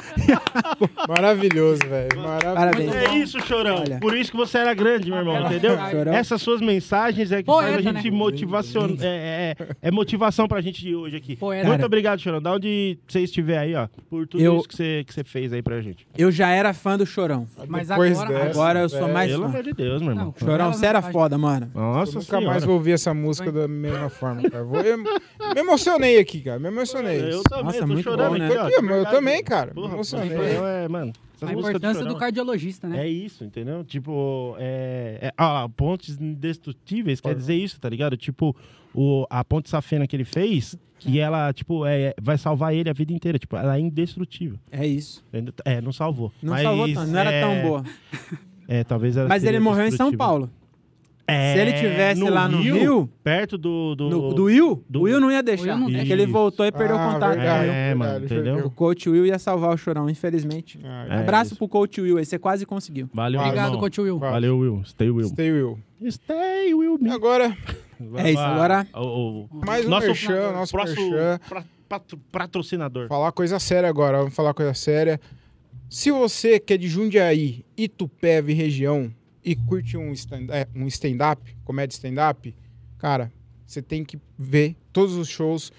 Speaker 4: maravilhoso, velho.
Speaker 3: Parabéns.
Speaker 4: Maravilhoso.
Speaker 1: É isso, Chorão.
Speaker 3: Olha.
Speaker 1: Por isso que você era grande, meu irmão, entendeu?
Speaker 3: Chorão.
Speaker 1: Essas suas mensagens é que
Speaker 2: Poeta,
Speaker 1: faz a gente
Speaker 2: né?
Speaker 1: motivacion... é, é, é motivação pra gente de hoje aqui.
Speaker 2: Poeta.
Speaker 1: Muito
Speaker 3: Cara.
Speaker 1: obrigado, Chorão. Da onde você estiver aí, ó, por tudo
Speaker 3: Eu-
Speaker 1: isso que você, que você fez aí pra gente.
Speaker 3: Eu já era fã do Chorão.
Speaker 2: Mas
Speaker 4: Depois
Speaker 2: agora-
Speaker 4: dessa,
Speaker 3: agora eu sou
Speaker 4: velho,
Speaker 3: mais-
Speaker 1: Pelo
Speaker 3: fã.
Speaker 1: amor de Deus, meu irmão.
Speaker 2: Não,
Speaker 3: Chorão, você era foda, mano.
Speaker 4: Eu
Speaker 1: Nossa
Speaker 4: nunca
Speaker 1: senhora.
Speaker 4: mais vou ouvir essa música da mesma forma, cara. Vou- eu- me emocionei aqui, cara. Me emocionei.
Speaker 1: Eu
Speaker 4: Tô
Speaker 1: também,
Speaker 3: Nossa,
Speaker 1: tô
Speaker 3: muito
Speaker 1: chorando
Speaker 3: bom, né?
Speaker 1: aqui, ó,
Speaker 4: aqui,
Speaker 1: de
Speaker 4: mano, eu
Speaker 1: verdade.
Speaker 4: também, cara. Me
Speaker 1: Porra,
Speaker 4: emocionei.
Speaker 1: Chorão é, mano. essas
Speaker 2: A
Speaker 1: músicas
Speaker 2: importância do
Speaker 1: Chorão.
Speaker 2: cardiologista, né?
Speaker 1: É isso, entendeu? Tipo, é. é ah, lá, pontes indestrutíveis quer dizer isso, tá ligado? Tipo, o, a ponte safena que ele fez, que ela, tipo, é, vai salvar ele a vida inteira. Tipo, ela é indestrutível.
Speaker 3: É isso.
Speaker 1: entendeu? É, não salvou.
Speaker 3: Não
Speaker 1: mas,
Speaker 3: salvou tanto, não era
Speaker 1: é,
Speaker 3: tão boa.
Speaker 1: É, talvez ela
Speaker 3: Mas ele
Speaker 1: seria
Speaker 3: morreu em São
Speaker 1: destrutível.
Speaker 3: Paulo.
Speaker 1: É,
Speaker 3: Se ele tivesse lá no Rio-
Speaker 1: Perto do. do,
Speaker 3: No- do Will,
Speaker 1: do-
Speaker 3: o Will não ia
Speaker 2: O
Speaker 3: deixar.
Speaker 2: Will não
Speaker 3: é que
Speaker 1: deixa.
Speaker 3: ele voltou e perdeu
Speaker 4: Ah,
Speaker 3: o contato. né?
Speaker 4: verdade.
Speaker 3: com o Will.
Speaker 1: É, mano,
Speaker 4: verdade,
Speaker 1: entendeu?
Speaker 3: O coach Will ia salvar o Chorão, infelizmente.
Speaker 4: Ah,
Speaker 1: É,
Speaker 3: Abraço
Speaker 1: isso.
Speaker 3: pro coach Will aí, você quase conseguiu.
Speaker 1: Valeu,
Speaker 2: Obrigado,
Speaker 1: irmão.
Speaker 2: coach Will.
Speaker 4: Vai.
Speaker 1: Valeu, Will. Stay Will.
Speaker 4: Stay Will.
Speaker 1: Stay Will.
Speaker 4: E Agora,
Speaker 3: É isso, agora-
Speaker 1: O, o-
Speaker 4: mais um
Speaker 1: Nosso-
Speaker 4: merchan, nosso
Speaker 1: próximo
Speaker 4: merchan.
Speaker 1: pra- patro- patrocinador.
Speaker 4: Falar coisa séria agora, vamos falar coisa séria. Se você que é de Jundiaí, Itupeva e região e curte um stand- é, um stand-up, comédia stand-up, cara, você tem que ver todos os shows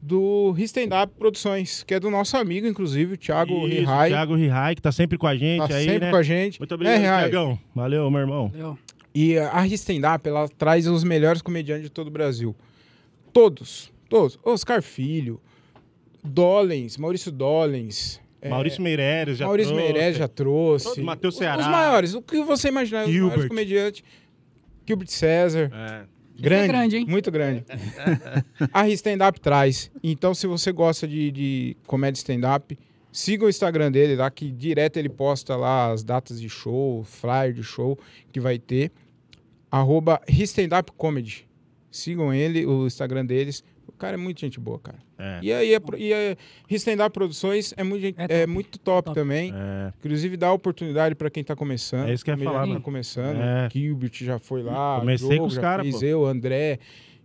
Speaker 4: do Stand-Up Produções, que é do nosso amigo, inclusive, o Thiago
Speaker 1: Isso,
Speaker 4: Rihai.
Speaker 1: Thiago Rihai, que tá sempre com a gente
Speaker 4: Tá
Speaker 1: aí,
Speaker 4: sempre
Speaker 1: né?
Speaker 4: com a gente.
Speaker 1: Muito obrigado,
Speaker 4: é, Rihai.
Speaker 1: Thiagão. Valeu, meu irmão.
Speaker 2: Valeu.
Speaker 4: E a stand-up, ela traz os melhores comediantes de todo o Brasil. Todos, todos. Oscar Filho, Dollens, Maurício Dollens. é,
Speaker 1: Maurício Meireles já
Speaker 4: Maurício
Speaker 1: trouxe.
Speaker 4: Meirelles já trouxe.
Speaker 1: Todo- Matheus
Speaker 4: Os-
Speaker 1: Ceará.
Speaker 4: Os maiores, o que você imaginar, os maiores
Speaker 1: Gilbert.
Speaker 4: comediantes. Gilbert César.
Speaker 1: É.
Speaker 4: Grande,
Speaker 2: grande, hein?
Speaker 4: Muito grande. a stand-up traz. Então, se você gosta de, de comédia stand-up, siga o Instagram dele lá, que direto ele posta lá as datas de show, flyer de show que vai ter. Arroba Stand-Up Comedy. Sigam ele, o Instagram deles. O cara é muito gente boa, cara.
Speaker 1: É.
Speaker 4: E aí, é, pro- e é, Stand-Up Produções é muito, gente-
Speaker 2: É top.
Speaker 4: é muito top,
Speaker 2: Top.
Speaker 4: também.
Speaker 1: É.
Speaker 4: Inclusive, dá oportunidade pra quem tá começando.
Speaker 1: É isso que eu ia
Speaker 4: Família
Speaker 1: falar,
Speaker 4: que tá
Speaker 1: mano.
Speaker 4: começando.
Speaker 1: É.
Speaker 4: Gilbert já foi lá.
Speaker 1: Comecei
Speaker 4: Diogo
Speaker 1: com os
Speaker 4: já
Speaker 1: cara,
Speaker 4: fez,
Speaker 1: pô.
Speaker 4: Eu, André.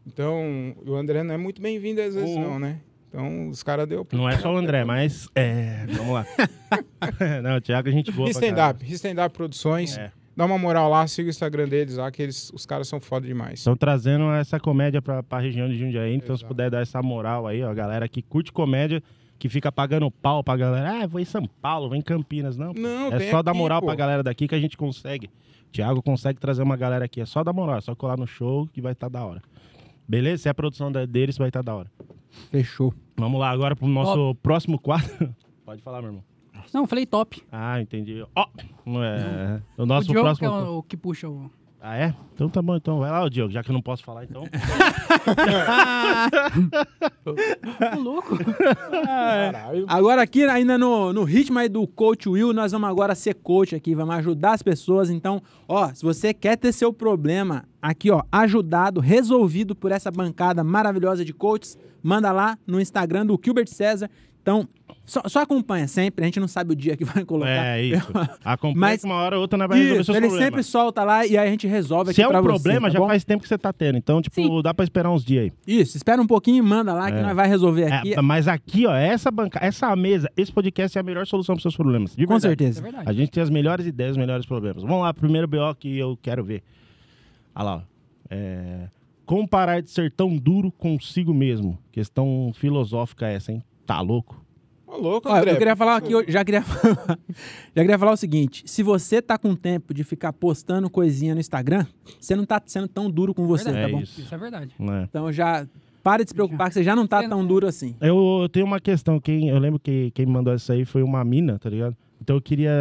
Speaker 4: Então, o André não é muito bem-vindo às vezes,
Speaker 1: Uhum.
Speaker 4: não, né? Então, os caras deu.
Speaker 1: Não é só o André, mas. É, vamos lá. Não, o Thiago, a gente boa. pra caralho.
Speaker 4: Stand-up, Stand-up Produções.
Speaker 1: É.
Speaker 4: Dá uma moral lá, siga o Instagram deles lá, que eles, os caras são foda demais.
Speaker 1: Estão trazendo essa comédia pra, pra região de Jundiaí. Então, se
Speaker 4: Exato.
Speaker 1: puder dar essa moral aí, ó, a galera que curte comédia, que fica pagando pau pra galera. Ah, vou em São Paulo, vou em Campinas. Não, pô.
Speaker 4: Não,
Speaker 1: É
Speaker 4: tem
Speaker 1: só dar
Speaker 4: aqui,
Speaker 1: moral
Speaker 4: pô.
Speaker 1: pra galera daqui que a gente consegue. Thiago consegue trazer uma galera aqui. É só dar moral, é só colar no show que vai estar da hora. Beleza? Se é a produção da- deles, vai estar da hora.
Speaker 3: Fechou.
Speaker 1: Vamos lá agora pro nosso próximo quadro. Pode falar, meu irmão.
Speaker 2: Não, eu falei top.
Speaker 1: Ah, entendi. Ó, não é. O
Speaker 2: O
Speaker 1: nosso
Speaker 2: Diogo
Speaker 1: próximo.
Speaker 2: que é o, o que puxa o...
Speaker 1: Ah, é? Então tá bom, então. Vai lá, ô, Diogo, já que eu não posso falar, então.
Speaker 2: Ô, Tá louco.
Speaker 4: Caralho.
Speaker 3: Agora aqui, ainda no, no ritmo aí do coach Will, nós vamos agora ser coach aqui, vamos ajudar as pessoas. Então, ó, se você quer ter seu problema aqui, ó, ajudado, resolvido por essa bancada maravilhosa de coaches, manda lá no Instagram do Gilbert César. Então, só, só acompanha sempre, a gente não sabe o dia que vai colocar.
Speaker 1: é isso. Acompanha
Speaker 3: Mas-
Speaker 1: que uma hora ou outra, né? Vai resolver
Speaker 3: Isso,
Speaker 1: seus
Speaker 3: ele sempre
Speaker 1: problemas.
Speaker 3: solta lá e aí a gente resolve
Speaker 1: Se
Speaker 3: aqui
Speaker 1: é
Speaker 3: pra
Speaker 1: um
Speaker 3: você,
Speaker 1: problema,
Speaker 3: tá
Speaker 1: já
Speaker 3: bom?
Speaker 1: faz tempo que você tá tendo. Então, tipo,
Speaker 2: Sim.
Speaker 1: dá pra esperar uns dias aí.
Speaker 3: Isso, espera um pouquinho e manda lá que
Speaker 1: É.
Speaker 3: nós vai resolver
Speaker 1: É,
Speaker 3: aqui.
Speaker 1: mas aqui, ó, essa banca, essa mesa, esse podcast é a melhor solução para seus problemas. De
Speaker 3: Com
Speaker 1: verdade.
Speaker 2: É
Speaker 3: certeza.
Speaker 1: A
Speaker 2: verdade.
Speaker 1: gente tem as melhores ideias, os melhores problemas. Vamos lá, primeiro BO que eu quero ver. Olha lá, ó. É, Comparar de ser tão duro consigo mesmo. Questão filosófica essa, hein? Tá louco?
Speaker 4: Ô, louco,
Speaker 1: Ah,
Speaker 3: Ó,
Speaker 4: André.
Speaker 3: eu queria falar aqui, eu já queria, falar- já queria falar o seguinte: se você tá com tempo de ficar postando coisinha no Instagram, você não tá sendo tão duro com você,
Speaker 2: Verdade.
Speaker 3: tá bom?
Speaker 1: É isso.
Speaker 2: Isso é verdade.
Speaker 1: né?
Speaker 3: Então já para de se preocupar que você já não tá tão duro assim.
Speaker 1: Eu, eu tenho uma questão. Quem, eu lembro que quem me mandou essa aí foi uma mina, tá ligado? Então eu queria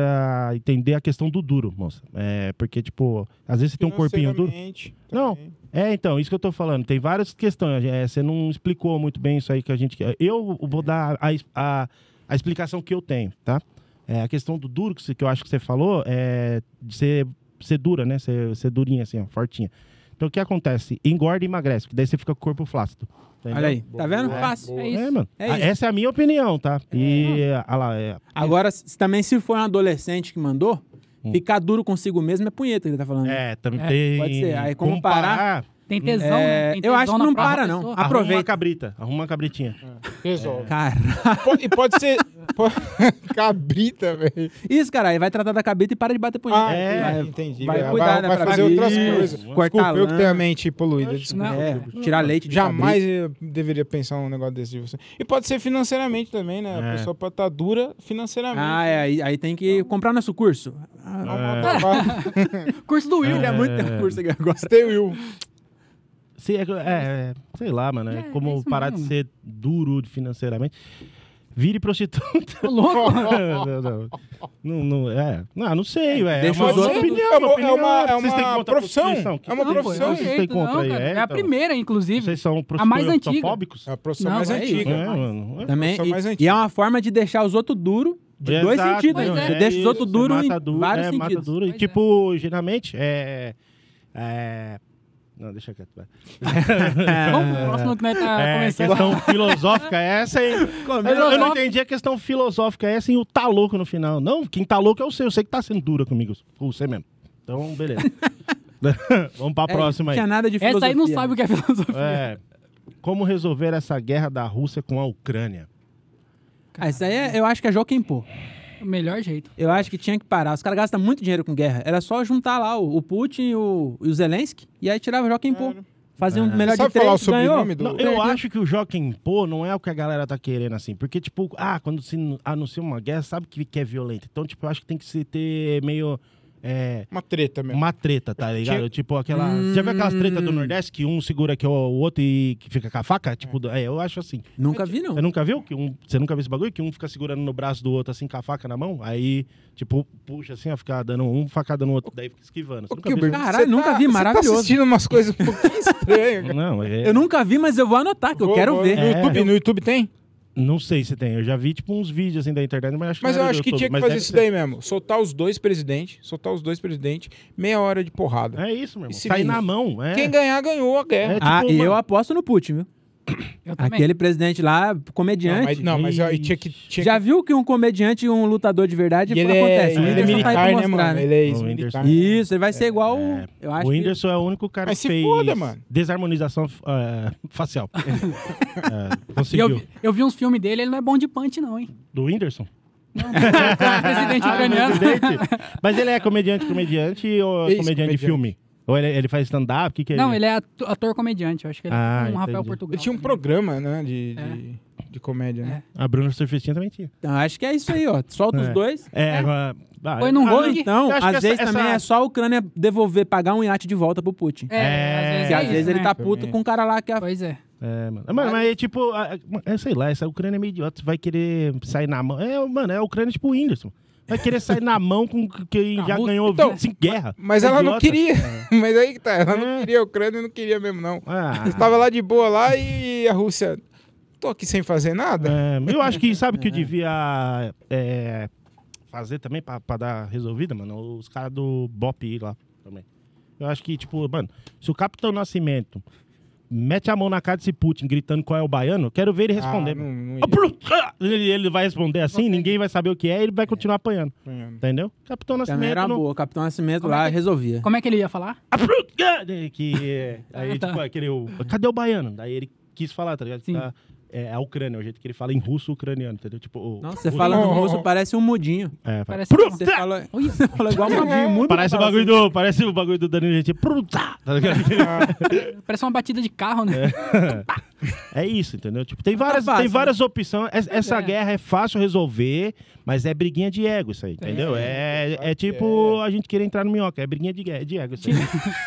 Speaker 1: entender a questão do duro, moça. É, porque, tipo, às vezes você tem um
Speaker 4: é
Speaker 1: corpinho duro.
Speaker 4: Financeiramente,
Speaker 1: Não.
Speaker 4: também.
Speaker 1: É, então, isso que eu tô falando. Tem várias questões. É, você não explicou muito bem isso aí que a gente quer. Eu vou dar a, es- a, a explicação que eu tenho, tá? É, a questão do duro que, você- que eu acho que você falou é de ser, ser dura, né? Ser, ser durinha, assim, ó, fortinha. Então o que acontece? Engorda e emagrece, porque daí você fica com o corpo flácido. entendeu?
Speaker 3: Olha aí,
Speaker 4: Boa,
Speaker 3: tá vendo?
Speaker 4: boa,
Speaker 3: Fácil.
Speaker 4: boa.
Speaker 2: É
Speaker 1: É,
Speaker 2: isso.
Speaker 1: mano.
Speaker 3: É
Speaker 1: Ah,
Speaker 3: isso.
Speaker 1: Essa é a minha opinião, tá? E, ah lá, é,
Speaker 3: Agora, se- também se for um adolescente que mandou,
Speaker 1: Hum.
Speaker 3: ficar duro consigo mesmo é punheta que ele tá falando.
Speaker 1: é, também
Speaker 2: É,
Speaker 1: tem.
Speaker 3: pode ser. Aí
Speaker 1: comparar,
Speaker 2: Tem tesão,
Speaker 3: É,
Speaker 2: né? Tem
Speaker 3: eu acho
Speaker 2: tesão
Speaker 3: que
Speaker 2: na
Speaker 3: não
Speaker 2: própria
Speaker 3: para, não.
Speaker 2: pessoa.
Speaker 3: Ah,
Speaker 1: Arruma uma
Speaker 3: Aproveita.
Speaker 1: cabrita, arruma uma cabritinha.
Speaker 4: Resolve.
Speaker 3: Cara,
Speaker 4: Po- E pode ser, Pô, Cabrita, velho.
Speaker 3: Isso, caralho, vai tratar da cabeça e para de bater punheta.
Speaker 4: é,
Speaker 3: Vai- né?
Speaker 4: entendi.
Speaker 3: vai
Speaker 4: velho.
Speaker 3: cuidar da
Speaker 4: vai fazer
Speaker 3: família,
Speaker 4: outras coisas.
Speaker 1: cortar
Speaker 4: Desculpa, eu que
Speaker 3: lã.
Speaker 4: tenho a mente poluída.
Speaker 1: Não,
Speaker 4: Desculpa.
Speaker 3: É, tirar leite de
Speaker 4: Jamais eu deveria pensar um negócio desse de você. E pode ser financeiramente também, né?
Speaker 1: É.
Speaker 4: A pessoa pode estar dura
Speaker 3: cabrito.
Speaker 4: financeiramente.
Speaker 3: Ah, é, aí, aí tem que comprar nosso curso. Ah,
Speaker 2: Curso do Will. né?
Speaker 3: William, é muito tempo curso aqui agora.
Speaker 4: Stay will.
Speaker 1: Se- é, é, sei lá, mano. É,
Speaker 2: É, é
Speaker 1: como
Speaker 2: isso
Speaker 1: parar de
Speaker 2: mesmo.
Speaker 1: ser duro financeiramente. Vire prostituta.
Speaker 2: Ô, Tá
Speaker 1: não,
Speaker 2: louco.
Speaker 1: não, não, não, é. não, não sei, velho.
Speaker 3: Deixa
Speaker 1: é uma,
Speaker 3: os outros-
Speaker 1: opinião, uma
Speaker 4: É uma-
Speaker 1: opinião.
Speaker 4: é uma- é
Speaker 1: Vocês têm
Speaker 4: uma
Speaker 1: contra a
Speaker 4: profissão.
Speaker 1: prostituição?
Speaker 4: É uma
Speaker 1: Que-
Speaker 2: Não, pô,
Speaker 4: profissão.
Speaker 2: é o
Speaker 1: Vocês têm
Speaker 2: jeito,
Speaker 1: contra
Speaker 2: não,
Speaker 1: aí,
Speaker 2: cara.
Speaker 1: é,
Speaker 2: É a
Speaker 1: então.
Speaker 2: primeira, inclusive.
Speaker 1: Vocês são
Speaker 2: A mais antiga.
Speaker 1: prostitutofóbicos?
Speaker 4: É a profissão
Speaker 2: Não,
Speaker 4: mais
Speaker 2: é
Speaker 4: antiga.
Speaker 1: É, mano.
Speaker 3: Também,
Speaker 4: São
Speaker 3: e,
Speaker 4: mais antigos.
Speaker 3: e é uma forma de deixar os outros duros de
Speaker 1: Exato,
Speaker 3: dois sentidos.
Speaker 1: não,
Speaker 3: né? Você
Speaker 1: é
Speaker 3: deixa os
Speaker 1: isso,
Speaker 3: outros duros
Speaker 1: você
Speaker 3: em
Speaker 1: mata duro,
Speaker 3: vários
Speaker 1: é, mata
Speaker 3: sentidos.
Speaker 1: duro. E,
Speaker 2: Pois é.
Speaker 1: tipo, geralmente, é... é- Não, deixa quieto, vai.
Speaker 2: Vamos pro Então, próximo que nós
Speaker 3: Ah,
Speaker 2: tá
Speaker 1: É,
Speaker 2: começando.
Speaker 1: questão filosófica é essa, hein? Eu, não- eu não entendi a questão filosófica é essa e o tá louco no final. Não, quem tá louco é o seu. Eu sei que tá sendo dura comigo. Com você mesmo. Então, beleza. Vamos pra
Speaker 3: É,
Speaker 1: próxima
Speaker 3: não
Speaker 1: aí.
Speaker 3: tinha nada de
Speaker 2: Essa aí não
Speaker 3: filosofia,
Speaker 2: sabe
Speaker 3: né?
Speaker 2: o que é filosofia.
Speaker 1: É, como resolver essa guerra da Rússia com a Ucrânia?
Speaker 3: Ah, Essa aí é- eu acho que é Joaquim Pô.
Speaker 2: O melhor jeito.
Speaker 3: Eu acho que tinha que parar. Os caras gastam muito dinheiro com guerra. Era só juntar lá o, o Putin e o, e o Zelensky e aí tirava o Joaquim Pô. Fazia
Speaker 1: É.
Speaker 3: um melhor
Speaker 4: Sabe
Speaker 3: de três,
Speaker 4: falar o
Speaker 3: ganhou.
Speaker 4: sobrenome do-
Speaker 1: Não, eu
Speaker 3: Perdeu.
Speaker 1: acho que o Joaquim Pô não é o que a galera tá querendo, assim. Porque, tipo, ah, quando se anuncia uma guerra, sabe que, que é violenta. Então, tipo, eu acho que tem que se ter meio. é,
Speaker 4: Uma treta mesmo.
Speaker 1: uma treta, tá ligado?
Speaker 4: Tinha-
Speaker 1: Tipo aquela. Você Já viu aquelas tretas do Nordeste que um segura aqui o outro e que fica com a faca? Tipo, do- é, eu acho assim.
Speaker 3: Nunca vi, não.
Speaker 1: Você nunca viu? Que um, você nunca viu esse bagulho? Que um fica segurando no braço do outro, assim, com a faca na mão? Aí, tipo, puxa assim, ó, fica dando um, facada no outro, daí fica esquivando. Você
Speaker 4: Ô,
Speaker 1: nunca viu
Speaker 4: Gilbert,
Speaker 1: isso?
Speaker 3: Caralho,
Speaker 4: você
Speaker 3: nunca vi,
Speaker 4: Você
Speaker 3: maravilhoso.
Speaker 4: tá assistindo umas coisas um pouquinho estranhas, cara.
Speaker 1: Não, é-
Speaker 3: Eu nunca vi, mas eu vou anotar, que eu
Speaker 4: Vou-
Speaker 3: quero
Speaker 4: vou-
Speaker 3: ver.
Speaker 4: No
Speaker 1: É.
Speaker 4: YouTube, no YouTube tem?
Speaker 1: não sei se tem. Eu já vi, tipo, uns vídeos assim da internet, mas acho que
Speaker 4: Mas
Speaker 1: não
Speaker 4: eu
Speaker 1: era
Speaker 4: acho
Speaker 1: do
Speaker 4: que
Speaker 1: YouTube,
Speaker 4: tinha que
Speaker 1: mas
Speaker 4: fazer
Speaker 1: deve
Speaker 4: isso
Speaker 1: ser.
Speaker 4: daí mesmo. Soltar os dois presidentes, soltar os dois presidentes, meia hora de porrada.
Speaker 1: É isso, meu irmão.
Speaker 4: E se
Speaker 1: Sai
Speaker 4: liga.
Speaker 1: na mão. É.
Speaker 4: Quem ganhar, ganhou a guerra.
Speaker 1: É,
Speaker 3: ah,
Speaker 1: tipo,
Speaker 3: e
Speaker 1: mano,
Speaker 3: eu aposto no Putin, viu?
Speaker 2: Eu também.
Speaker 3: Aquele presidente lá,
Speaker 4: Não, mas,
Speaker 3: comediante.
Speaker 4: não, mas aí tinha que. Tinha
Speaker 3: Já viu que um comediante e um lutador de verdade
Speaker 4: que... E ele é,
Speaker 3: acontece. o
Speaker 4: ele é
Speaker 3: Whindersson tá aí pra
Speaker 4: militar, né,
Speaker 3: mostrar,
Speaker 4: mano?
Speaker 3: né?
Speaker 4: Ele é
Speaker 1: O Whindersson.
Speaker 4: ex-militar.
Speaker 3: Isso, ele vai ser igual. o- eu acho
Speaker 1: o
Speaker 3: que-
Speaker 1: Whindersson é o único cara
Speaker 4: Mas
Speaker 1: que
Speaker 4: se
Speaker 1: fez
Speaker 4: foda, mano.
Speaker 1: desarmonização ah, facial. É,
Speaker 2: E eu,
Speaker 1: conseguiu.
Speaker 2: vi- eu vi uns filmes dele, ele não é bom de punch, não, hein?
Speaker 1: Do Whindersson?
Speaker 2: O presidente ucraniano.
Speaker 1: Ah, Mas ele é comediante, comediante ou é
Speaker 4: Ex-
Speaker 1: comediante de
Speaker 4: comediante.
Speaker 1: filme? Ou ele, ele faz stand-up? O que, que é
Speaker 2: Não, ele é atu- ator comediante, eu acho que ele
Speaker 1: Ah,
Speaker 2: é um Rafael
Speaker 1: entendi.
Speaker 2: Portugal.
Speaker 4: Ele tinha um
Speaker 2: também.
Speaker 4: programa, né, de, de, de comédia, né?
Speaker 1: A Bruna Surfistinha também tinha.
Speaker 3: Então, acho que é isso aí, ó. Solta os
Speaker 1: É.
Speaker 3: dois.
Speaker 1: É, agora. ah,
Speaker 2: Foi num
Speaker 1: ah,
Speaker 3: Ou
Speaker 2: ranking.
Speaker 3: então,
Speaker 1: Eu acho que
Speaker 3: às
Speaker 1: essa-
Speaker 3: vezes também
Speaker 1: essa-
Speaker 3: é só a Ucrânia devolver, pagar um iate de volta pro Putin.
Speaker 2: É,
Speaker 1: É,
Speaker 3: Porque
Speaker 2: às vezes, é
Speaker 3: às
Speaker 2: isso,
Speaker 3: vezes ele
Speaker 2: né?
Speaker 3: tá puto
Speaker 4: Também.
Speaker 3: com um cara lá que é.
Speaker 2: Pois é.
Speaker 1: É, mano. Mano, mas é tipo, a- a- é, sei lá, essa Ucrânia é meio idiota. Você vai querer sair na mão. É, mano, é a Ucrânia tipo o Whindersson. Vai querer sair na mão com quem já
Speaker 2: Rússia.
Speaker 1: ganhou
Speaker 4: Então,
Speaker 1: 25 guerra. É
Speaker 4: Mas ela não
Speaker 1: Idiota.
Speaker 4: queria.
Speaker 3: É.
Speaker 4: Mas aí que tá, ela não
Speaker 1: É.
Speaker 4: queria, a Ucrânia não queria mesmo, não.
Speaker 1: Ah,
Speaker 4: Estava lá de boa lá e a Rússia. Tô aqui sem fazer nada.
Speaker 1: É, eu acho que sabe o que eu devia é, fazer também pra, pra dar resolvida, mano? Os caras do Bop lá também. Eu acho que, tipo, mano, se o Capitão Nascimento mete a mão na cara desse Putin gritando qual é o baiano, quero ver ele responder.
Speaker 4: Ah, não, não
Speaker 1: Ah, blu- ah! Ele, ele vai responder assim, ninguém vai saber o que é, ele vai continuar apanhando.
Speaker 4: ia.
Speaker 1: Entendeu? Capitão
Speaker 3: Também
Speaker 1: Nascimento.
Speaker 3: era uma
Speaker 1: não-
Speaker 3: boa. O Capitão Nascimento
Speaker 2: Como é
Speaker 3: lá
Speaker 2: que-
Speaker 3: resolvia.
Speaker 2: Como é que ele ia falar?
Speaker 1: Ah, blu- ah! Que é, aí,
Speaker 2: Ah, tá.
Speaker 1: tipo, aquele. o- Cadê o baiano? Daí ele quis falar, tá ligado?
Speaker 2: Sim.
Speaker 1: Tá- é a Ucrânia, o jeito que ele fala em russo ucraniano, entendeu? Tipo, o-
Speaker 3: Nossa, você
Speaker 1: o-
Speaker 3: fala no
Speaker 4: Oh, oh,
Speaker 3: russo,
Speaker 4: oh.
Speaker 3: parece um mudinho.
Speaker 1: É, vai.
Speaker 2: Parece-
Speaker 1: Pruta!
Speaker 3: Você fala, você fala igual um mudinho. Mudo
Speaker 1: Parece o
Speaker 3: fala
Speaker 1: bagulho do, parece o bagulho do Danilo Gentili. Pruta! Tá ligado?
Speaker 2: Parece uma batida de carro, né?
Speaker 1: É isso, entendeu? Tipo, tem várias,
Speaker 3: Tá fácil, né?
Speaker 1: tem várias opções. Es- Essa
Speaker 2: é.
Speaker 1: guerra é fácil resolver, mas é briguinha de ego isso aí, entendeu? É, é tipo a gente querer entrar no minhoca, é briguinha de, gue- de ego isso aí.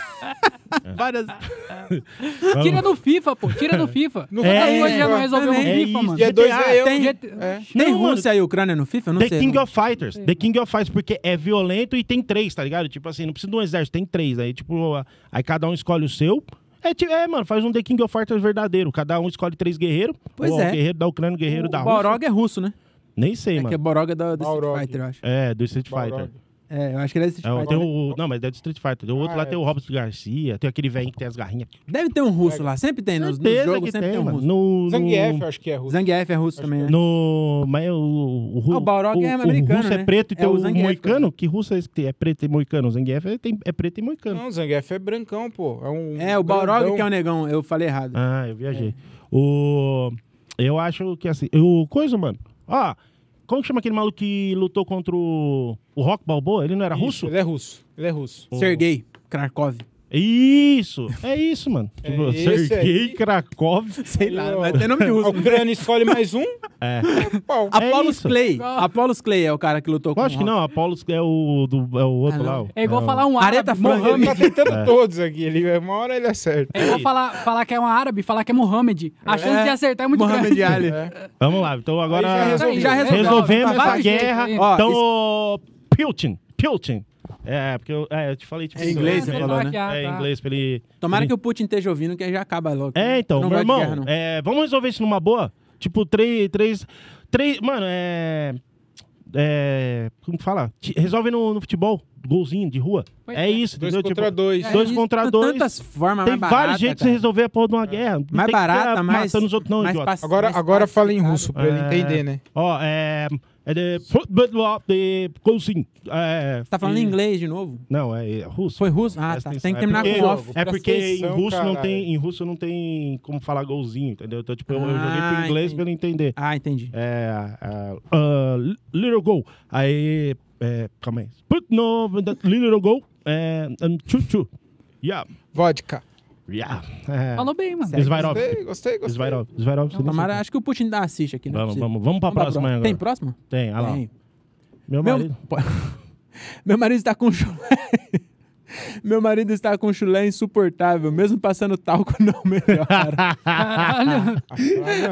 Speaker 3: assim, Várias...
Speaker 1: Vamos-
Speaker 2: Tira no FIFA, pô. Tira no FIFA.
Speaker 4: Não
Speaker 1: É,
Speaker 2: Até hoje
Speaker 1: é,
Speaker 2: já não resolveu no
Speaker 3: também.
Speaker 1: É
Speaker 2: FIFA,
Speaker 1: isso.
Speaker 2: mano.
Speaker 4: E é dois
Speaker 1: GTA,
Speaker 4: é eu.
Speaker 3: tem-
Speaker 4: É.
Speaker 3: Tem
Speaker 1: Não, mano.
Speaker 3: Rússia e Ucrânia no FIFA? Eu Não
Speaker 1: The
Speaker 3: sei.
Speaker 1: King
Speaker 3: não.
Speaker 1: of Fighters. The King of Fighters, porque é violento e tem três, tá ligado? Tipo assim, não precisa de um exército, tem três. Aí, tipo, a- aí cada um escolhe o seu. É, ti- é, mano, faz um The King of Fighters verdadeiro. Cada um escolhe três guerreiros.
Speaker 3: Pois
Speaker 1: Ou o
Speaker 3: é.
Speaker 1: guerreiro da Ucrânia, o guerreiro da Rússia.
Speaker 3: Borog é russo, né?
Speaker 1: Nem sei,
Speaker 3: É que é
Speaker 1: mano.
Speaker 3: Borog é da- do Street
Speaker 4: Balrog.
Speaker 3: Fighter, eu acho.
Speaker 1: É, do Street Fighter.
Speaker 4: Balrog.
Speaker 3: É, eu acho que ele é Street
Speaker 1: É,
Speaker 3: Fighter.
Speaker 1: tem o, não, mas é do Street Fighter. O outro
Speaker 4: Ah,
Speaker 1: lá
Speaker 4: é.
Speaker 1: tem o Robson Garcia, tem aquele velhinho que tem as garrinhas.
Speaker 3: Deve ter um russo lá, sempre tem. Nos, nos jogos sempre tem, um
Speaker 1: mano.
Speaker 3: russo.
Speaker 1: No, no,
Speaker 4: Zangief, eu acho que é russo.
Speaker 3: Zangief é russo também, né?
Speaker 1: no- mas é o, o, ru-
Speaker 3: Ah, o Balrog é americano,
Speaker 1: russo
Speaker 3: né?
Speaker 1: é preto e
Speaker 3: É
Speaker 1: tem
Speaker 3: o
Speaker 1: o,
Speaker 3: Zangief,
Speaker 1: moicano. Que russo é esse que tem? É preto e moicano. O Zangief é, tem- é preto e moicano.
Speaker 3: Hum.
Speaker 4: Não, Zangief é brancão, pô. É, um
Speaker 3: É, o Balrog
Speaker 4: grandão.
Speaker 3: que é o negão, eu falei errado. É.
Speaker 1: Ah, eu viajei. O, eu acho que assim. O coisa, mano. Ó, Como que chama aquele maluco que lutou contra o, o Rock Balboa? Ele não
Speaker 3: um
Speaker 1: era
Speaker 4: Isso,
Speaker 1: russo?
Speaker 4: Ele é russo. Ele é russo.
Speaker 3: Sergei Krakov.
Speaker 1: Isso! É isso, mano.
Speaker 4: É
Speaker 1: Tipo,
Speaker 4: esse
Speaker 1: Sergei
Speaker 4: aí.
Speaker 1: Krakov.
Speaker 3: Sei lá,
Speaker 4: Ele é
Speaker 3: Tá, mas
Speaker 4: o-
Speaker 3: tem nome de
Speaker 4: A
Speaker 3: russo.
Speaker 4: Ucrânia escolhe mais um.
Speaker 1: É.
Speaker 4: Pau.
Speaker 3: Apollos
Speaker 1: isso.
Speaker 3: Clay.
Speaker 2: Ah.
Speaker 3: Apollos Clay é o cara que lutou com
Speaker 1: Lógico que
Speaker 3: o Rock.
Speaker 1: não, Apollo é o, do, é o outro
Speaker 3: Ah, não.
Speaker 1: lá. o-
Speaker 2: É igual
Speaker 1: o-
Speaker 2: falar um árabe,
Speaker 3: Aretha Franklin.
Speaker 4: Ele tá
Speaker 2: Mohammed.
Speaker 4: tentando
Speaker 1: É.
Speaker 4: todos aqui. Ele, uma hora ele acerta.
Speaker 2: É igual falar, falar que é um árabe, falar que é Mohammed. A chance de acertar é muito
Speaker 3: Mohamed
Speaker 2: grande.
Speaker 3: Ali.
Speaker 4: É.
Speaker 1: Vamos lá, então agora
Speaker 4: já
Speaker 2: Tá um- aí, já
Speaker 3: resolveu.
Speaker 1: resolvemos
Speaker 2: Tá vários
Speaker 1: essa
Speaker 2: jeitos
Speaker 1: guerra.
Speaker 2: aí.
Speaker 3: Ó,
Speaker 1: então,
Speaker 3: isso-
Speaker 1: ô, Putin, Putin. É, porque eu, é, eu te falei... Tipo,
Speaker 3: É em inglês,
Speaker 1: é,
Speaker 3: você
Speaker 2: Ah,
Speaker 3: falou, né?
Speaker 2: tá.
Speaker 1: É, em inglês, pra ele...
Speaker 3: Tomara
Speaker 1: ele-
Speaker 3: que o Putin esteja ouvindo, que aí já acaba logo.
Speaker 1: É, então,
Speaker 3: não
Speaker 1: meu
Speaker 3: vai de
Speaker 1: irmão,
Speaker 3: guerra, não.
Speaker 1: é, vamos resolver isso numa boa? Tipo, três. três, três mano, é. É. Como que fala? Ti- Resolve no, no futebol, golzinho de rua.
Speaker 2: Pois
Speaker 1: é
Speaker 2: é.
Speaker 1: isso,
Speaker 4: Dois
Speaker 1: entendeu?
Speaker 4: contra
Speaker 1: Tipo,
Speaker 4: dois.
Speaker 1: dois
Speaker 3: É Isso,
Speaker 1: contra
Speaker 3: de
Speaker 1: dois.
Speaker 3: Tantas formas
Speaker 1: Tem
Speaker 3: mais baratas,
Speaker 1: vários jeitos de
Speaker 3: cara. É.
Speaker 1: resolver a porra de uma guerra. Não tem
Speaker 3: Mais
Speaker 1: que ficar
Speaker 3: barata, mais-
Speaker 1: Matando os outros, não,
Speaker 3: mais
Speaker 1: idiota.
Speaker 3: paci-
Speaker 4: Agora,
Speaker 3: mais
Speaker 4: agora fala em
Speaker 3: pacificado.
Speaker 4: russo pra ele
Speaker 1: É.
Speaker 4: entender, né?
Speaker 1: Ó, é. É de. de golzinho. É.
Speaker 3: Você tá falando
Speaker 1: e-
Speaker 3: em inglês de novo?
Speaker 1: Não, é, é russo.
Speaker 3: Foi russo? Ah,
Speaker 1: Presta
Speaker 3: tá.
Speaker 1: atenção.
Speaker 3: Tem que terminar
Speaker 1: é
Speaker 3: com
Speaker 1: porque,
Speaker 3: o off.
Speaker 1: É porque em
Speaker 4: atenção,
Speaker 1: russo, não
Speaker 4: caralho.
Speaker 1: tem, em russo não tem como falar golzinho, entendeu? Então, tipo, eu, eu joguei
Speaker 3: Ah,
Speaker 1: pro inglês
Speaker 3: entendi.
Speaker 1: pra ele entender.
Speaker 3: Ah, entendi.
Speaker 1: É. a- a- little Go. Aí. É, calma aí. Put no. that Little Go. É. Um, chu chu. Yeah.
Speaker 4: Vodka.
Speaker 1: Yeah. É.
Speaker 2: Falou bem, mano.
Speaker 3: Sério.
Speaker 1: Svairov.
Speaker 4: Gostei, gostei, gostei. Ah,
Speaker 1: Svairov. Svairov. você nem
Speaker 3: Tomara,
Speaker 1: sabe.
Speaker 3: acho que o Putin dá- assiste aqui, né?
Speaker 1: Vamos, vamos, vamos pra próxima agora.
Speaker 3: Tem próxima?
Speaker 1: Tem, olha lá.
Speaker 3: Tem.
Speaker 1: Meu
Speaker 3: Meu,
Speaker 1: marido.
Speaker 3: Pô, meu marido está com um chulé. Meu marido está com um chulé insuportável, mesmo passando talco não melhora.
Speaker 2: Caralho.
Speaker 4: A Flávia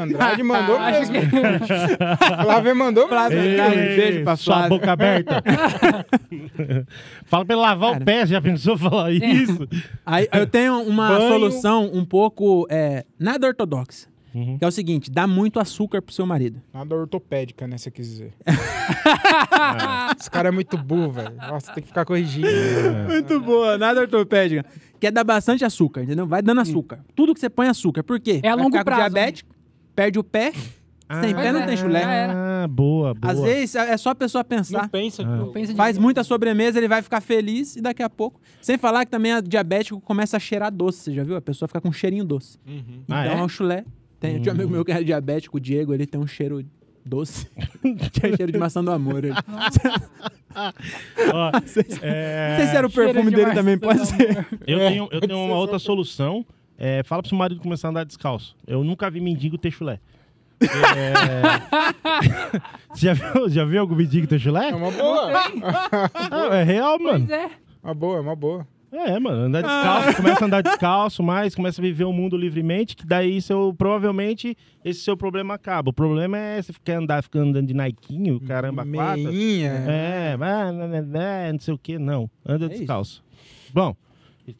Speaker 4: Andrade mandou
Speaker 2: Ah, tá, Acho
Speaker 4: mesmo.
Speaker 2: que...
Speaker 4: A Flávia mandou
Speaker 3: Flávia.
Speaker 4: mesmo.
Speaker 3: Ei, um beijo pra
Speaker 1: sua
Speaker 3: Flávia.
Speaker 1: boca aberta. Fala pra ele lavar
Speaker 3: Cara.
Speaker 1: o pé, já pensou
Speaker 3: É.
Speaker 1: falar isso?
Speaker 3: Aí eu tenho uma
Speaker 4: Banho.
Speaker 3: solução um pouco é, nada ortodoxa.
Speaker 1: Uhum.
Speaker 3: Que é o seguinte, dá muito açúcar pro seu marido.
Speaker 4: Nada ortopédica, né? Você quis dizer. Esse cara é muito burro, velho. Nossa, tem que ficar corrigindo.
Speaker 1: É.
Speaker 3: Muito boa, nada ortopédica. Quer dar bastante açúcar, entendeu? Vai dando açúcar. Tudo que você põe é açúcar. Por quê?
Speaker 2: É a
Speaker 3: Vai
Speaker 2: longo
Speaker 3: ficar com
Speaker 2: prazo,
Speaker 3: diabético, perde o pé, sem
Speaker 1: Ah,
Speaker 3: pé não tem chulé.
Speaker 2: Já era.
Speaker 1: Ah, boa, boa.
Speaker 3: Às vezes é só a pessoa pensar.
Speaker 4: Não pensa que...
Speaker 1: Ah.
Speaker 4: eu-
Speaker 2: Pensa de-
Speaker 3: Faz muita sobremesa, ele vai ficar feliz e daqui a pouco. Sem falar que também a diabético começa a cheirar doce, você já viu? A pessoa fica com um cheirinho doce.
Speaker 4: Uhum.
Speaker 1: Ah,
Speaker 3: então
Speaker 1: é?
Speaker 3: é? um chulé. Tem, Tinha um amigo meu que era diabético, o Diego, ele tem um cheiro doce. Tinha cheiro de maçã do amor. Ele.
Speaker 1: Ó, é...
Speaker 3: Não sei se era o
Speaker 2: Cheiro
Speaker 3: perfume
Speaker 2: de
Speaker 3: dele
Speaker 2: maçã
Speaker 3: também,
Speaker 2: do
Speaker 3: pode
Speaker 2: amor.
Speaker 3: ser.
Speaker 1: Eu tenho, eu tenho uma outra solução. É, fala pro seu marido começar a andar descalço. Eu nunca vi mendigo ter chulé. É... já, viu, já viu algum mendigo ter chulé?
Speaker 4: É uma boa.
Speaker 1: Ah, é real, mano.
Speaker 2: Pois é.
Speaker 4: Uma boa, é uma boa.
Speaker 1: É, mano. Andar
Speaker 2: Ah.
Speaker 1: descalço, começa a andar descalço mais, começa a viver o mundo livremente, que daí seu, provavelmente esse seu problema acaba. O problema é você quer andar ficando andando de Nikinho, caramba, quatro.
Speaker 2: né?
Speaker 4: Meinha.
Speaker 1: É, mas, né, né, né, não sei o que, não.
Speaker 2: É
Speaker 1: Anda
Speaker 3: isso.
Speaker 1: descalço. Bom,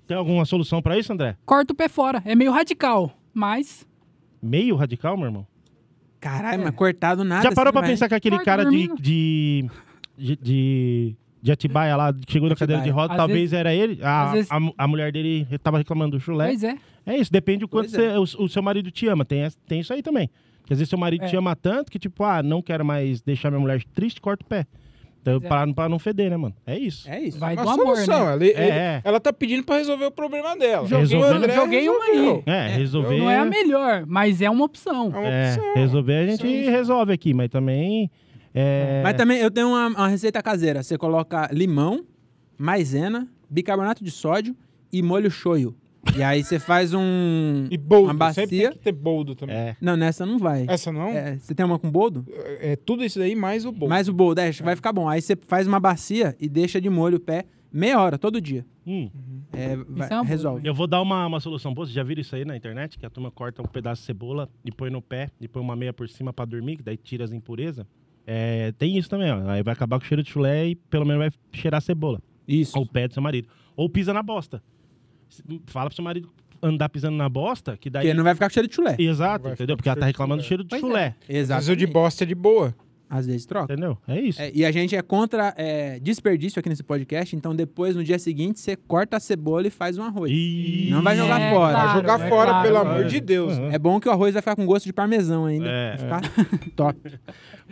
Speaker 1: tem alguma solução pra isso, André?
Speaker 2: Corta o pé fora. É meio radical, mas...
Speaker 1: Meio radical, meu irmão?
Speaker 3: Caralho, mas cortado nada.
Speaker 1: Já parou
Speaker 3: assim,
Speaker 1: pra
Speaker 3: mas-
Speaker 1: pensar que aquele
Speaker 2: Corta,
Speaker 1: cara
Speaker 2: meu
Speaker 1: de,
Speaker 2: amigo.
Speaker 1: de, de, de, de Atibaia lá, que chegou na
Speaker 3: Atibaia.
Speaker 1: cadeira de roda,
Speaker 2: Às
Speaker 1: talvez
Speaker 2: vezes-
Speaker 1: era ele? A,
Speaker 2: às vezes-
Speaker 1: a, mu- a mulher dele tava reclamando do chulé.
Speaker 2: Pois é.
Speaker 1: É isso, depende do quanto
Speaker 3: Pois é.
Speaker 1: você- o, o seu marido te ama. Tem, essa- tem isso aí também. Porque às vezes seu marido
Speaker 2: É.
Speaker 1: te ama tanto que, tipo, ah, não quero mais deixar minha mulher triste, corta o pé. Então,
Speaker 2: Pois é.
Speaker 1: pra, pra não feder, né, mano? É isso.
Speaker 3: É isso.
Speaker 2: Vai do
Speaker 4: Uma
Speaker 2: amor,
Speaker 4: solução.
Speaker 2: né?
Speaker 4: Ela, ele-
Speaker 1: É.
Speaker 4: ela tá pedindo pra resolver o problema dela.
Speaker 1: Joguei-
Speaker 4: O André
Speaker 2: joguei uma aí.
Speaker 4: resolveu.
Speaker 1: É, resolver.
Speaker 2: Não é a melhor, mas é uma opção.
Speaker 4: É uma
Speaker 1: É,
Speaker 4: opção.
Speaker 1: resolver a gente resolve aqui, mas também. É,
Speaker 3: Mas também eu tenho uma, uma receita caseira. Você coloca limão, maisena, bicarbonato de sódio e molho shoyu. E aí você faz um.
Speaker 4: E boldo.
Speaker 3: Uma
Speaker 4: Sempre
Speaker 3: bacia.
Speaker 4: tem que ter boldo também.
Speaker 1: é.
Speaker 3: Não, nessa não vai.
Speaker 4: Essa não? É.
Speaker 3: É, você tem uma com boldo?
Speaker 4: tudo isso daí mais o boldo.
Speaker 3: Mais o boldo, é, vai ficar bom. Aí você faz uma bacia e deixa de molho o pé meia hora, todo dia.
Speaker 1: Hum,
Speaker 3: É, vai-
Speaker 2: é uma boa,
Speaker 3: resolve.
Speaker 1: eu vou dar uma, uma solução. Pô, vocês já viram isso aí na internet? Que a turma corta um pedaço de cebola e põe no pé, e põe uma meia por cima pra dormir, que daí tira as impurezas. É, tem isso também, ó. Aí vai acabar com o cheiro de chulé e pelo menos vai cheirar cebola.
Speaker 3: Isso.
Speaker 1: Ou pede seu marido. Ou pisa na bosta. S- Fala pro seu marido andar pisando na bosta, que daí.
Speaker 3: Porque não é. vai ficar com cheiro de chulé.
Speaker 1: Exato,
Speaker 4: Vai
Speaker 1: entendeu?
Speaker 4: ficar com
Speaker 1: Porque ela tá
Speaker 4: cheiro de
Speaker 1: reclamando do cheiro de chulé.
Speaker 3: Exato.
Speaker 4: Mas o de bosta é de boa.
Speaker 3: Às vezes troca.
Speaker 1: Entendeu? É isso.
Speaker 3: É, e a gente é contra é, desperdício aqui nesse podcast, então depois, no dia seguinte, você corta a cebola e faz um arroz.
Speaker 1: Isso.
Speaker 3: Não vai jogar fora.
Speaker 4: Vai
Speaker 2: Claro,
Speaker 4: jogar
Speaker 2: é
Speaker 4: fora,
Speaker 2: claro.
Speaker 4: pelo
Speaker 1: É.
Speaker 4: amor de Deus.
Speaker 1: Uhum.
Speaker 3: É bom que o arroz vai ficar com gosto de parmesão ainda.
Speaker 1: É.
Speaker 3: Vai ficar top.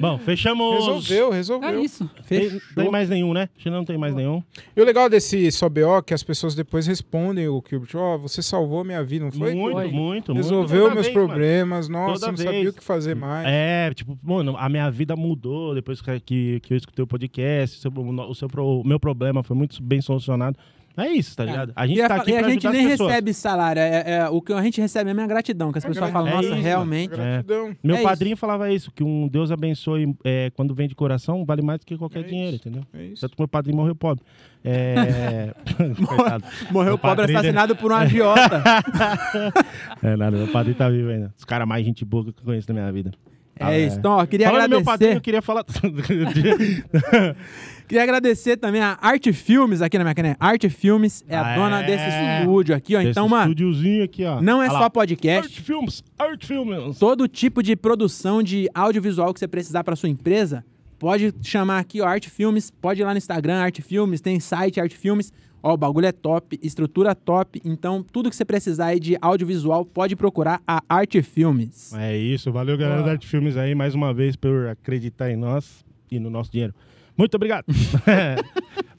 Speaker 1: Bom, fechamos.
Speaker 4: Resolveu,
Speaker 2: É
Speaker 4: resolveu.
Speaker 2: isso.
Speaker 1: Tem,
Speaker 3: Fechou.
Speaker 1: tem mais nenhum, né? Acho que não tem mais nenhum.
Speaker 4: E o legal desse só BO é que as pessoas depois respondem o Qbert, ó, você salvou minha vida, não foi?
Speaker 1: muito,
Speaker 2: Foi.
Speaker 1: muito, muito.
Speaker 4: Resolveu
Speaker 1: Toda
Speaker 4: meus
Speaker 1: vez, mano.
Speaker 4: problemas, nossa,
Speaker 1: Toda
Speaker 4: não sabia
Speaker 1: vez. Uhum.
Speaker 4: o que fazer mais.
Speaker 1: É, tipo, mano, a minha vida mudou depois que, que, que eu escutei o podcast, seu- o, seu pro- o meu problema foi muito bem solucionado. É isso, tá ligado? A gente
Speaker 3: e a,
Speaker 1: tá
Speaker 3: fa-
Speaker 1: aqui
Speaker 3: e a
Speaker 1: pra
Speaker 3: gente
Speaker 1: ajudar as
Speaker 3: nem
Speaker 1: pessoas.
Speaker 3: recebe salário. É, é- o que a gente recebe mesmo é a gratidão, que as pessoas falam,
Speaker 1: É
Speaker 3: nossa,
Speaker 1: isso, mano.
Speaker 3: realmente.
Speaker 4: Gratidão.
Speaker 1: Meu
Speaker 3: É
Speaker 1: padrinho falava isso, que um Deus abençoe é, quando vem de coração, vale mais do que qualquer
Speaker 4: É
Speaker 1: dinheiro,
Speaker 4: isso.
Speaker 1: entendeu?
Speaker 4: É isso.
Speaker 1: Tanto que meu padrinho morreu pobre. É... Coitado.
Speaker 3: Morreu
Speaker 1: Meu
Speaker 3: pobre
Speaker 1: padrinho-
Speaker 3: assassinado por um agiota.
Speaker 1: É nada, meu padrinho tá vivo ainda. Os caras mais gente boa que eu conheço na minha vida. Ah,
Speaker 3: é isso. Então, ó, queria
Speaker 1: Falando do meu padrinho, eu
Speaker 3: agradecer.
Speaker 1: queria falar...
Speaker 3: Queria agradecer também a Arte Filmes aqui na minha caneta. Arte Filmes é
Speaker 1: Ah,
Speaker 3: a dona
Speaker 1: é.
Speaker 3: desse estúdio aqui, ó. Então, mano,
Speaker 1: Estúdiozinho aqui, ó.
Speaker 3: não é
Speaker 1: Olha
Speaker 3: só
Speaker 1: lá.
Speaker 3: podcast.
Speaker 1: Art Films, Art Films.
Speaker 3: Todo tipo de produção de audiovisual que você precisar para sua empresa, pode chamar aqui, ó, Arte Filmes, pode ir lá no Instagram, Arte Filmes, tem site Arte Filmes. Ó, o bagulho é top, estrutura top, então tudo que você precisar aí de audiovisual, pode procurar a Arte Filmes.
Speaker 1: É isso, valeu galera da Art Filmes aí mais uma vez por acreditar em nós e no nosso dinheiro. Muito obrigado. É.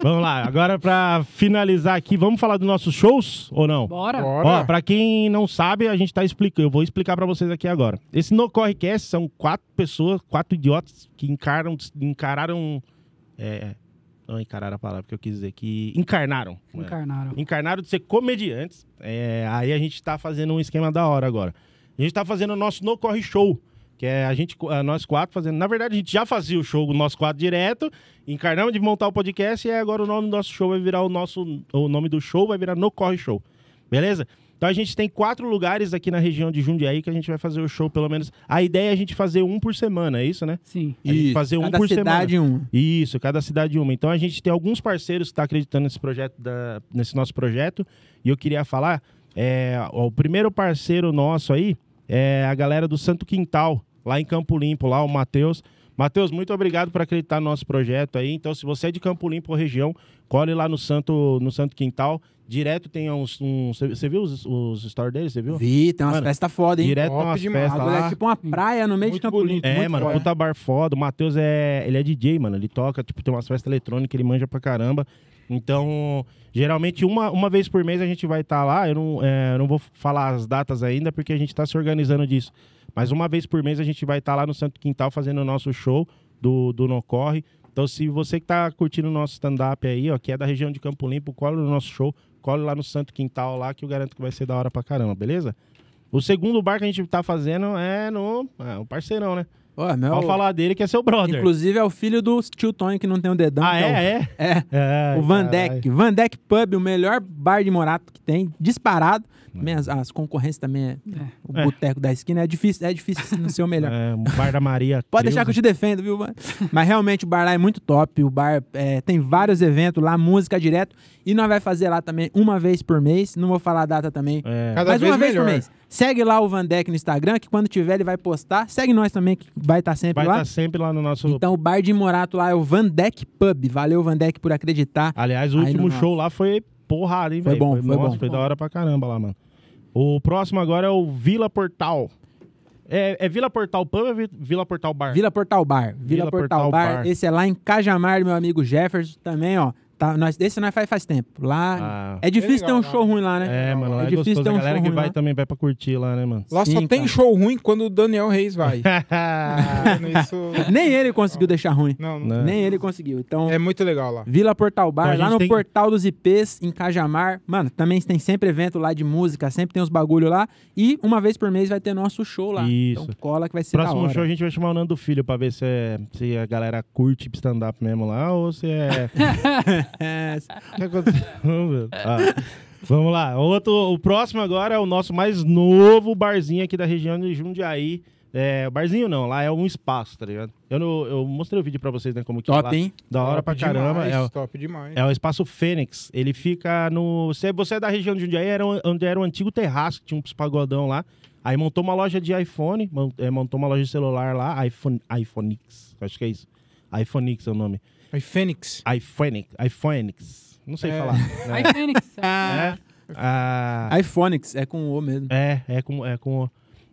Speaker 1: vamos lá, agora pra finalizar aqui, vamos falar dos nossos shows ou não?
Speaker 2: Bora.
Speaker 1: Ó,
Speaker 4: Bora.
Speaker 1: pra quem não sabe, a gente tá explicando. Eu vou explicar pra vocês aqui agora. Esse No Correcast são quatro pessoas, quatro idiotas que encaram, encararam. É, não encararam a palavra que eu quis dizer, que encarnaram. né?
Speaker 2: Encarnaram.
Speaker 1: Encarnaram de ser comediantes. É, aí a gente tá fazendo um esquema da hora agora. A gente tá fazendo o nosso No Corre Show. Que é a gente, a nós quatro fazendo. Na verdade, a gente já fazia o show, o nosso quatro direto. Encarnamos de montar o podcast e aí agora o nome do nosso show vai virar o nosso. O nome do show vai virar No Corre Show. Beleza? Então a gente tem quatro lugares aqui na região de Jundiaí que a gente vai fazer o show, pelo menos. A ideia é a gente fazer um por semana, é isso, né?
Speaker 2: Sim.
Speaker 1: A gente fazer um
Speaker 3: cada
Speaker 1: por
Speaker 3: cidade um.
Speaker 1: Isso, cada cidade uma. Então a gente tem alguns parceiros que estão acreditando nesse projeto, da- nesse nosso projeto. E eu queria falar, é, ó, o primeiro parceiro nosso aí é a galera do Santo Quintal, lá em Campo Limpo, lá o Matheus. Matheus, muito obrigado por acreditar no nosso projeto aí. Então, se você é de Campo Limpo ou região, colhe lá no Santo, no Santo Quintal. Direto tem uns. uns- Você você viu os, os stories dele? Você viu?
Speaker 3: Vi, tem umas
Speaker 1: Mano,
Speaker 3: festas foda, hein?
Speaker 1: Direto
Speaker 4: Top
Speaker 1: tem umas
Speaker 4: demais.
Speaker 1: festas
Speaker 3: Bagulho
Speaker 1: lá.
Speaker 3: é tipo uma praia no meio de
Speaker 4: Muito
Speaker 3: Campo Limpo.
Speaker 4: bonito,
Speaker 1: É,
Speaker 3: muito
Speaker 1: mano,
Speaker 3: foda.
Speaker 1: puta bar foda. O Matheus é, ele é DJ, mano. Ele toca, tipo, tem umas festas eletrônicas, ele manja pra caramba. Então, geralmente, uma, uma vez por mês a gente vai estar lá. Eu não, é, eu não vou falar as datas ainda, porque a gente tá se organizando disso. Mas uma vez por mês a gente vai estar lá no Santo Quintal fazendo o nosso show do, do No Corre. Então, se você que tá curtindo o nosso stand-up aí, ó, que é da região de Campo Limpo, cola no nosso show, cola lá no Santo Quintal lá, que eu garanto que vai ser da hora pra caramba, beleza? O segundo bar que a gente tá fazendo é no. É um parceirão, né?
Speaker 3: Ó, meu-
Speaker 1: Pode falar dele que é seu brother.
Speaker 3: Inclusive é o filho do tio Tony que não tem o dedão.
Speaker 1: ah,
Speaker 3: que o-
Speaker 1: é? É.
Speaker 3: É.
Speaker 1: Ai,
Speaker 3: O Van
Speaker 1: caralho.
Speaker 3: Deck. Van Deck Pub, o melhor bar de Morato que tem, disparado. Também as, as concorrências também, é, o
Speaker 1: É.
Speaker 3: boteco da esquina, é difícil, é difícil não ser o melhor.
Speaker 1: É, o bar da Maria.
Speaker 3: Pode deixar que eu te defendo, viu, mano? Mas realmente o bar lá é muito top. O bar é, tem vários eventos lá, música direto. E nós vai fazer lá também uma vez por mês. Não vou falar a data também.
Speaker 1: É.
Speaker 4: Cada
Speaker 3: Mas
Speaker 4: vez
Speaker 3: uma vez
Speaker 4: melhor.
Speaker 3: por mês. Segue lá o Van Deck no Instagram, que quando tiver ele vai postar. Segue nós também, que vai estar sempre
Speaker 1: Vai
Speaker 3: um lá.
Speaker 1: estar sempre lá no nosso.
Speaker 3: Então o bar de Morato lá é o Van Deck Pub. Valeu, Van Deck, por acreditar.
Speaker 1: Aliás, o
Speaker 3: Aí
Speaker 1: último
Speaker 3: no
Speaker 1: show lá foi porrada, hein,
Speaker 3: Foi
Speaker 1: velho?
Speaker 3: bom, foi
Speaker 1: nossa,
Speaker 3: bom.
Speaker 1: Foi da hora pra caramba lá, mano. O próximo agora é o Vila Portal. É, é Vila Portal Pub ou é Vi- Vila Portal Bar?
Speaker 3: Vila Portal Bar. Vila,
Speaker 1: Vila
Speaker 3: Portal,
Speaker 1: Portal
Speaker 3: Bar.
Speaker 1: Bar.
Speaker 3: Esse é lá em Cajamar, meu amigo Jefferson, também, ó. Tá, nós, esse nós faz faz tempo. Lá.
Speaker 1: Ah.
Speaker 3: é difícil ter
Speaker 4: legal,
Speaker 3: um
Speaker 4: lá.
Speaker 3: show ruim lá, né?
Speaker 1: É, mano, lá é,
Speaker 3: difícil
Speaker 1: gostoso.
Speaker 3: ter
Speaker 1: A
Speaker 3: um
Speaker 1: galera
Speaker 3: show
Speaker 1: que
Speaker 3: ruim
Speaker 1: vai
Speaker 3: lá.
Speaker 1: também vai pra curtir lá, né, mano?
Speaker 4: Lá só
Speaker 3: Sim,
Speaker 4: tem
Speaker 3: cara.
Speaker 4: show ruim quando o Daniel Reis vai.
Speaker 3: é
Speaker 4: Isso-
Speaker 1: tá-
Speaker 3: Nem ele conseguiu deixar ruim.
Speaker 4: Não, não.
Speaker 1: Né?
Speaker 3: Nem ele conseguiu. Então,
Speaker 4: É muito legal lá.
Speaker 3: Vila Portal
Speaker 1: Então,
Speaker 3: Bar,
Speaker 1: a
Speaker 3: lá
Speaker 1: gente
Speaker 3: no
Speaker 1: tem-
Speaker 3: Portal dos IPs, em Cajamar. Mano, também tem sempre evento lá de música, sempre tem uns bagulho lá. E uma vez por mês vai ter nosso show lá.
Speaker 1: Isso.
Speaker 3: Então cola que vai ser da
Speaker 1: Próximo
Speaker 3: hora.
Speaker 1: show a gente vai chamar o Nando Filho pra ver se, é- se a galera curte stand-up mesmo lá ou se é.
Speaker 3: É,
Speaker 1: O que aconteceu? meu? Ah, vamos lá. Outro, o próximo agora é o nosso mais novo barzinho aqui da região de Jundiaí. É, barzinho não, lá é um espaço, tá ligado? Eu, não- eu mostrei o vídeo pra vocês, né? Como que é lá.
Speaker 3: top, hein?
Speaker 1: Da hora pra
Speaker 4: Top
Speaker 1: caramba.
Speaker 4: demais,
Speaker 1: É, o-
Speaker 4: Top demais.
Speaker 1: é o espaço Fênix. Ele fica no. Se você é da região de Jundiaí, era o- onde era o antigo terraço, que tinha uns pagodão lá. Aí montou uma loja de iPhone, mon- é, montou uma loja de celular lá, iPhone, iPhonex, acho que é isso. iPhonex é o nome.
Speaker 4: Aí, Fênix.
Speaker 1: iPhonex, iPhonex, não sei
Speaker 4: É.
Speaker 1: falar. né?
Speaker 2: Aí, Fênix.
Speaker 1: É. Ah,
Speaker 3: iPhonics, é com o mesmo.
Speaker 1: é, é com, é com.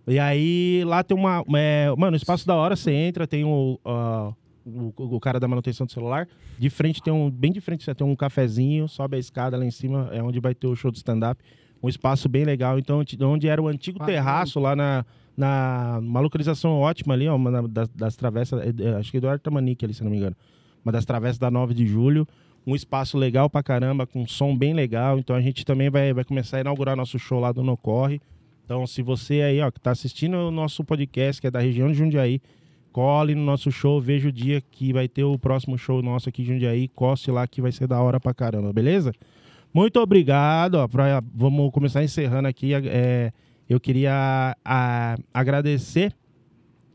Speaker 1: E aí lá tem uma. é, mano, espaço da hora, você entra, tem o, ah, o, o cara da manutenção do celular. De frente tem um. Bem de frente você tem um cafezinho, sobe a escada lá em cima, é onde vai ter o show de stand-up. Um espaço bem legal. Então, onde- onde era o antigo
Speaker 3: Ah,
Speaker 1: terraço lá na, na, uma localização ótima ali, ó, uma na- das, das travessas, é, é, acho que Eduardo Tamanique ali, se não me engano. Uma das travessas da 9 de julho. Um espaço legal pra caramba, com som bem legal. Então a gente também vai, vai começar a inaugurar nosso show lá do Nocorre. Então, se você aí, ó, que tá assistindo o nosso podcast, que é da região de Jundiaí, cole no nosso show, veja o dia que vai ter o próximo show nosso aqui em Jundiaí, coste lá que vai ser da hora pra caramba, beleza? Muito obrigado, ó, pra- vamos começar encerrando aqui, é, eu queria a- agradecer,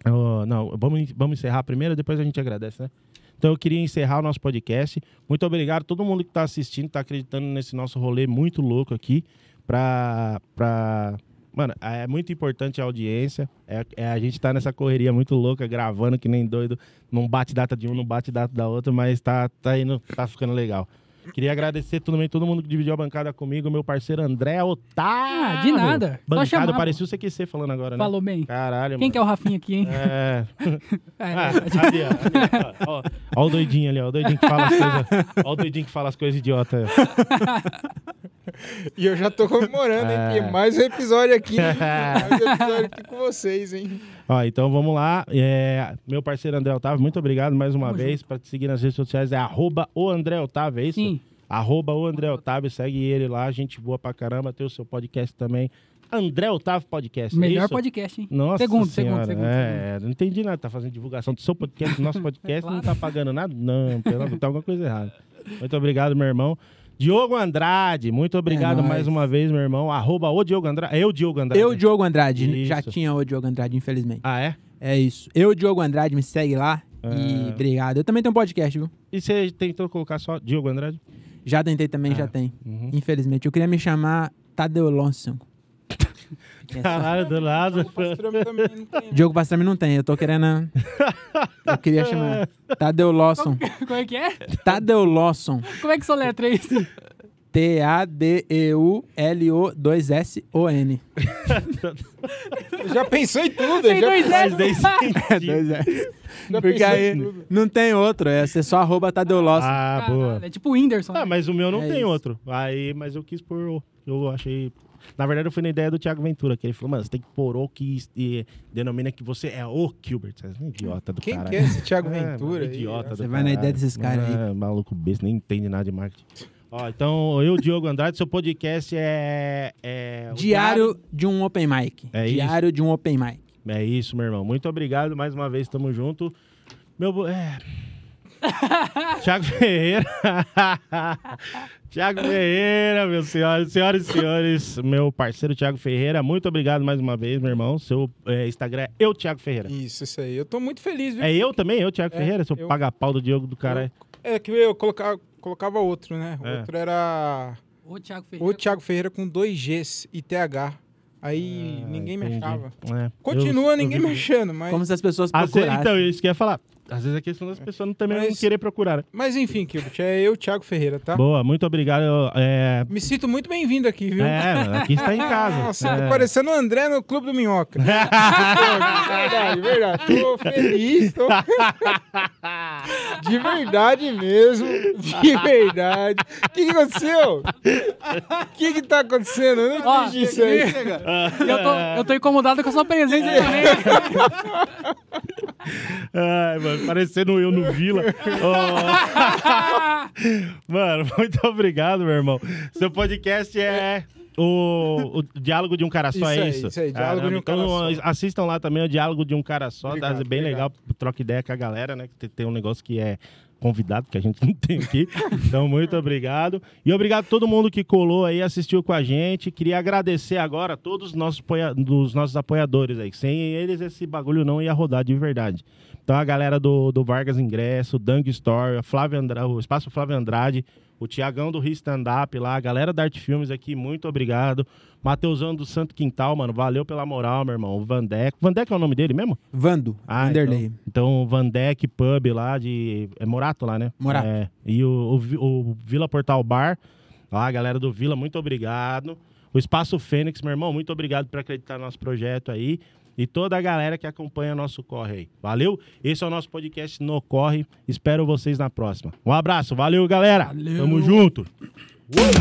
Speaker 1: ó, não, vamos, vamos encerrar primeiro, depois a gente agradece, né? Então eu queria encerrar o nosso podcast. Muito obrigado a todo mundo que está assistindo, está acreditando nesse nosso rolê muito louco aqui. Pra, pra... Mano, é muito importante a audiência. É, é a gente tá nessa correria muito louca, gravando que nem doido. Não bate data de um, não bate data da outra, mas tá, tá, indo, tá ficando legal. Queria agradecer também todo mundo que dividiu a bancada comigo, meu parceiro André Otávio.
Speaker 2: Ah, de nada. Só
Speaker 1: Bancada,
Speaker 2: chamar,
Speaker 1: parecia o CQC falando agora, né?
Speaker 2: Falou bem.
Speaker 1: Caralho,
Speaker 2: Quem
Speaker 1: mano.
Speaker 2: que é o Rafinha aqui, hein?
Speaker 1: É.
Speaker 2: É,
Speaker 1: Ah,
Speaker 2: é.
Speaker 1: ali, ó, ali, ó, ó. Ó o doidinho ali, ó. O doidinho que fala as coisas. Ó o doidinho que fala as coisas idiota.
Speaker 4: E eu já tô comemorando, hein?
Speaker 1: É.
Speaker 4: Porque mais um episódio aqui. mais um episódio aqui com vocês, hein?
Speaker 1: Ó, então vamos lá. É, meu parceiro André Otávio, muito obrigado mais uma
Speaker 2: Tamo
Speaker 1: vez. Pra te seguir nas redes sociais é arroba o André Otávio, é isso?
Speaker 2: Sim.
Speaker 1: Arroba o André Otávio, segue ele lá. Gente boa pra caramba. Tem o seu podcast também. André Otávio Podcast. é
Speaker 2: Melhor
Speaker 1: isso?
Speaker 2: podcast, hein?
Speaker 1: Nossa
Speaker 2: Segundo,
Speaker 1: senhora,
Speaker 2: segundo, segundo. segundo.
Speaker 1: É, não entendi nada. Tá fazendo divulgação do seu podcast, do nosso podcast, não tá pagando nada? Não, pelo amor, tá alguma coisa errada. Muito obrigado, meu irmão. Diogo Andrade, muito obrigado
Speaker 3: nóis.
Speaker 1: mais uma vez, meu irmão. Arroba o Diogo Andrade. Eu, Diogo Andrade.
Speaker 3: Eu, Diogo Andrade.
Speaker 1: Isso.
Speaker 3: Já tinha o Diogo Andrade, infelizmente.
Speaker 1: Ah, é?
Speaker 3: É isso. Eu, Diogo Andrade, me segue lá.
Speaker 1: É.
Speaker 3: E obrigado. Eu também tenho um podcast, viu?
Speaker 1: E você tentou colocar só Diogo Andrade?
Speaker 3: Já tentei também, já tem. Infelizmente. Eu queria me chamar Tadeu Lonson.
Speaker 1: Caralho, do lado.
Speaker 4: Pastrami também não tem.
Speaker 3: Diogo Pastrami não tem, eu tô querendo. Eu queria chamar. Tadeu Lawson.
Speaker 2: Como é que é?
Speaker 3: Tadeu Lawson.
Speaker 2: Como é que soletra isso?
Speaker 3: T-A-D-E-U-L-O-2-S-O-N.
Speaker 4: Já pensou em tudo,
Speaker 2: Tem
Speaker 4: já
Speaker 2: dois
Speaker 4: pensou-
Speaker 2: S.
Speaker 3: É, dois S.
Speaker 4: Já
Speaker 3: Porque
Speaker 4: pensou
Speaker 3: aí
Speaker 4: em tudo.
Speaker 3: não tem outro, é você só arroba Tadeu Lawson.
Speaker 1: Ah, boa.
Speaker 2: Caralho, É tipo o Whindersson.
Speaker 1: Ah, mas o meu não
Speaker 3: É
Speaker 1: tem
Speaker 3: isso.
Speaker 1: outro. Aí, mas eu quis pôr o. Eu achei. Na verdade, eu fui na ideia do Thiago Ventura, que ele falou, mano, você tem que pôr o que e denomina que você é o Gilbert. Você é um idiota do
Speaker 4: Quem
Speaker 1: caralho.
Speaker 4: que é esse Thiago
Speaker 1: É,
Speaker 4: Ventura?
Speaker 1: mano,
Speaker 4: aí?
Speaker 1: idiota do
Speaker 3: Você vai na
Speaker 1: caralho.
Speaker 3: ideia desses caras aí.
Speaker 1: É, maluco besta, nem entende nada de marketing. Ó, então, eu, Diogo Andrade, seu podcast é. é o
Speaker 3: Diário de um Open Mic.
Speaker 1: É isso.
Speaker 3: Diário de um Open Mic.
Speaker 1: É isso, meu irmão. Muito obrigado mais uma vez, tamo junto. Meu. bo- É... Tiago Ferreira. Tiago Ferreira, meus senhores, senhoras e senhores, meu parceiro Tiago Ferreira, muito obrigado mais uma vez, meu irmão. Seu é, Instagram é eu, Tiago Ferreira.
Speaker 4: Isso, isso aí. Eu tô muito feliz, viu?
Speaker 1: É eu também, eu, Tiago
Speaker 4: É,
Speaker 1: Ferreira, seu
Speaker 4: eu-
Speaker 1: paga-pau do Diogo do cara.
Speaker 4: É que eu colocava, colocava outro, né?
Speaker 1: É.
Speaker 4: Outro era
Speaker 2: O Thiago Ferreira.
Speaker 4: o Thiago Ferreira com dois Gs e TH. Aí ninguém me
Speaker 1: Ah, Entendi.
Speaker 4: achava.
Speaker 1: É, eu-
Speaker 4: Continua
Speaker 1: eu
Speaker 4: ninguém
Speaker 1: vi-
Speaker 4: me achando, mas,
Speaker 3: Como se as pessoas
Speaker 1: Às vezes,
Speaker 3: procurassem.
Speaker 1: então, isso que eu ia falar. Às vezes é questão das pessoas não- também não
Speaker 4: Mas-
Speaker 1: querer procurar. né?
Speaker 4: mas enfim, Kilbert, é eu, Thiago Ferreira, tá?
Speaker 1: Boa, muito obrigado. É,
Speaker 4: Me sinto muito bem-vindo aqui, viu?
Speaker 1: é mano, aqui está em casa.
Speaker 4: Nossa,
Speaker 1: é.
Speaker 4: tô parecendo o André no Clube do Minhoca. verdade, verdade. Tô feliz. Tô... De verdade mesmo. De verdade. O que, que aconteceu? O que, que tá acontecendo? Eu não
Speaker 2: Ó,
Speaker 4: entendi isso aí.
Speaker 2: Eu tô, eu tô incomodado com a sua presença
Speaker 1: É.
Speaker 2: aí também. né?
Speaker 1: Ai, mano, parecendo eu no Vila. Ó. mano, muito obrigado, meu irmão. Seu podcast é o, o Diálogo de um Cara Só,
Speaker 4: Isso
Speaker 1: é
Speaker 4: aí,
Speaker 1: isso?
Speaker 4: isso aí, Diálogo de um
Speaker 1: então,
Speaker 4: Cara Só.
Speaker 1: ó, assistam lá também o Diálogo de um Cara Só.
Speaker 4: Obrigado,
Speaker 1: tá bem legal,
Speaker 4: obrigado.
Speaker 1: troca ideia com a galera, né? Que tem- tem um negócio que é convidado, que a gente não tem aqui. Então, muito obrigado. E obrigado a todo mundo que colou aí, assistiu com a gente. Queria agradecer agora a todos os nossos, apoia- dos nossos apoiadores aí. Sem eles, esse bagulho não ia rodar de verdade. Então, a galera do, do Vargas Ingresso, Dang Store, a Flávia Andra- o Espaço Flávio Andrade, o Tiagão do Rio Stand Up lá, a galera da Arte Filmes aqui, muito obrigado. Mateusão do Santo Quintal, mano, valeu pela moral, meu irmão. O Vandeco. Vandeco é o nome dele mesmo?
Speaker 3: Vando,
Speaker 1: Ah,
Speaker 3: Vanderlei.
Speaker 1: Então, então o Van Deck Pub lá de. É Morato lá, né?
Speaker 3: Morato.
Speaker 1: É, e o, o Vi- o Vila Portal Bar. Lá, a galera do Vila, muito obrigado. O Espaço Fênix, meu irmão, muito obrigado por acreditar no nosso projeto aí. E toda a galera que acompanha nosso corre aí. Valeu? Esse é o nosso podcast No Corre. Espero vocês na próxima. Um abraço, valeu, galera. Tamo junto. Uou!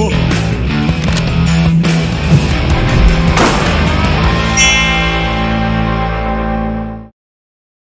Speaker 1: Ó, ó, ó, ó.